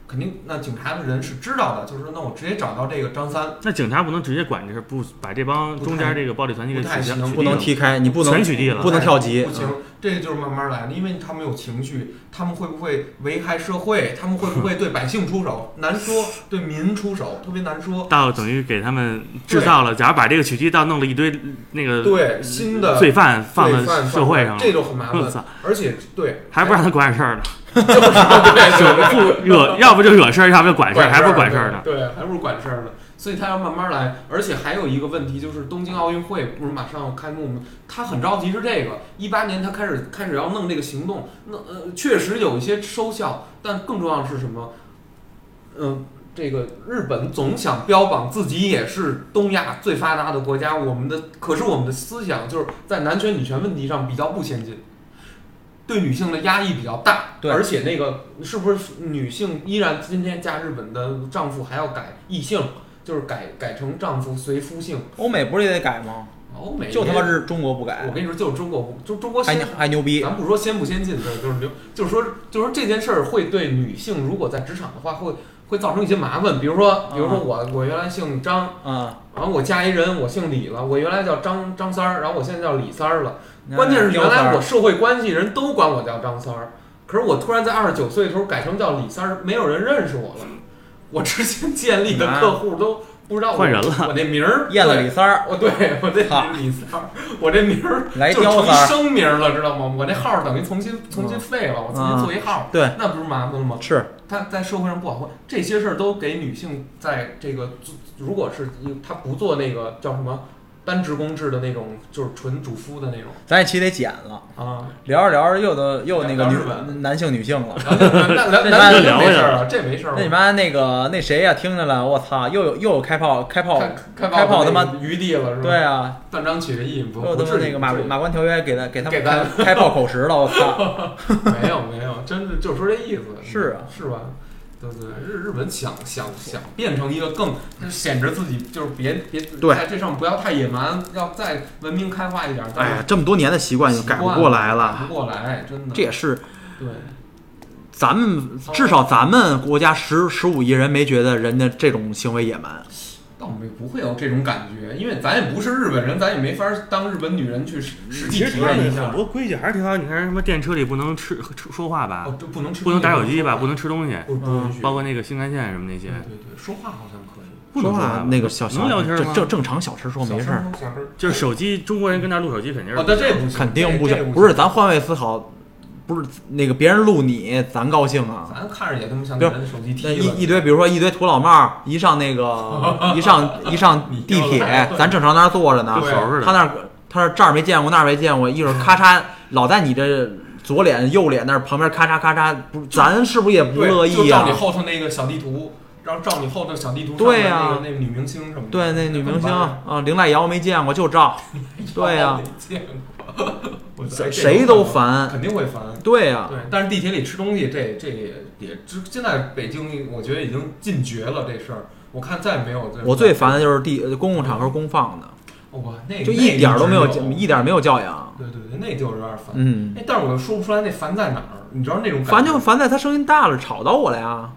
Speaker 1: 肯定那警察的人是知道的，就是说，那我直接找到这个张三，
Speaker 5: 那警察不能直接管这事儿，不把这帮中间这个暴力团体给
Speaker 1: 不太
Speaker 5: 取消
Speaker 1: 不太行
Speaker 5: 取
Speaker 2: 不能
Speaker 5: 缔了。
Speaker 2: 踢开，你不能
Speaker 5: 全取缔了
Speaker 2: 不能跳级
Speaker 1: 不，行，这个就是慢慢来的，因为他们有情绪，他们会不会危害社会，他们会不会对百姓 出手，难说，对民出手特别难说，
Speaker 5: 到等于给他们制造了，假如把这个取缔到弄了一堆那个
Speaker 1: 对新的
Speaker 5: 呃罪犯放
Speaker 1: 罪
Speaker 5: 到
Speaker 1: 犯
Speaker 5: 社会上
Speaker 1: 这
Speaker 5: 了，
Speaker 1: 就很麻
Speaker 5: 我
Speaker 1: 烦，
Speaker 5: 操，
Speaker 1: 而且对
Speaker 5: 还不让他管点事儿呢，
Speaker 1: 就 是对对对
Speaker 5: 不惹，要不就惹事儿，要不就管事儿，
Speaker 1: 管
Speaker 5: 还不
Speaker 1: 儿
Speaker 5: 如管事儿呢。
Speaker 1: 对，对还不如管事儿呢。所以他要慢慢来，而且还有一个问题就是东京奥运会不是马上要开幕吗？他很着急是这个，一八年他开始开始要弄这个行动，那呃确实有一些收效，但更重要的是什么？嗯、这个日本总想标榜自己也是东亚最发达的国家，我们的可是我们的思想就是在男权女权问题上比较不先进，对女性的压抑比较大，
Speaker 2: 对
Speaker 1: 而且那个是不是女性依然今天嫁日本的丈夫还要改异性，就是改改成丈夫随夫姓，
Speaker 2: 欧美不是也得改吗？
Speaker 1: 欧美
Speaker 2: 就他妈
Speaker 1: 也，
Speaker 2: 日中国不改
Speaker 1: 我，跟你说，就是中国不，就中国
Speaker 2: 还
Speaker 1: 先
Speaker 2: 还牛逼，
Speaker 1: 咱不说先不先进的，就是流，就是说，就是说这件事儿会对女性，如果在职场的话，会会造成一些麻烦，比如说，比如说
Speaker 2: 啊
Speaker 1: 我我原来姓张，
Speaker 2: 啊，
Speaker 1: 然后我嫁一人，我姓李了，我原来叫张张三儿，然后我现在叫李三儿了。
Speaker 2: 你看
Speaker 1: 关键是原
Speaker 2: 刘三
Speaker 1: 来
Speaker 2: 儿
Speaker 1: 我社会关系人都管我叫张三儿，可是我突然在二十九岁的时候改成叫李三儿，没有人认识我了。我之前建立的客户都不知道我
Speaker 5: 换人了，
Speaker 1: 我这名儿
Speaker 2: 验了李三儿，
Speaker 1: 我对我这
Speaker 2: 哈
Speaker 1: 李三儿，我这名儿
Speaker 2: 来
Speaker 1: 就
Speaker 2: 刁
Speaker 1: 成一
Speaker 2: 三儿，嗯
Speaker 1: 生名儿了，知道吗？我这号儿等于重新重新废了，我重新做一号儿，
Speaker 2: 对，
Speaker 1: 那不是麻烦了吗？
Speaker 2: 是
Speaker 1: 他在社会上不好混，这些事儿都给女性在这个，如果是她不做那个叫什么单职工制的那种，就是纯主夫的那种
Speaker 2: 咱这期得剪了，
Speaker 1: 啊，
Speaker 2: 聊 着聊着又都又那个
Speaker 1: 聊日
Speaker 2: 女
Speaker 1: 本
Speaker 2: 男性女性了。
Speaker 1: 然后那那那那
Speaker 2: 那
Speaker 1: 那
Speaker 2: 你
Speaker 1: 这
Speaker 5: 妈
Speaker 1: 没事儿啊，这没事儿
Speaker 2: 那你
Speaker 1: 啊。
Speaker 2: 妈那个那谁呀、听见了，我操，又有又有开炮开炮
Speaker 1: 开，开
Speaker 2: 开炮他妈
Speaker 1: 那个余地了是吧？
Speaker 2: 对，啊，
Speaker 1: 断章取义不
Speaker 2: 又
Speaker 1: 不
Speaker 2: 他妈
Speaker 1: 至于
Speaker 2: 那个马
Speaker 1: 不至于
Speaker 2: 马关条约给他给他们
Speaker 1: 给咱
Speaker 2: 开开炮口实了，我操，
Speaker 1: 没有没有，真的就说这意思。
Speaker 2: 是啊
Speaker 1: 是吧？对对，日日本想想想变成一个更显着自己就是别别
Speaker 2: 对
Speaker 1: 在这上不要太野蛮，要再文明开化一点。
Speaker 2: 哎呀，这么多年的习惯就
Speaker 1: 习
Speaker 2: 改
Speaker 1: 惯
Speaker 2: 不过来了
Speaker 1: 改，不过来，真的。
Speaker 2: 这也是
Speaker 1: 对
Speaker 2: 咱们至少咱们国家十十五亿人没觉得人家这种行为野蛮，
Speaker 1: 倒没不会有这种感觉，因为咱也不是日本人，咱也没法当日本女人去实实
Speaker 5: 其
Speaker 1: 际
Speaker 5: 实
Speaker 1: 体
Speaker 5: 挺好
Speaker 1: 验一
Speaker 5: 的，很
Speaker 1: 下。
Speaker 5: 多规矩还是挺好。你看什么电车里不能吃吃说话吧
Speaker 1: 哦，，这不能吃，
Speaker 5: 不能打手机吧，不能吃东西，
Speaker 1: 不不允许。
Speaker 5: 包括那个新干线什么那些
Speaker 1: 嗯对，对对，说话好像可以。
Speaker 5: 不能说
Speaker 2: 话
Speaker 5: 吧
Speaker 2: 那个小小
Speaker 5: 能聊天
Speaker 2: 正
Speaker 5: 吗？
Speaker 2: 正正常小吃说没事儿，
Speaker 1: 小声说小声
Speaker 5: 就是手机，中国人跟那儿录手机肯定
Speaker 1: 哦，
Speaker 5: 是
Speaker 1: 但这不行，
Speaker 2: 肯定
Speaker 1: 这
Speaker 2: 不
Speaker 1: 这
Speaker 2: 行，不是咱换位思考，不是那个别人录你，咱高兴啊。
Speaker 1: 咱看着也他妈像
Speaker 2: 比如
Speaker 1: 咱手机踢
Speaker 2: 那
Speaker 1: 了
Speaker 2: 一一堆，比如说一堆土老帽儿，一上那个一上一上地
Speaker 1: 你
Speaker 2: 铁
Speaker 1: 又来了，
Speaker 2: 咱正常那儿坐着呢
Speaker 5: 跟，猴似
Speaker 2: 他
Speaker 5: 的。
Speaker 2: 那儿他那儿这儿没见过那儿没见过，一会儿咔嚓老在你这左脸右脸那儿旁边咔嚓咔嚓，不是咱是不是也不
Speaker 1: 对
Speaker 2: 乐
Speaker 1: 就
Speaker 2: 意
Speaker 1: 照你
Speaker 2: 啊？
Speaker 1: 后头那个小地图，然后照你后头小地图上
Speaker 2: 对
Speaker 1: 面那
Speaker 2: 呀
Speaker 1: 个那个女明星什么的，
Speaker 2: 对，那女明
Speaker 1: 怎
Speaker 2: 星
Speaker 1: 么办
Speaker 2: 啊，林濑遥没见过就照，对呀
Speaker 1: 没见过 我觉得这
Speaker 2: 谁都
Speaker 1: 有可能
Speaker 2: 烦，
Speaker 1: 肯定会烦。
Speaker 2: 对啊呀、
Speaker 1: 对，但是地铁里吃东西，这这也也之现在北京，我觉得已经禁绝了这事儿。我看再也没有这。
Speaker 2: 我最烦的就是地公共场合公放的，
Speaker 1: 我那个
Speaker 2: 就一点儿都没有
Speaker 1: 那个
Speaker 2: 一点儿没有教养，
Speaker 1: 对对对，那就有点烦。
Speaker 2: 嗯，
Speaker 1: 哎，但是我又说不出来那烦在哪儿，你知道那种感觉
Speaker 2: 烦就烦在他声音大了吵到我了呀。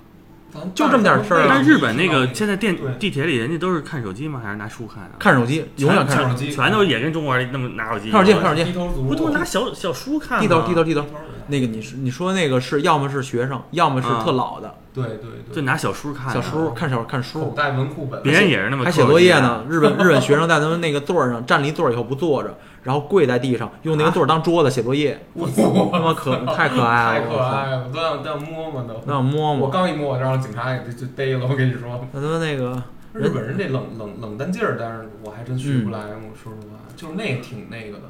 Speaker 1: 咱
Speaker 2: 就这么点事儿啊
Speaker 5: 但日本那个现在
Speaker 1: 对
Speaker 5: 电地铁里人家都是看手机吗？还是拿书看啊？
Speaker 2: 看手机，永远看手
Speaker 1: 手
Speaker 2: 机。
Speaker 1: 机，
Speaker 5: 全都是也跟中国人那么拿手机一
Speaker 2: 看手
Speaker 5: 样。
Speaker 2: 机，看手机
Speaker 1: 低，头族，
Speaker 5: 不都拿小小书看吗？
Speaker 2: 低头低头低头
Speaker 1: 低。头族
Speaker 2: 那个你是你说那个是要么是学生，要么是特老的
Speaker 1: 对对
Speaker 5: 就
Speaker 1: 对，
Speaker 5: 拿小书看啊。
Speaker 2: 小叔，看小看书
Speaker 1: 口，袋文库本，
Speaker 5: 别人也是那么
Speaker 2: 还写作业呢。日本日本学生在他们那个座儿上站了一座儿以后不坐着，然后跪在地上，用那个座儿当桌子写作业。我 他妈可太可
Speaker 1: 太
Speaker 2: 爱了，
Speaker 1: 可爱了，都想都想摸摸都。
Speaker 2: 那我摸
Speaker 1: 我
Speaker 2: 摸，
Speaker 1: 刚一摸，让警察给就就逮了。我跟你说，
Speaker 2: 那他妈那个
Speaker 1: 日本人这冷冷冷淡劲儿，但是我还真学不来。我说实话，就是那挺那个的。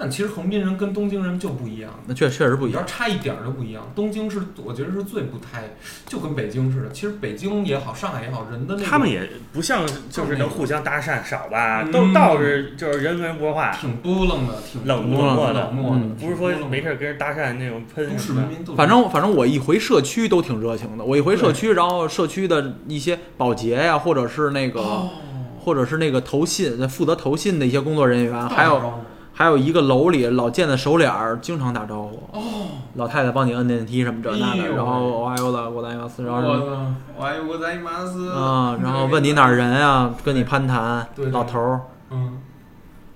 Speaker 1: 但其实横滨人跟东京人就不一样，
Speaker 2: 那确确实不一
Speaker 1: 你
Speaker 2: 样
Speaker 1: 要。差一点儿都不一样。东京是我觉得是最不太，就跟北京似的。其实北京也好，上海也好，人的那个
Speaker 5: 他们也不像，就是能互相搭讪少吧，
Speaker 1: 嗯
Speaker 5: 都倒是就是人跟人不说话，
Speaker 1: 挺波棱的，挺
Speaker 5: 冷
Speaker 1: 冷
Speaker 5: 漠的
Speaker 1: 冷漠的
Speaker 2: 嗯，
Speaker 5: 不是说没事儿跟人搭讪那种喷
Speaker 1: 都市
Speaker 5: 什
Speaker 1: 文
Speaker 5: 么的。
Speaker 1: 明都是
Speaker 2: 反正反正我一回社区都挺热情的，我一回社区，然后社区的一些保洁呀、或者是那个、
Speaker 1: 哦
Speaker 2: 或者是那个投信负责投信的一些工作人
Speaker 1: 哦
Speaker 2: 员，还有
Speaker 1: 有
Speaker 2: 还有一个楼里老见的手脸儿，经常打招呼，
Speaker 1: 哦，
Speaker 2: 老太太帮你摁电梯什么这那
Speaker 1: 哎
Speaker 2: 的，
Speaker 1: 呦
Speaker 2: 然后哎呦了，我来要死，然后
Speaker 1: 我呢，我还有个在马斯
Speaker 2: 啊、然后问你哪儿，人啊，跟你攀谈
Speaker 1: 哦对，对
Speaker 2: 老头儿
Speaker 1: 嗯，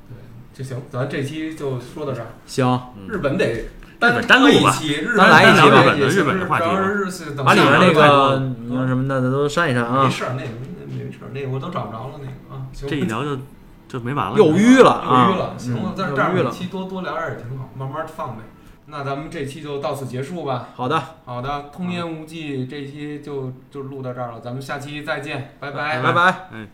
Speaker 1: 对，就行，咱这期就说到这儿。
Speaker 2: 行，
Speaker 1: 日本得
Speaker 5: 日本
Speaker 1: 单
Speaker 5: 单录吧
Speaker 1: 一期，日
Speaker 2: 咱来一期吧
Speaker 1: 单也
Speaker 5: 日
Speaker 1: 行
Speaker 5: 本的话题
Speaker 1: 主
Speaker 5: 吧
Speaker 1: 要是是等
Speaker 2: 把里
Speaker 1: 下
Speaker 2: 面
Speaker 1: 回
Speaker 2: 那
Speaker 1: 再录
Speaker 2: 个你说什么的都删一删
Speaker 1: 没
Speaker 2: 啊，
Speaker 1: 事儿，那没没事儿，那我都找不着了，那个啊，行
Speaker 5: 这一聊就就没完了。
Speaker 2: 又
Speaker 1: 又
Speaker 2: 晕了
Speaker 1: 又
Speaker 2: 啊
Speaker 1: 晕了，，行了，在
Speaker 2: 嗯
Speaker 1: 这儿
Speaker 2: 又晕
Speaker 1: 每
Speaker 2: 了，
Speaker 1: 期多多聊点儿也挺好，慢慢放呗。那咱们这期就到此结束吧。
Speaker 2: 好的，
Speaker 1: 好的，
Speaker 2: 嗯
Speaker 1: 通言无忌这一期就就录到这儿了，咱们下期再见，拜拜，
Speaker 2: 拜拜。
Speaker 5: 哎，